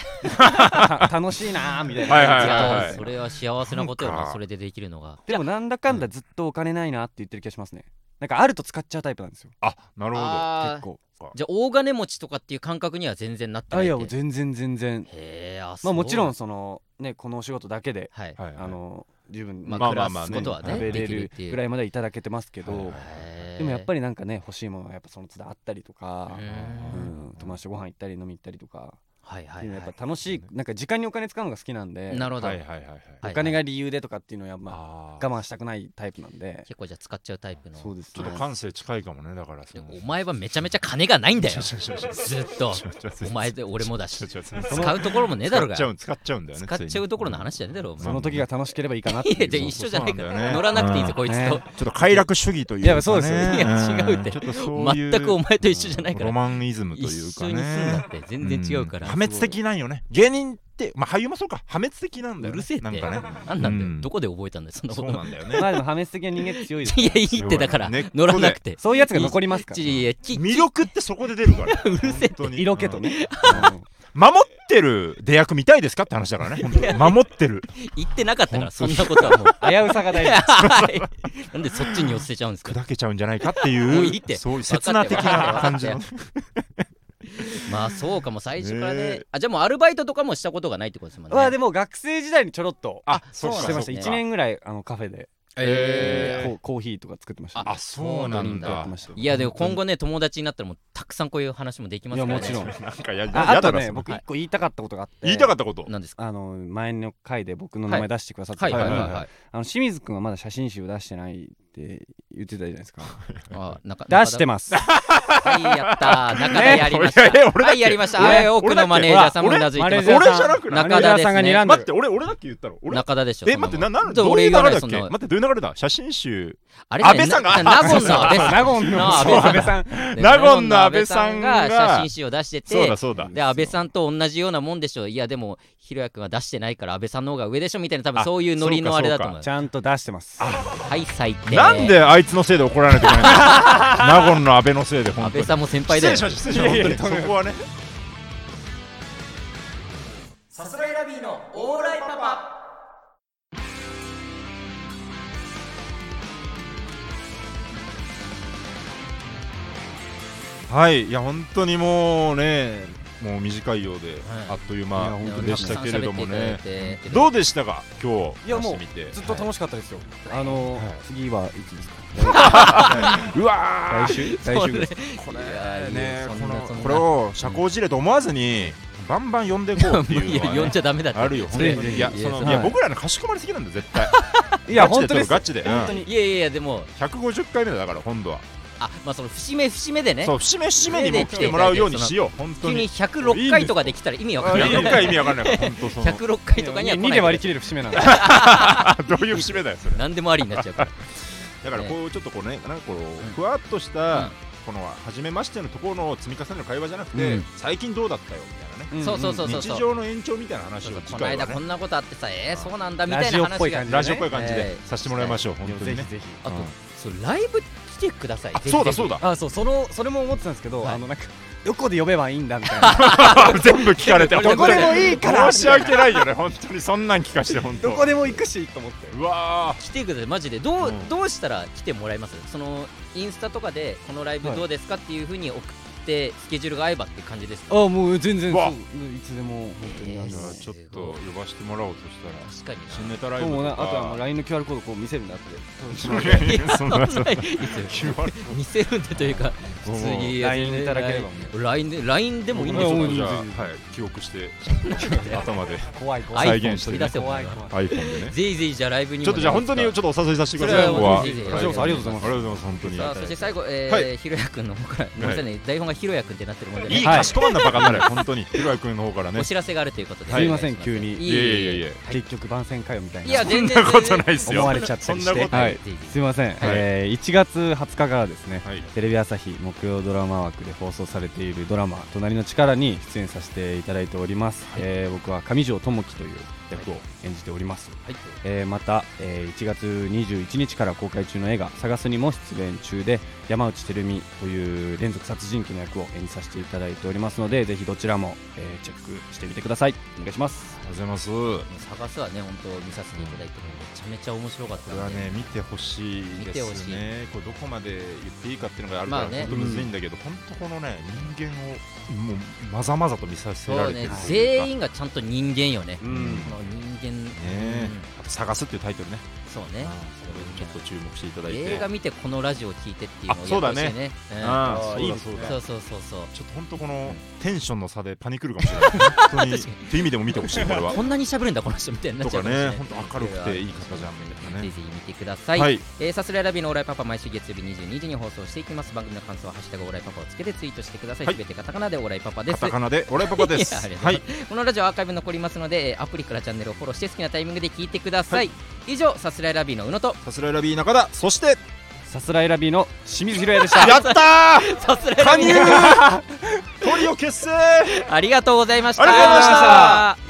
[SPEAKER 3] 楽しいなーみたいな
[SPEAKER 2] はいはいはいはい
[SPEAKER 1] やそれは幸せなことよ
[SPEAKER 2] なん
[SPEAKER 1] な
[SPEAKER 2] か
[SPEAKER 1] それでできるのが
[SPEAKER 3] でもなんだかんだずっとお金ないなって言ってる気がしますねなんかあると使っちゃうタイプなんですよ
[SPEAKER 2] あなるほど
[SPEAKER 1] あー
[SPEAKER 3] 結構
[SPEAKER 1] じゃあ大金持ちとかっていう感覚には全然なってな
[SPEAKER 3] あ
[SPEAKER 1] い
[SPEAKER 3] い
[SPEAKER 1] って
[SPEAKER 3] や全然全然
[SPEAKER 1] へえあ
[SPEAKER 3] まあもちろん
[SPEAKER 1] そう
[SPEAKER 3] そのねこのお仕事だけで
[SPEAKER 1] はい、
[SPEAKER 2] はいはい
[SPEAKER 3] あの十分
[SPEAKER 1] まあ、
[SPEAKER 2] まあ
[SPEAKER 1] 暮
[SPEAKER 2] まあ
[SPEAKER 1] ら
[SPEAKER 2] まあ
[SPEAKER 1] すことはね
[SPEAKER 3] 食べ
[SPEAKER 1] で
[SPEAKER 3] れ
[SPEAKER 1] きるっ
[SPEAKER 3] る
[SPEAKER 1] ていう
[SPEAKER 3] ぐらいまではいただけてますけ
[SPEAKER 2] はいは
[SPEAKER 3] ど
[SPEAKER 2] い
[SPEAKER 3] でもやっぱ
[SPEAKER 1] り
[SPEAKER 3] りなんかね欲しいものはやっぱその都度あったりとか
[SPEAKER 1] うん
[SPEAKER 3] うん友達とご飯行ったり飲み行ったりとか
[SPEAKER 1] はい
[SPEAKER 3] っ
[SPEAKER 1] は
[SPEAKER 3] て
[SPEAKER 1] い、
[SPEAKER 3] いうの
[SPEAKER 1] は
[SPEAKER 3] はやっ
[SPEAKER 1] い、
[SPEAKER 3] ぱ楽しいなんか時間にお金使うのが好きなんで
[SPEAKER 1] なるほど、
[SPEAKER 2] はいはいはいはい
[SPEAKER 1] はい
[SPEAKER 3] お金が理由でとかっていうのはま
[SPEAKER 2] あ
[SPEAKER 3] あ
[SPEAKER 2] ー
[SPEAKER 3] 我慢したくないタイプなんで
[SPEAKER 1] 結構じゃあ使っちゃうタイプの
[SPEAKER 3] そうです
[SPEAKER 2] ちょ
[SPEAKER 3] ね
[SPEAKER 2] っと感性近いかもねだからそ
[SPEAKER 1] で
[SPEAKER 2] の
[SPEAKER 1] お前はめちゃめちゃ金がないん だよ
[SPEAKER 2] ちょちょちょ
[SPEAKER 1] ずっと
[SPEAKER 2] ちょちょちょ
[SPEAKER 1] お前で俺もだし
[SPEAKER 2] ちょちょちょ
[SPEAKER 1] 使うところもねえだろうが
[SPEAKER 2] 使っちゃ
[SPEAKER 1] 使
[SPEAKER 2] う使っちゃうんだよね
[SPEAKER 1] っちゃうところの話じゃねえだろお
[SPEAKER 3] そ
[SPEAKER 1] 前
[SPEAKER 3] の時が楽しければいいかなって
[SPEAKER 1] いや
[SPEAKER 3] い
[SPEAKER 1] じゃあ
[SPEAKER 3] う
[SPEAKER 1] 一緒じゃないか
[SPEAKER 2] そうなんだよ
[SPEAKER 1] ら
[SPEAKER 2] ね
[SPEAKER 1] 乗らなくていいぞ
[SPEAKER 2] うん
[SPEAKER 1] こいつ
[SPEAKER 3] ね
[SPEAKER 1] と
[SPEAKER 2] ちょっと快楽主義というか、ね、
[SPEAKER 3] いやそうですよ
[SPEAKER 1] いや違うって
[SPEAKER 2] ちょっとそういう
[SPEAKER 1] 全くお前と一緒じゃないから
[SPEAKER 2] ロマンイズムと
[SPEAKER 1] 一
[SPEAKER 2] いうか
[SPEAKER 1] 緒
[SPEAKER 2] ね
[SPEAKER 1] にすんだって全然違うから
[SPEAKER 2] ん破滅的なんよね芸人ってまあ俳優もそうか破滅的なんだ
[SPEAKER 1] う
[SPEAKER 2] よ、ね、
[SPEAKER 1] るせえって
[SPEAKER 2] な んかね
[SPEAKER 1] なんなんだよ
[SPEAKER 2] うん
[SPEAKER 1] どこで覚えたんだよそんなこ
[SPEAKER 2] そう
[SPEAKER 1] と
[SPEAKER 2] なんだよね
[SPEAKER 3] まあでも破滅的な人間強いです
[SPEAKER 1] いやいいってだから
[SPEAKER 2] 根っこで
[SPEAKER 1] 乗らなくて
[SPEAKER 3] そういうやつが残りますから
[SPEAKER 1] ちいやき
[SPEAKER 2] 魅力ってそこで出るから
[SPEAKER 1] うるせえって
[SPEAKER 2] 本当に
[SPEAKER 3] 色気とねうん
[SPEAKER 2] うん守ってる出役見たいですかって話だからね本当に守ってる
[SPEAKER 1] 言ってなかったからそんなこと はもう
[SPEAKER 3] 危うさ が大事
[SPEAKER 1] はいなんでそっちに寄せちゃうんです か
[SPEAKER 2] 砕けちゃうんじゃないかってい
[SPEAKER 1] もう
[SPEAKER 2] う
[SPEAKER 1] いいって
[SPEAKER 2] そういう刹那的な感じの
[SPEAKER 1] 分まあそうかも最初からね、
[SPEAKER 2] ねえ
[SPEAKER 1] あじゃあもうアルバイトとかもしたことがないってことですもんね
[SPEAKER 3] まあでも学生時代にちょろっと
[SPEAKER 2] あ
[SPEAKER 1] そうなん
[SPEAKER 3] し
[SPEAKER 1] だ
[SPEAKER 3] てました1年ぐらいあのカフェで
[SPEAKER 2] え
[SPEAKER 3] コーコーヒーとか作ってましたね
[SPEAKER 2] あそうなん
[SPEAKER 1] そうな
[SPEAKER 2] だ
[SPEAKER 3] やってましたよ
[SPEAKER 1] いやでも今後ね友達になったらもうたくさんこういう話もできますから、ね、
[SPEAKER 3] いやもちろん
[SPEAKER 2] なんかや
[SPEAKER 3] あ
[SPEAKER 2] や
[SPEAKER 3] あ
[SPEAKER 2] だ
[SPEAKER 3] と
[SPEAKER 2] なそ
[SPEAKER 3] ね
[SPEAKER 2] の
[SPEAKER 3] 僕一個言いたかったことがあって
[SPEAKER 2] 言いたか
[SPEAKER 3] っ
[SPEAKER 2] ったこと
[SPEAKER 1] なんですか
[SPEAKER 3] たあの前の回で僕の名前出してくださってた
[SPEAKER 1] はいはいはい
[SPEAKER 2] はい
[SPEAKER 1] は
[SPEAKER 3] あの清水君はまだ写真集を出してないって言ってたじゃないですか
[SPEAKER 1] あなんか
[SPEAKER 3] 出してます
[SPEAKER 1] はいやったー中田やりました、
[SPEAKER 2] ねこれえ俺だっけ
[SPEAKER 1] はいやりました
[SPEAKER 2] 俺
[SPEAKER 1] はい奥のマネージャーさんもう
[SPEAKER 3] 俺
[SPEAKER 1] なずいて
[SPEAKER 3] マネ
[SPEAKER 1] ま
[SPEAKER 3] ー
[SPEAKER 1] す
[SPEAKER 3] ジャー
[SPEAKER 2] 俺
[SPEAKER 3] さん
[SPEAKER 2] じゃなくない
[SPEAKER 3] マネージャーさんが睨んで
[SPEAKER 2] 待っ
[SPEAKER 3] る
[SPEAKER 2] て俺俺だっけ言ったの俺
[SPEAKER 1] 中田でしょ
[SPEAKER 2] え
[SPEAKER 1] そん
[SPEAKER 2] 待って
[SPEAKER 1] も
[SPEAKER 2] なんなん
[SPEAKER 1] ど
[SPEAKER 2] ど
[SPEAKER 1] う
[SPEAKER 2] ういう流れだっ
[SPEAKER 1] そ
[SPEAKER 2] け
[SPEAKER 1] ん
[SPEAKER 2] 待
[SPEAKER 1] な
[SPEAKER 2] ってどういう流れだ写真集
[SPEAKER 1] あれね
[SPEAKER 2] 安倍さん
[SPEAKER 1] な
[SPEAKER 2] が
[SPEAKER 1] な納言の安倍さんなあ
[SPEAKER 3] 納言のそう安倍さん
[SPEAKER 1] で
[SPEAKER 2] 納言の安倍さんが
[SPEAKER 1] 納言の安倍さんが写真集を出して
[SPEAKER 2] そう
[SPEAKER 1] て
[SPEAKER 2] だそうだ
[SPEAKER 1] で安倍さんと同じようなもんでしょういやでもひろやくんは出してないから安倍さんの方が上でしょみたいな多分
[SPEAKER 2] あ
[SPEAKER 1] そういうノリのあれだと思う
[SPEAKER 3] ちゃんと出してます
[SPEAKER 1] はい最低
[SPEAKER 2] なんであいつのせいで怒られない といけないの納言の安倍のせいで本
[SPEAKER 1] 安
[SPEAKER 2] 当に
[SPEAKER 1] 倍さんも先輩だ
[SPEAKER 2] 失
[SPEAKER 1] よ
[SPEAKER 2] 礼しました失礼しました本当にそこはねはいいや本当にもうねもう短いようで、
[SPEAKER 1] はい
[SPEAKER 2] あっという間
[SPEAKER 3] いや本当に
[SPEAKER 2] でしたけれどもね
[SPEAKER 1] ど
[SPEAKER 2] ど
[SPEAKER 1] う
[SPEAKER 2] うでしたか今日
[SPEAKER 3] いやもう
[SPEAKER 2] 話してみて
[SPEAKER 3] ずっと楽しかったですよあの
[SPEAKER 2] はい
[SPEAKER 3] 次はいつですか
[SPEAKER 2] うわー
[SPEAKER 1] 来
[SPEAKER 3] 週来
[SPEAKER 1] 週
[SPEAKER 3] 週
[SPEAKER 1] ぐら
[SPEAKER 3] ぐ
[SPEAKER 1] い
[SPEAKER 3] い
[SPEAKER 1] これ
[SPEAKER 2] ねこのこれ
[SPEAKER 1] れを
[SPEAKER 2] を社交辞令と思わずにバンバン呼んでいこうっていうのは、ね、
[SPEAKER 1] 呼んじゃダメだって
[SPEAKER 2] あるよ、本当に。いや、その、いや、
[SPEAKER 3] はい
[SPEAKER 2] 僕らのかしこまりすぎなんだ、絶対。
[SPEAKER 3] いや
[SPEAKER 2] ガチ
[SPEAKER 3] 本
[SPEAKER 2] で
[SPEAKER 3] 当です
[SPEAKER 2] ガチで。
[SPEAKER 3] 本当に
[SPEAKER 1] いやいやいやでも
[SPEAKER 2] 百五十回目だだから、今度は。
[SPEAKER 1] あまあその節目節目でね
[SPEAKER 2] そう、節目節目にも来てもらうようにしよう、本当
[SPEAKER 1] 急に
[SPEAKER 2] に。
[SPEAKER 1] 106回とかできたら意味わかん
[SPEAKER 2] あ
[SPEAKER 1] ないい
[SPEAKER 2] いのか意味わかんないから、本当その。
[SPEAKER 1] 106回とかには来
[SPEAKER 3] 2
[SPEAKER 1] な
[SPEAKER 3] で
[SPEAKER 1] い
[SPEAKER 3] 割り切れる節目なんで
[SPEAKER 2] あどういう節目だよ、それ。
[SPEAKER 1] 何でもありになっちゃうから
[SPEAKER 2] だから、こう、ちょっとこうね、なんかこう、ふわっとした。この初めましてのところの積み重ねの会話じゃなく
[SPEAKER 1] う
[SPEAKER 2] て
[SPEAKER 1] ん、
[SPEAKER 2] 最近どうだったよみたいなね。
[SPEAKER 1] そうそうそうそう
[SPEAKER 2] 日常の延長みたいな話
[SPEAKER 1] そ
[SPEAKER 2] を
[SPEAKER 1] うそう
[SPEAKER 2] 次
[SPEAKER 1] この
[SPEAKER 2] 回
[SPEAKER 1] 間
[SPEAKER 2] は
[SPEAKER 1] こ
[SPEAKER 2] ね。
[SPEAKER 1] んなことあってさえーそうなんだみた
[SPEAKER 3] ラ
[SPEAKER 1] い
[SPEAKER 3] ジ
[SPEAKER 1] な
[SPEAKER 3] オっぽ
[SPEAKER 1] 話
[SPEAKER 3] い
[SPEAKER 1] が
[SPEAKER 3] 感じ
[SPEAKER 2] ラジオっぽい感じ
[SPEAKER 1] え
[SPEAKER 2] で
[SPEAKER 1] え
[SPEAKER 2] させてもらいましょう、本当にね。
[SPEAKER 3] ぜひ
[SPEAKER 1] あと
[SPEAKER 2] うん
[SPEAKER 1] そうライブ来てください
[SPEAKER 2] あ、そうだそう
[SPEAKER 1] だ
[SPEAKER 2] だ。
[SPEAKER 3] あそうそのそれも思ってたんですけど
[SPEAKER 1] はい
[SPEAKER 3] あのなんか横で呼べばいいんだみたいな
[SPEAKER 2] 全部聞かれて、本
[SPEAKER 3] ど
[SPEAKER 2] 当
[SPEAKER 3] こ
[SPEAKER 2] に
[SPEAKER 3] で。もいいから
[SPEAKER 2] 申し訳ないよね、本当にそんなん聞かして、本 当。
[SPEAKER 3] どこでも行くしと思って
[SPEAKER 2] うわ
[SPEAKER 1] 来てくださいマジでどう,、
[SPEAKER 2] うん
[SPEAKER 1] どうしたら来てもらえますそのインスタとかでこのライブどうですかっていうふうに送ってスケジュールが合えばって感じですか、
[SPEAKER 3] あもう全然
[SPEAKER 2] うわ
[SPEAKER 3] そういつでも本当にあ
[SPEAKER 1] え
[SPEAKER 2] ー
[SPEAKER 1] ー
[SPEAKER 2] じゃあ
[SPEAKER 3] の
[SPEAKER 2] ちょっと呼ばしてもらおうとしたら
[SPEAKER 1] 確か
[SPEAKER 2] 新
[SPEAKER 1] に
[SPEAKER 2] ネタライブ
[SPEAKER 3] もうな
[SPEAKER 2] と
[SPEAKER 3] あとはも
[SPEAKER 2] か
[SPEAKER 3] う LINE の QR コードこう見せるんだって
[SPEAKER 2] いやそんな
[SPEAKER 1] な そんないいですよ
[SPEAKER 2] QR
[SPEAKER 1] 見せるんでというか普通
[SPEAKER 2] も
[SPEAKER 1] に
[SPEAKER 3] LINE いただければも
[SPEAKER 1] LINE で LINE でもいいんでし
[SPEAKER 2] 僕
[SPEAKER 1] ょ
[SPEAKER 2] も
[SPEAKER 1] う
[SPEAKER 2] ちょっ
[SPEAKER 1] か
[SPEAKER 2] とじゃあ
[SPEAKER 3] うんうんうん
[SPEAKER 2] はい記憶して頭で
[SPEAKER 3] 怖い怖い
[SPEAKER 2] 再現して
[SPEAKER 1] iPhone 取り
[SPEAKER 2] ね
[SPEAKER 1] 出せ
[SPEAKER 3] 怖い
[SPEAKER 1] もんな
[SPEAKER 3] 怖い
[SPEAKER 2] iPhone でね
[SPEAKER 1] ぜひぜひじゃあライブにも
[SPEAKER 2] ちょっとじゃあ本当にちょっ
[SPEAKER 1] ね
[SPEAKER 2] とお誘いさせてください
[SPEAKER 1] それは
[SPEAKER 2] ここは
[SPEAKER 1] ぜひぜひ
[SPEAKER 2] は
[SPEAKER 1] こちらこそ
[SPEAKER 3] ありがとうございます
[SPEAKER 2] ありがとうございます本当に
[SPEAKER 1] さあそして最後、えー
[SPEAKER 2] はい
[SPEAKER 1] ひろやくんの方から、ごめんなさいね、台本がひろやくんってなってるもんで、ね、
[SPEAKER 2] いい
[SPEAKER 3] はい
[SPEAKER 2] かしこまんなバカになれ本当にひろやくんの方からね
[SPEAKER 1] お知らせがあるということで、
[SPEAKER 2] はいすいま
[SPEAKER 3] せん急に
[SPEAKER 1] い
[SPEAKER 2] いやいやいや
[SPEAKER 3] 結局番宣かよみたい
[SPEAKER 1] いや
[SPEAKER 3] な
[SPEAKER 1] 全
[SPEAKER 2] そ
[SPEAKER 1] 然
[SPEAKER 2] んなことないです
[SPEAKER 3] 思
[SPEAKER 2] よ
[SPEAKER 3] われちゃったり
[SPEAKER 2] そ
[SPEAKER 3] し
[SPEAKER 2] んな
[SPEAKER 3] て
[SPEAKER 2] こと
[SPEAKER 1] は
[SPEAKER 3] はいいすいませんえー1月20日からですね
[SPEAKER 2] はい
[SPEAKER 3] テレビ朝日木曜ドラマ枠で放送されているドラマ「隣の力」に出演させていただいております、えー僕は上条智樹という役を演じております、
[SPEAKER 1] はい
[SPEAKER 3] えーまた、えー1月21日から公開中の映画「探す」にも出演中で山内照美という連続殺人鬼の役を演じさせていただいておりますのでぜひどちらも、えーチェックしてみてくださいお願いします
[SPEAKER 2] ありがとうございます
[SPEAKER 1] 探すはね本当見させていただいてもめちゃめちゃ面白かった
[SPEAKER 2] これは
[SPEAKER 1] んで、
[SPEAKER 2] ね見てほしい
[SPEAKER 1] 見
[SPEAKER 2] で
[SPEAKER 1] てほし
[SPEAKER 2] す
[SPEAKER 1] い
[SPEAKER 2] ねこれどこまで言っていいかっていうのがある
[SPEAKER 1] ま
[SPEAKER 2] か
[SPEAKER 1] あ
[SPEAKER 2] ら
[SPEAKER 1] ね
[SPEAKER 2] 本当むずいんだけど本当このね人間をもうまざまざと見させら
[SPEAKER 1] そう
[SPEAKER 2] れて
[SPEAKER 1] ね
[SPEAKER 2] るというか
[SPEAKER 1] 全員がちゃんと人間よね、
[SPEAKER 3] う
[SPEAKER 2] うん
[SPEAKER 1] この人間、
[SPEAKER 2] ね
[SPEAKER 1] うん
[SPEAKER 2] あと探すっていうタイトルね
[SPEAKER 1] そう
[SPEAKER 2] うん
[SPEAKER 1] ね
[SPEAKER 2] それにちょっと注目していただいて
[SPEAKER 1] 映画見てこのラジオを聞いてっていうのを
[SPEAKER 2] あそ
[SPEAKER 1] や
[SPEAKER 2] うだ
[SPEAKER 1] って
[SPEAKER 2] ね
[SPEAKER 1] ほしいねうん
[SPEAKER 2] ああいいです
[SPEAKER 3] そうだ
[SPEAKER 2] ね
[SPEAKER 1] そうそうそうそう
[SPEAKER 2] ちょっと本当このテンションの差でパニクるかもしれない本当にっていう意味でも見てほしいこ れは
[SPEAKER 1] こんなに喋るんだこの人みたいにな
[SPEAKER 2] と
[SPEAKER 1] っちゃ
[SPEAKER 2] か
[SPEAKER 1] うかもしれ
[SPEAKER 2] ね
[SPEAKER 1] ない
[SPEAKER 2] 本当明るくていい方じゃんみたいな
[SPEAKER 1] ぜ
[SPEAKER 2] ね
[SPEAKER 1] ひ見てください、
[SPEAKER 2] はい
[SPEAKER 1] えーさすらいラビのオーライパパ毎週月曜日22時に放送していきます番組の感想は「ハッシュタグオーライパパ」をつけてツイートしてください
[SPEAKER 2] は
[SPEAKER 1] す
[SPEAKER 2] い
[SPEAKER 1] べ、てカタカナでオーライパパで
[SPEAKER 2] カ
[SPEAKER 1] す
[SPEAKER 2] タカナで俺パパで
[SPEAKER 1] いやあ
[SPEAKER 2] す
[SPEAKER 1] りがとうご
[SPEAKER 2] は
[SPEAKER 1] ざい
[SPEAKER 2] い
[SPEAKER 1] ますこのラジオはアーカイブ残りますのでえーアプリからチャンネルをフォローして好きなタイミングで聞いてください、以上さすらいラビーの宇野と
[SPEAKER 2] さすらいラビー中田そして
[SPEAKER 3] さすらいラビーの清水宏也でした
[SPEAKER 2] やったー
[SPEAKER 1] さすらいラ
[SPEAKER 2] 加
[SPEAKER 1] ビ
[SPEAKER 2] 入
[SPEAKER 1] ーの
[SPEAKER 2] トリオ結成
[SPEAKER 1] ありがとうございました
[SPEAKER 2] ありがとうございました